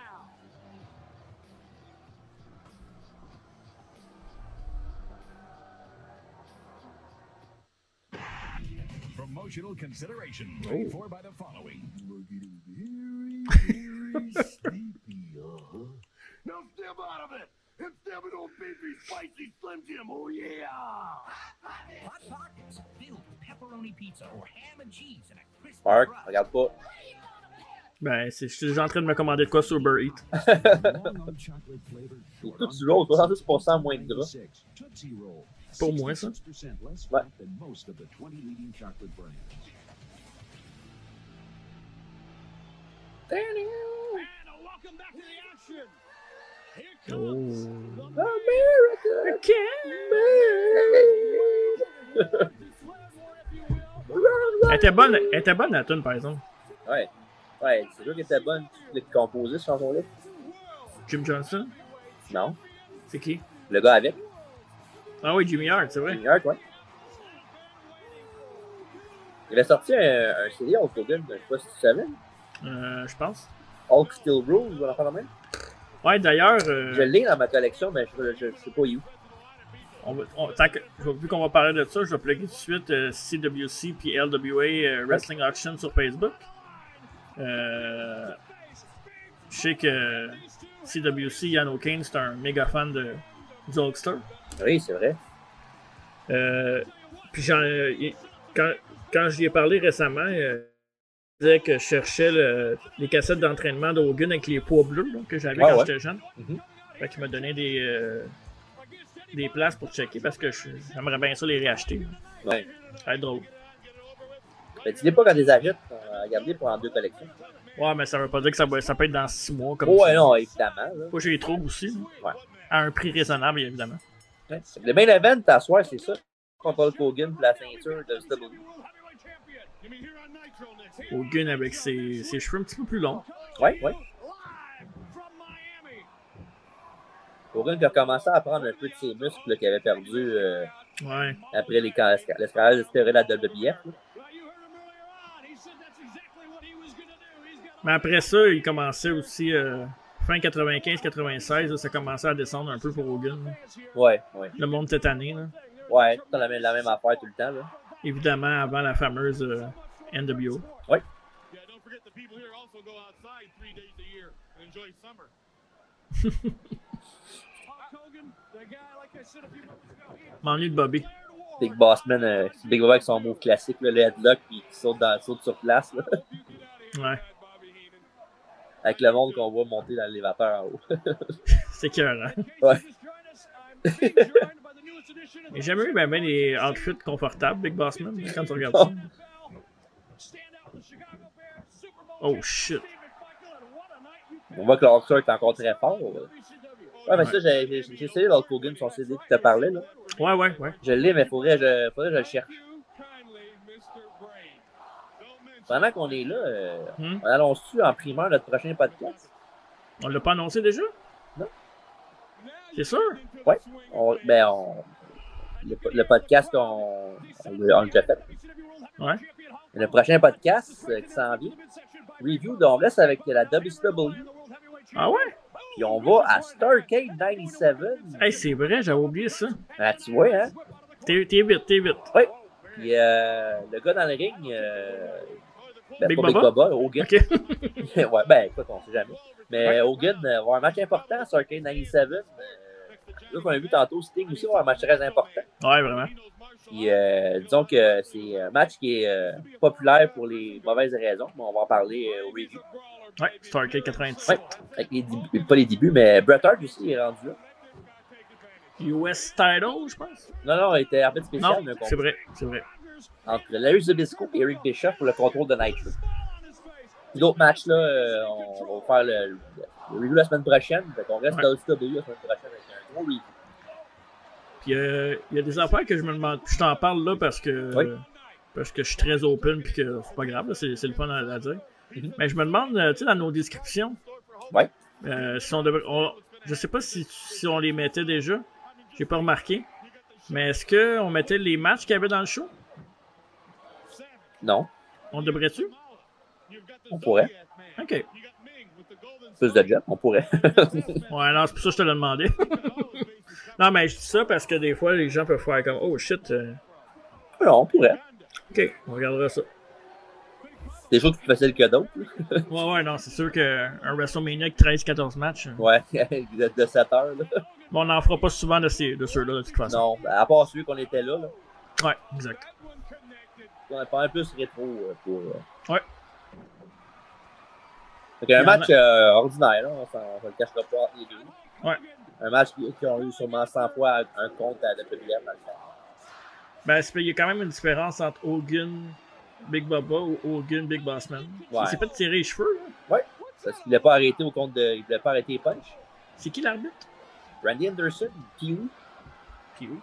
Speaker 5: Promoting
Speaker 11: promotional consideration
Speaker 2: Ooh.
Speaker 11: paid for by the following. We're getting very, very sleepy, uh-huh. Now step out of it and stab an old baby spicy Slim Jim, oh yeah!
Speaker 12: Hot pockets filled with pepperoni pizza or ham and cheese and a crisp
Speaker 2: Mark,
Speaker 12: crust.
Speaker 2: regarde pas.
Speaker 1: Ben, c'est- je suis déjà en train de me commander de quoi sur Uber Eats.
Speaker 2: Tootsie Roll, 70% moins de gras.
Speaker 1: Pour moi, ça.
Speaker 2: Ouais.
Speaker 3: And uh, welcome back to the action. Here
Speaker 1: Oh.
Speaker 3: comes the
Speaker 2: America!
Speaker 1: Elle était bonne, elle était bonne la tune par exemple.
Speaker 2: Ouais. Ouais, c'est sûr qu'elle était bonne. Tu voulais te composer, ce chanson-là?
Speaker 1: Jim Johnson,
Speaker 2: Non.
Speaker 1: c'est qui
Speaker 2: Le gars avec.
Speaker 1: Ah oui, Jimmy Hart, c'est vrai.
Speaker 2: Jimmy Hart, ouais. Il avait sorti un, un CD, Hulk Hogan, je sais pas si tu savais.
Speaker 1: Euh, je pense.
Speaker 2: Hulk Still Rules, on en parle même.
Speaker 1: Ouais, d'ailleurs,
Speaker 2: Je
Speaker 1: euh,
Speaker 2: l'ai dans ma collection, mais je, je, je sais pas où.
Speaker 1: on va- on- tant que- je- vu qu'on va parler de ça, je vais plugger tout de suite euh, CWC puis LWA euh, Wrestling Auction sur Facebook. Euh, je sais que CWC, Yann O'Kane, c'est un méga fan de, du Hulkster.
Speaker 2: Oui, c'est vrai.
Speaker 1: Euh, puis j'en- euh, il- quand, quand j'y ai parlé récemment, euh, je disais que je cherchais le- les cassettes d'entraînement d'Hogan avec les poids bleus là, que j'avais
Speaker 2: Ah
Speaker 1: quand
Speaker 2: ouais.
Speaker 1: j'étais jeune.
Speaker 2: Mhm.
Speaker 1: Fait qu'il m'a donné des, euh, des places pour checker parce que je- j'aimerais bien ça les réacheter.
Speaker 2: Ouais.
Speaker 1: Ça va être drôle.
Speaker 2: Mais tu dis pas quand des achètes, euh, garder pour en deux collections.
Speaker 1: Ouais, mais ça veut pas dire que ça, va- ça peut être dans 6 mois comme
Speaker 2: Oh,
Speaker 1: ça.
Speaker 2: ouais, non, évidemment. Là.
Speaker 1: Faut que je les trouve aussi. hein. là.
Speaker 2: Ouais.
Speaker 1: À un prix raisonnable, évidemment.
Speaker 2: Ouais. Le main event, à soir, c'est ça. Contre Hulk Hogan pour la ceinture de WWE.
Speaker 1: Hogan avec ses, ses cheveux un petit peu plus longs.
Speaker 2: Ouais, ouais. Hogan qui a commencé à prendre un peu de ses muscles là, qu'il avait perdu euh,
Speaker 1: Ouais.
Speaker 2: après les cas- l'escalade espérée de la WBF. là.
Speaker 1: Mais après ça, il commençait aussi euh, fin 95-96, là, ça commençait à descendre un peu pour Hogan. là.
Speaker 2: Ouais, ouais.
Speaker 1: Le monde tétané, là.
Speaker 2: Ouais, tout la même, la même affaire tout le temps. Là.
Speaker 1: évidemment avant la fameuse euh, NWO.
Speaker 2: Ouais.
Speaker 5: Yeah, don't forget the people here also go outside three days a year and enjoy summer.
Speaker 1: M'ennuie de Bobby.
Speaker 2: Big Bossman, euh, Big Boss avec son move classique, là, le headlock, puis qui saute, dans, saute sur place, là,
Speaker 1: Ouais,
Speaker 2: avec le monde qu'on voit monter dans l'élévateur en haut.
Speaker 1: c'est cœur. Hein?
Speaker 2: Ouais.
Speaker 1: J'ai jamais eu ben, ben des outfits confortables, Big Bossman, quand tu regardes ça. Oh shit.
Speaker 2: On voit que l'Hawkster est encore très fort. là. Ouais, mais ça, j'ai j'ai- j'ai essayé l'Hulk Hogan, son CD qui te parlait. Là.
Speaker 1: Ouais, ouais, ouais.
Speaker 2: Je l'ai, mais faudrait, je, faudrait que je le cherche. Pendant qu'on est là, euh,
Speaker 1: Hmm.
Speaker 2: on annonce-tu en primeur notre prochain podcast?
Speaker 1: On l'a pas annoncé déjà?
Speaker 2: Non.
Speaker 1: C'est sûr?
Speaker 2: Ouais. On, ben, on, le, le podcast, on, on, l'a- on l'a déjà fait.
Speaker 1: Ouais.
Speaker 2: Le prochain podcast euh, qui s'en vient, review, donc on reste avec la WCW.
Speaker 1: Ah ouais?
Speaker 2: Puis on va à Starcade 97.
Speaker 1: Hey, c'est vrai, j'avais oublié ça.
Speaker 2: Ah, tu vois, hein?
Speaker 1: T'es t'es vite, t'es vite.
Speaker 2: Ouais. Puis euh, le gars dans le ring, euh, ben,
Speaker 1: Big
Speaker 2: pas Big
Speaker 1: Baba?
Speaker 2: Baba, Hogan.
Speaker 1: Ok.
Speaker 2: ouais, ben écoute, on sait jamais. Mais Hogan euh, va avoir un match important sur Arcade 97. Euh, là, qu'on a vu tantôt, Sting aussi va avoir un match très important.
Speaker 1: Ouais, vraiment.
Speaker 2: Puis, euh, disons que c'est un match qui est euh, populaire pour les mauvaises raisons, mais on va en parler euh, au review.
Speaker 1: Ouais, Starcade 97.
Speaker 2: Ouais, avec les débuts, pas les débuts, mais Bret Hart aussi est rendu là.
Speaker 1: US title, je pense.
Speaker 2: Non, non, il était arbitre
Speaker 1: Non,
Speaker 2: spécial d'un
Speaker 1: c'est
Speaker 2: combat
Speaker 1: vrai, c'est vrai.
Speaker 2: entre Larry Zubisco et Eric Bischoff pour le contrôle de Nitro. Puis D'autres matchs, là, euh, on va faire le, le review la semaine prochaine. on reste
Speaker 1: Ouais.
Speaker 2: dans le CW la semaine prochaine avec un gros review.
Speaker 1: Puis euh, il y a des affaires que je me demande. puis Je t'en parle là parce que
Speaker 2: Oui.
Speaker 1: parce que je suis très open puis que c'est pas grave, là, c'est c'est le fun à, à dire.
Speaker 2: Mhm.
Speaker 1: Mais je me demande, euh, tu sais, dans nos descriptions,
Speaker 2: Ouais.
Speaker 1: euh, si on devrait, on- je sais pas si, si on les mettait déjà, j'ai pas remarqué. Mais est-ce que on mettait les matchs qu'il y avait dans le show
Speaker 2: Non,
Speaker 1: On devrait-tu
Speaker 2: on pourrait.
Speaker 1: Ok.
Speaker 2: Plus de job, on pourrait.
Speaker 1: Ouais, non, c'est pour ça que je te l'ai demandé. non, mais je dis ça parce que des fois, les gens peuvent faire comme, oh shit. euh,
Speaker 2: non, on pourrait.
Speaker 1: Ok, on regardera ça.
Speaker 2: Des choses plus faciles que d'autres. là.
Speaker 1: Ouais, ouais, non, c'est sûr qu'un WrestleMania avec 13-14 matchs, euh,
Speaker 2: ouais, de, de 7 heures. Là.
Speaker 1: bon, on n'en fera pas souvent de, ces- de ceux-là, de toute façon.
Speaker 2: Non, à part celui qu'on était là. là.
Speaker 1: Ouais, exact.
Speaker 2: On est pas mal plus rétro euh, pour. euh,
Speaker 1: Ouais.
Speaker 2: Fait qu'un
Speaker 1: Il y en a-
Speaker 2: match euh, ordinaire, là, on s'en- on le cachera pas entre les deux.
Speaker 1: Ouais.
Speaker 2: Un match qui- qui ont eu sûrement 100 fois un- un compte à la première dans le temps.
Speaker 1: Ben, c'est- il y a quand même une différence entre Hogan, Big Baba ou Hogan, Big Bossman.
Speaker 2: Ouais.
Speaker 1: Il s'est fait tirer les cheveux, là.
Speaker 2: Ouais, parce qu'il voulait pas arrêter au compte de. Il voulait pas arrêter les punches.
Speaker 1: C'est qui l'arbitre?
Speaker 2: Randy Anderson, Piou.
Speaker 1: Piou.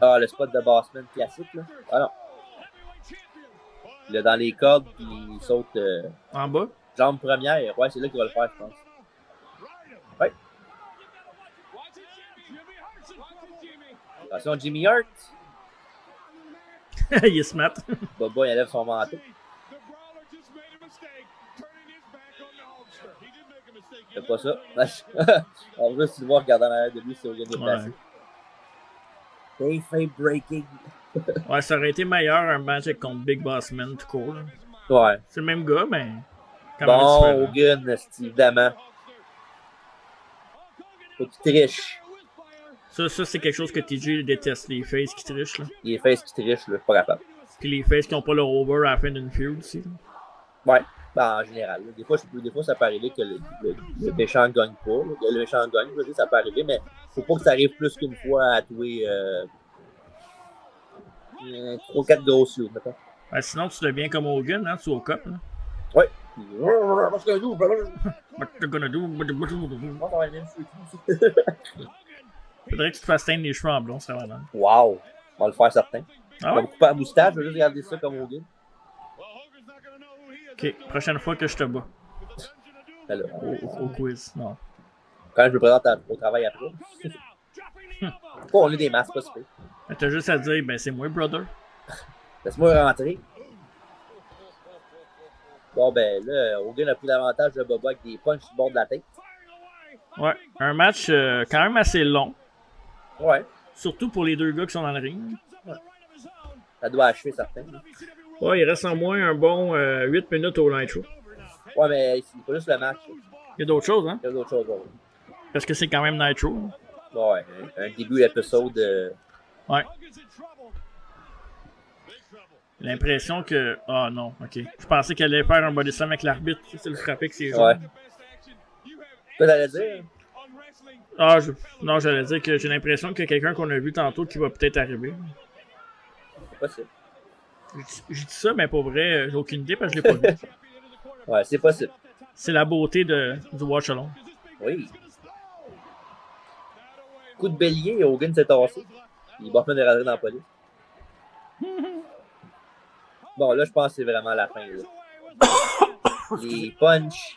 Speaker 2: Ah, le spot de Bossman classique, là. Ah non. Il est dans les cordes, puis il saute. euh,
Speaker 1: En bas?
Speaker 2: jambe première. Ouais, c'est là qu'il va le faire, je pense. Ouais. Attention, Jimmy Hart.
Speaker 1: il est smart.
Speaker 2: Boba, Bah, il enlève son manteau. C'est pas ça. On veut juste le voir regarder en arrière de lui si on gagne
Speaker 1: Ouais.
Speaker 2: le They fake breaking.
Speaker 1: ouais, ça aurait été meilleur un match avec contre Big Bossman, tout court. là.
Speaker 2: Ouais.
Speaker 1: C'est le même gars, mais. quand même
Speaker 2: Bon,
Speaker 1: différent.
Speaker 2: Hogan, c'est évidemment. Faut qu'il triche.
Speaker 1: Ça, ça c'est quelque chose que TJ déteste, les faces qui trichent, là.
Speaker 2: Il est face qui triche, là. Pas capable.
Speaker 1: Puis les faces qui n'ont pas leur over à la fin d'une feud aussi. là.
Speaker 2: Ouais. Ben, en général. là. Des, fois, je- des fois, ça peut arriver que le, le- le méchant gagne pas. là. Que Le méchant gagne, je veux dire, ça peut arriver, mais faut pas que ça arrive plus qu'une fois à tous euh, 3-4 grosses yeux, mettons.
Speaker 1: Ben, sinon, tu deviens comme Hogan, hein, tu au cop. Là.
Speaker 2: Ouais. Puis, Parce que nous, ben,
Speaker 1: What you gonna do? What you gonna do?
Speaker 2: on va aller même sur le cul.
Speaker 1: Faudrait que tu te fasses teindre les cheveux en blond, c'est vraiment mal.
Speaker 2: Wow! On va le faire certain.
Speaker 1: Ah
Speaker 2: on va
Speaker 1: ouais?
Speaker 2: me couper la moustache, je vais juste regarder ça comme Hogan.
Speaker 1: Ok, prochaine fois que je te bats.
Speaker 2: Ben là,
Speaker 1: Au, au- au quiz, non.
Speaker 2: Quand je me présente à- au travail après. Pourquoi on a des masques, pas super?
Speaker 1: Mais T'as juste à dire, ben c'est moi, brother.
Speaker 2: Laisse-moi rentrer. Bon, ben là, Hogan a pris l'avantage de Boba avec des punches du bord de la tête.
Speaker 1: Ouais, un match euh, quand même assez long.
Speaker 2: Ouais,
Speaker 1: Surtout pour les deux gars qui sont dans le ring.
Speaker 2: ça doit achever certains. hein.
Speaker 1: Ouais, il reste en moins un bon euh, 8 minutes au Nitro.
Speaker 2: Ouais, mais c'est pas juste le match.
Speaker 1: Il y a d'autres choses, hein?
Speaker 2: Il y a d'autres choses. ouais.
Speaker 1: Parce que c'est quand même Nitro.
Speaker 2: Ouais, un, un début d'épisode. euh,
Speaker 1: Ouais. J'ai L'impression que. Ah non, ok. Je pensais qu'elle allait faire un body slam avec l'arbitre. C'est le frappé que c'est
Speaker 2: Ouais. Quoi t'allais dire?
Speaker 1: Ah, je- non, j'allais dire que j'ai l'impression que quelqu'un qu'on a vu tantôt qui va peut-être arriver.
Speaker 2: C'est possible.
Speaker 1: J'ai dit- J'ai dit ça, mais pour vrai, euh, j'ai aucune idée parce que je l'ai pas vu.
Speaker 2: Ouais, c'est possible.
Speaker 1: C'est la beauté de, du watch along.
Speaker 2: Oui. Coup de bélier et Hogan s'est tassé. Il va revenir rentrer dans la police. Bon, là, je pense que c'est vraiment la fin. Là. Les punch.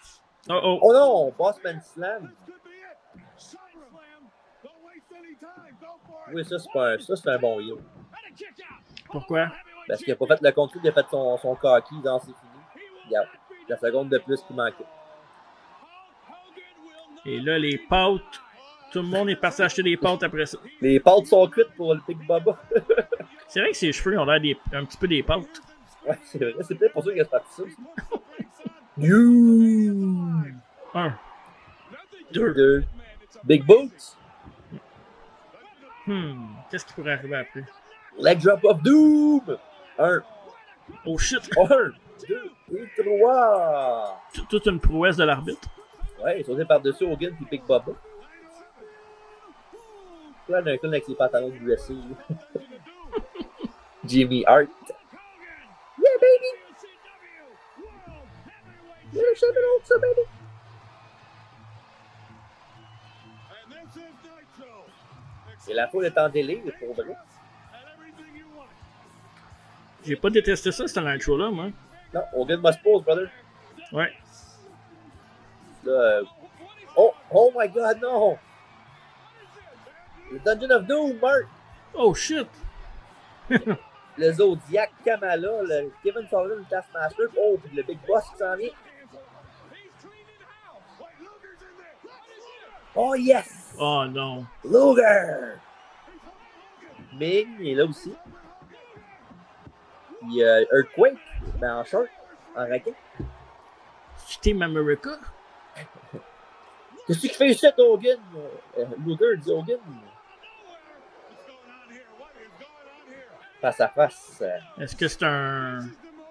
Speaker 1: Oh oh!
Speaker 2: Oh non, Bossman Slam. Oui, ça, c'est pas un, ça, c'est un bon heel.
Speaker 1: Pourquoi?
Speaker 2: Parce qu'il a pas fait le contrôle, il a fait son, son coquille dans ses fini. Regarde, la seconde de plus qui manquait.
Speaker 1: Et là, les pâtes. Tout le monde est parti acheter des pâtes après ça.
Speaker 2: Les pâtes sont cuites pour le Big Baba.
Speaker 1: C'est vrai que ses cheveux ont l'air des- un petit peu des pâtes.
Speaker 2: ouais, c'est vrai, c'est peut-être pour ça qu'il a parti ça. You!
Speaker 1: Un.
Speaker 2: Deux. Deux. Big Boots.
Speaker 1: Hmm. Qu'est-ce qui pourrait arriver après?
Speaker 2: Leg Drop of Doom. Un.
Speaker 1: Oh shit!
Speaker 2: Un. Deux. Et trois.
Speaker 1: Toute toute une prouesse de l'arbitre.
Speaker 2: Ouais, il est sauté par-dessus Hogan puis Big Baba. Là, d'un con avec ses pantalons de UFC. Jimmy Hart. Yeah, baby! You're the champion also, baby! Et la foule est en délire, pour vrai.
Speaker 1: J'ai pas détesté ça, cette intro-là, moi.
Speaker 2: Non, Hogan must pose, brother.
Speaker 1: Ouais.
Speaker 2: Là, euh, Oh, oh my god, non! Le Dungeon of Doom, Mark!
Speaker 1: Oh shit!
Speaker 2: Le Zodiac, Kamala, le Kevin Sullivan, le Taskmaster, oh, puis le Big Boss qui s'en vient. Oh yes!
Speaker 1: Oh non.
Speaker 2: Luger! Ming est là aussi. puis euh, Earthquake, ben, en short, en raquette.
Speaker 1: Tu Team America?
Speaker 2: Qu'est-ce qu'il fait ici, Hogan? Euh, Luger dit Hogan. Face à face. euh,
Speaker 1: Est-ce que c'est un.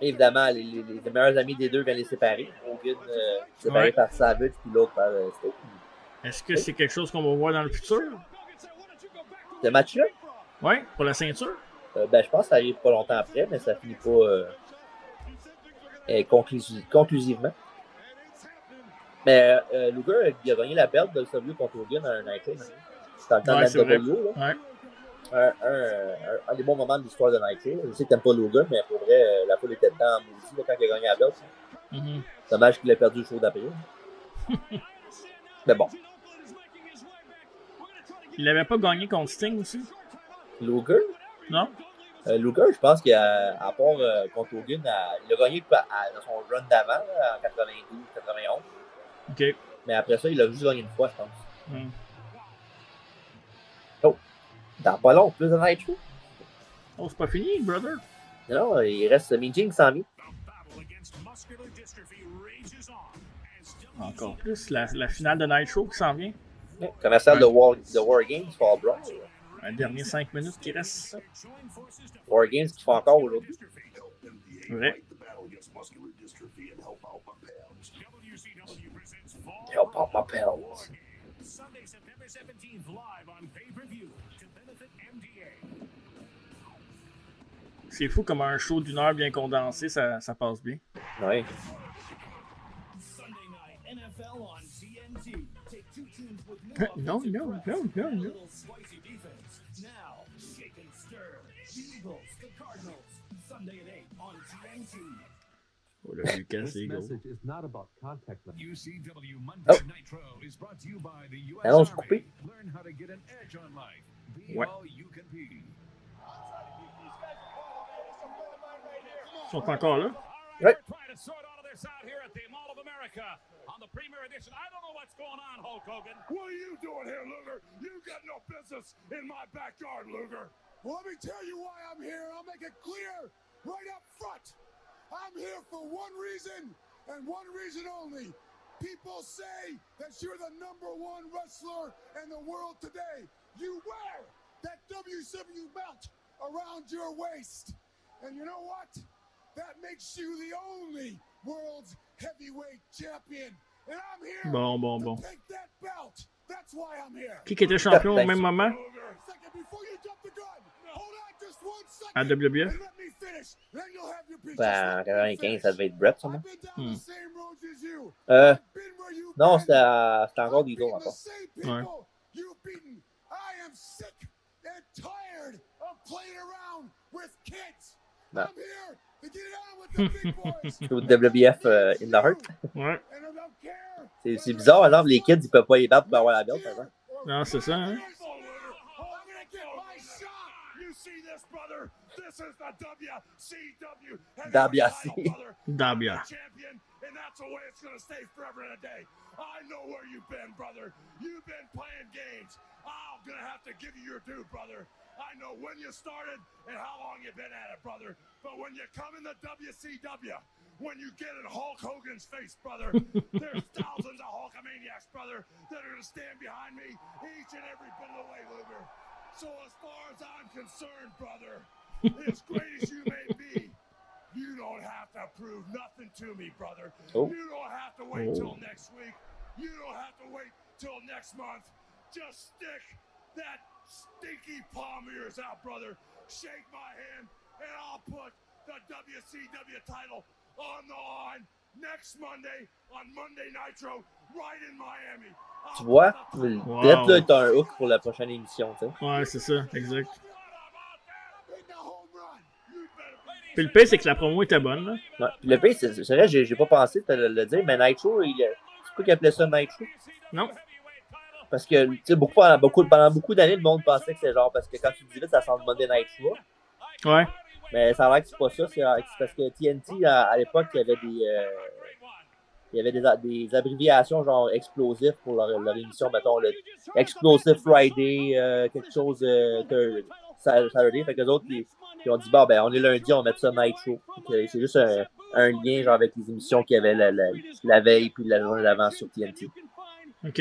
Speaker 2: évidemment, les, les- les- les meilleurs amis des deux viennent les séparer. Hogan euh, séparé
Speaker 1: Ouais.
Speaker 2: par Savage, puis l'autre par euh, Stone.
Speaker 1: Est-ce que c'est quelque chose qu'on va voir dans le futur?
Speaker 2: Ce match-là,
Speaker 1: Ouais, pour la ceinture?
Speaker 2: euh, ben, je pense que ça arrive pas longtemps après, mais ça finit pas euh, euh, conclusi- conclusivement. Mais euh, euh, Luger il a gagné la perte de le W contre Hogan à un night Raw, hein. C'était le temps
Speaker 1: Ouais,
Speaker 2: de la
Speaker 1: c'est vrai.
Speaker 2: NWO, là.
Speaker 1: Ouais.
Speaker 2: un, un, un- un des bons moments de l'histoire de Nike. Je sais que t'aimes pas Logan, mais pour vrai, euh, la foule était dedans en maudit là, quand il a gagné la belt.
Speaker 1: Mhm.
Speaker 2: Dommage qu'il ait perdu le show d'après. mais bon,
Speaker 1: Il n'avait pas gagné contre Sting aussi?
Speaker 2: Logan,
Speaker 1: Non?
Speaker 2: euh, Logan, je pense qu'à à part euh, contre Logan, à- il a gagné à- à- dans son run d'avant, là, en 92-91.
Speaker 1: Ok.
Speaker 2: Mais après ça, il a juste gagné une fois, je pense. Oh,
Speaker 1: Hmm.
Speaker 2: Dans pas long, plus de Night Show.
Speaker 1: Oh, c'est pas fini, brother?
Speaker 2: Non, il reste euh, Minjing sans mi.
Speaker 1: Encore plus, la, la finale de Night Show qui s'en vient.
Speaker 2: Commercial de War, de War Games, Fall Brawl.
Speaker 1: Un dernier 5 minutes qui reste.
Speaker 2: War Games qui font encore aujourd'hui.
Speaker 1: Vrai.
Speaker 2: Help out my pals.
Speaker 12: Sunday, September 17th, live on pay-per-view to benefit MDA.
Speaker 1: C'est fou comme un show d'une heure bien condensé, ça, ça passe bien.
Speaker 2: Ouais.
Speaker 12: Sunday night, NFL on TNT. Take two tunes with
Speaker 1: non, non, non, non, non.
Speaker 12: little spicy defense. Now, shake and stir. The Eagles, the Cardinals. Sunday at 8 on TNT.
Speaker 1: Oh là, Lucas,
Speaker 13: This
Speaker 1: c'est gros.
Speaker 13: message is not about contact lenses.
Speaker 12: UCW Monday
Speaker 2: Oh.
Speaker 12: Nitro is brought to you by the US
Speaker 2: Annonce coupée.
Speaker 12: Learn how to get an edge on life. Be
Speaker 1: Ouais.
Speaker 12: all you can be.
Speaker 1: Ils sont encore là?
Speaker 2: Ouais.
Speaker 3: Try to sort all of this out here at the Mall of America on the premier edition. I don't know what's going on, Hulk Hogan.
Speaker 11: What are you doing here, Luger? You got no business in my backyard, Luger. Well, let me tell you why I'm here. I'll make it clear right up front. I'm here for one reason and one reason only. People say that you're the number one wrestler in the world today. You wear that WCW belt around your waist. And you know what? That makes you the only world's heavyweight champion. And I'm here
Speaker 1: Bon, bon, bon.
Speaker 11: to take that belt. That's why I'm here.
Speaker 1: Qui qui était champion au même moment
Speaker 11: Second, before you jump the gun, hold on just one second.
Speaker 1: à WWF?
Speaker 11: Let me finish. Then you'll have your piece.
Speaker 2: Ben, en 95, ça devait être Brett, sûrement.
Speaker 1: Hmm.
Speaker 2: Euh, non, c'était à- c'était encore des autres, encore.
Speaker 1: Ouais.
Speaker 11: You've beaten. I am sick and tired of playing around with kids.
Speaker 2: Ben.
Speaker 11: I'm here to get it on with the big boys.
Speaker 2: Au WWF euh, In the Heart.
Speaker 1: Ouais.
Speaker 11: And I don't care.
Speaker 2: C'est c'est bizarre, par exemple, les kids, ils peuvent pas y battre pour avoir la belt, par exemple.
Speaker 1: Non, c'est ça, hein?
Speaker 11: I'm gonna get my shot. You see this, brother? This is the WCW. heavyweight
Speaker 2: WRC.
Speaker 11: title, brother.
Speaker 1: Dabia.
Speaker 11: champion, and that's the way it's gonna stay forever and a day. I know where you've been, brother. You've been playing games. I'm gonna have to give you your due, brother. I know when you started and how long you've been at it, brother. But when you come in the WCW, when you get in Hulk Hogan's face, brother, there's thousands of Hulkamaniacs, brother, that are gonna stand behind me each and every bit of the way, Luger. So as far as I'm concerned, brother, as great as you may be, you don't have to prove nothing to me, brother.
Speaker 2: Oh.
Speaker 11: You don't have to wait
Speaker 1: Oh.
Speaker 11: till next week. You don't have to wait till next month. Just stick that stinky palm of yours out, brother. Shake my hand, and I'll put the WCW title on the line next Monday on Monday Nitro, right in Miami. I'll
Speaker 2: Tu vois,
Speaker 11: put the title-
Speaker 2: Brett, là, est un hook pour la prochaine émission, tu sais.
Speaker 1: Ouais, c'est ça, exact.
Speaker 11: Hit the home run. You better
Speaker 1: Puis le pire, c'est que la promo était bonne, là.
Speaker 2: Ouais. Puis Le pire, c'est c'est vrai, j'ai j'ai pas pensé de le, le dire, mais Nitro, il a- c'est quoi qu'il appelait ça Nitro?
Speaker 1: Non?
Speaker 2: Parce que, tu sais, beaucoup, pendant beaucoup, pendant beaucoup d'années, le monde pensait que c'est genre, parce que quand tu dis là, ça sent le Monday Night Raw.
Speaker 1: Ouais.
Speaker 2: Ben, euh, Mais ça a l'air que c'est pas ça, c'est c'est parce que TNT, à, à l'époque, il y avait des, euh, il y avait des, a- des abréviations genre explosif pour leur, leur émission, mettons, le Explosive Friday, euh, quelque chose euh, Thur- Sa- Saturday. Fait que les autres, ils, ils ont dit, bah, ben, on est lundi, on met ça Night Show. Fait que C'est juste un, un lien genre avec les émissions qu'il y avait la, la, la veille puis la journée d'avant sur TNT.
Speaker 1: Ok.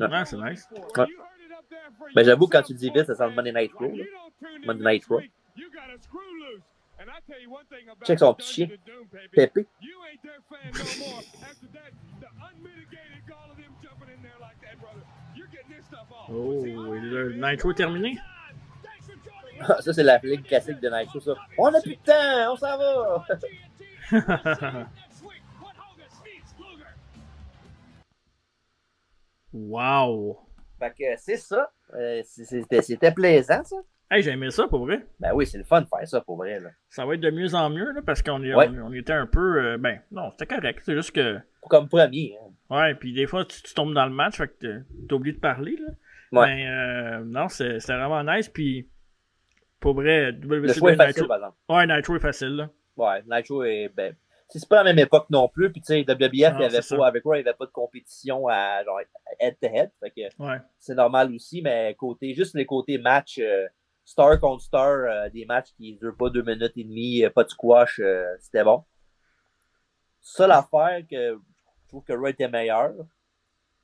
Speaker 1: Ah, c'est nice.
Speaker 2: Ouais. Ben, j'avoue, quand tu le dis vite, ça sent Monday Night Raw. là. Monday Night Raw. Check son petit chien. Pépé.
Speaker 1: Oh, et le Nitro est terminé?
Speaker 2: Ah, ça, c'est la ligue classique de Night Show, ça. On a plus de temps, on s'en va!
Speaker 1: wow!
Speaker 2: Fait que c'est ça. Euh, c'est- c'était, c'était plaisant, ça.
Speaker 1: Hey, j'ai aimé ça pour vrai.
Speaker 2: Ben oui, c'est le fun de faire ça pour vrai. Là.
Speaker 1: Ça va être de mieux en mieux là, parce qu'on y-
Speaker 2: Ouais.
Speaker 1: on, on était un peu. euh, ben, non, c'était correct. C'est juste que.
Speaker 2: Comme premier. hein.
Speaker 1: Ouais, puis des fois, tu, tu tombes dans le match, fait que t'as- t'as oublié de parler. Là.
Speaker 2: Ouais.
Speaker 1: Mais euh, non, c'est- c'était vraiment nice. Puis pour vrai, WCW
Speaker 2: Le choix est facile, hein.
Speaker 1: Nitro-
Speaker 2: par exemple.
Speaker 1: Ouais, Nitro est facile. Là.
Speaker 2: Ouais, Night Show est. Ben, c'est c'est pas la même époque non plus. Puis, tu sais, WWF, il y
Speaker 1: Non,
Speaker 2: avait
Speaker 1: c'est
Speaker 2: pas,
Speaker 1: ça.
Speaker 2: avec Raw, il n'y avait pas de compétition à genre head-to-head. Fait que
Speaker 1: Ouais.
Speaker 2: c'est normal aussi, mais côté, juste les côtés match, euh, star contre star, euh, des matchs qui ne durent pas deux minutes et demie, euh, pas de squash, euh, c'était bon. Seule affaire que je trouve que Raw était meilleur,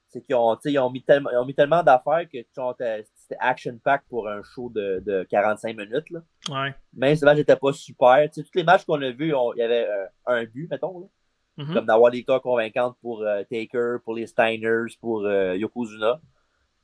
Speaker 2: c'est qu'ils ont, tu sais, ils ont mis tellement, ils ont mis tellement d'affaires que tu sais, on t'a- c'était action-pack pour un show de, de 45 minutes. Là
Speaker 1: Ouais.
Speaker 2: même si le match n'était pas super, tu sais, tous les matchs qu'on a vus, on- il y avait euh, un but, mettons. là.
Speaker 1: Mhm.
Speaker 2: Comme d'avoir des victoires convaincantes pour euh, Taker, pour les Steiners, pour euh, Yokozuna.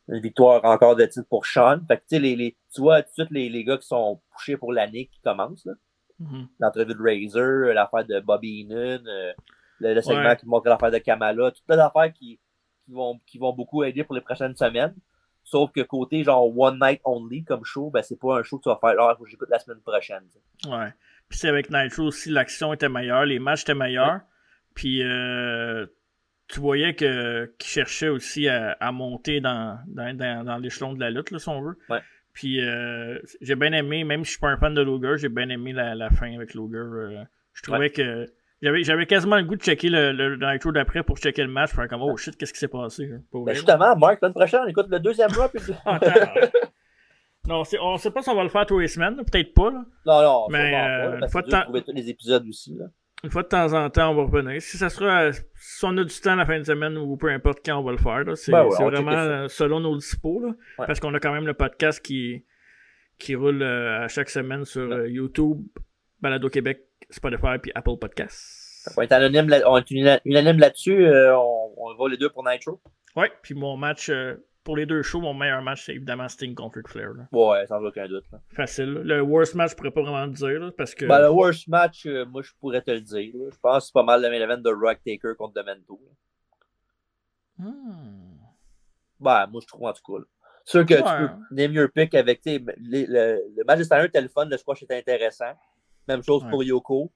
Speaker 2: Une victoire encore de titre pour Sean. Fait que, tu sais, les, les- tu vois tout de suite les, les gars qui sont couchés pour l'année qui commence. là.
Speaker 1: Mhm.
Speaker 2: L'entrevue de Razor, euh, l'affaire de Bobby Heenan, euh, le, le segment
Speaker 1: Ouais.
Speaker 2: qui montre l'affaire de Kamala, toutes les affaires qui, qui, vont, qui vont beaucoup aider pour les prochaines semaines. Sauf que côté genre One Night Only comme show, ben c'est pas un show que tu vas faire là, faut que j'écoute la semaine prochaine. tu sais.
Speaker 1: Ouais. Puis c'est avec Nitro aussi, l'action était meilleure, les matchs étaient meilleurs. Puis euh, tu voyais que qu'ils cherchaient aussi à, à monter dans, dans, dans, dans l'échelon de la lutte, là, si on veut.
Speaker 2: Ouais.
Speaker 1: Puis euh, j'ai bien aimé, même si je suis pas un fan de Luger, j'ai bien aimé la, la fin avec Luger. euh, je trouvais
Speaker 2: Ouais.
Speaker 1: que j'avais, j'avais quasiment le goût de checker le, le Nitro d'après pour checker le match, faire comme oh shit, qu'est-ce qui s'est passé? là? Pour vrai.
Speaker 2: Ben
Speaker 1: Ah,
Speaker 2: justement, Marc, l'année prochaine, on écoute le deuxième rap. Puis...
Speaker 1: non, c'est- on sait pas si on va le faire tous les semaines, peut-être pas. là.
Speaker 2: non, non,
Speaker 1: Mais,
Speaker 2: sûrement
Speaker 1: euh,
Speaker 2: pas, parce
Speaker 1: faut
Speaker 2: que c'est dur de
Speaker 1: t'en-
Speaker 2: trouver tous les épisodes aussi. Là.
Speaker 1: Une fois de temps en temps, on va revenir. Si ça sera, euh, si on a du temps la fin de semaine ou peu importe quand on va le faire, là, c'est
Speaker 2: Ben ouais,
Speaker 1: c'est
Speaker 2: on va
Speaker 1: vraiment
Speaker 2: checker ça.
Speaker 1: euh, selon nos dispos. là.
Speaker 2: Ouais.
Speaker 1: Parce qu'on a quand même le podcast qui, qui roule euh, à chaque semaine sur euh, YouTube, Balado Québec, Spotify puis Apple Podcasts.
Speaker 2: On est anonyme, là- on est una- unanime là-dessus. euh, on, on va les deux pour Nitro.
Speaker 1: Ouais, puis mon match, euh, pour les deux shows, mon meilleur match, c'est évidemment Sting contre Ric Flair. là.
Speaker 2: Ouais, sans aucun doute. là.
Speaker 1: Facile. là. Le worst match, je pourrais pas vraiment le dire là, parce que.
Speaker 2: Ben, le worst match, euh, moi, je pourrais te le dire. là. Je pense que c'est pas mal le main event de Rock Taker contre Demento. là.
Speaker 1: Hmm.
Speaker 2: Ben, moi, je trouve en tout cas. là. Sûr que
Speaker 1: Ouais.
Speaker 2: tu peux name your pick avec tu sais, les- le, le match de Steiner était le fun, le squash était intéressant. Même chose
Speaker 1: Ouais.
Speaker 2: pour Yoko.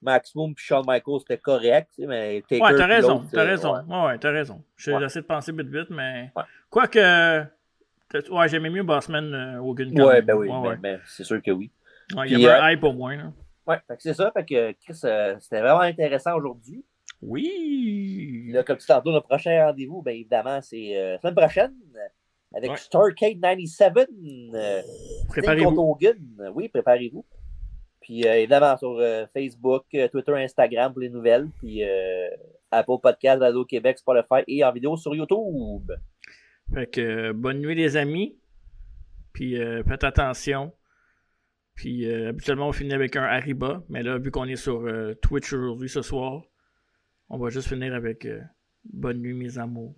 Speaker 2: Maximum puis Shawn Michaels, c'était correct. tu sais, Mais Taker,
Speaker 1: Ouais, t'as
Speaker 2: puis
Speaker 1: raison,
Speaker 2: l'autre,
Speaker 1: t'as
Speaker 2: euh,
Speaker 1: raison.
Speaker 2: ouais.
Speaker 1: Ouais, ouais, t'as raison. J'ai
Speaker 2: Ouais.
Speaker 1: essayé de penser vite vite, mais.
Speaker 2: Ouais.
Speaker 1: Quoique. peut-être- Ouais, j'aimais mieux Bossman euh, Hogan quand
Speaker 2: Ouais,
Speaker 1: même.
Speaker 2: ben oui,
Speaker 1: Ouais,
Speaker 2: ben-
Speaker 1: ouais.
Speaker 2: ben, c'est sûr que oui.
Speaker 1: Ouais, il
Speaker 2: Puis,
Speaker 1: y avait
Speaker 2: euh,
Speaker 1: un hype au moins, là.
Speaker 2: Ouais, fait que c'est ça. Fait que Chris, euh, c'était vraiment intéressant aujourd'hui.
Speaker 1: Oui!
Speaker 2: Là, comme tu t'en dis, le prochain rendez-vous, bien évidemment, c'est euh, la semaine prochaine euh, avec
Speaker 1: Ouais.
Speaker 2: Starcade 97. euh,
Speaker 1: Préparez-vous.
Speaker 2: Sting contre Hogan. Oui, préparez-vous. Puis euh, évidemment, sur euh, Facebook, euh, Twitter, Instagram pour les nouvelles. Puis euh, Apple Podcast, Radio Québec, Spotify et en vidéo sur YouTube.
Speaker 1: Fait que euh, bonne nuit, les amis. Puis euh, faites attention. Puis euh, habituellement, on finit avec un Hariba. Mais là, vu qu'on est sur euh, Twitch aujourd'hui ce soir, on va juste finir avec euh, Bonne nuit, mes amours.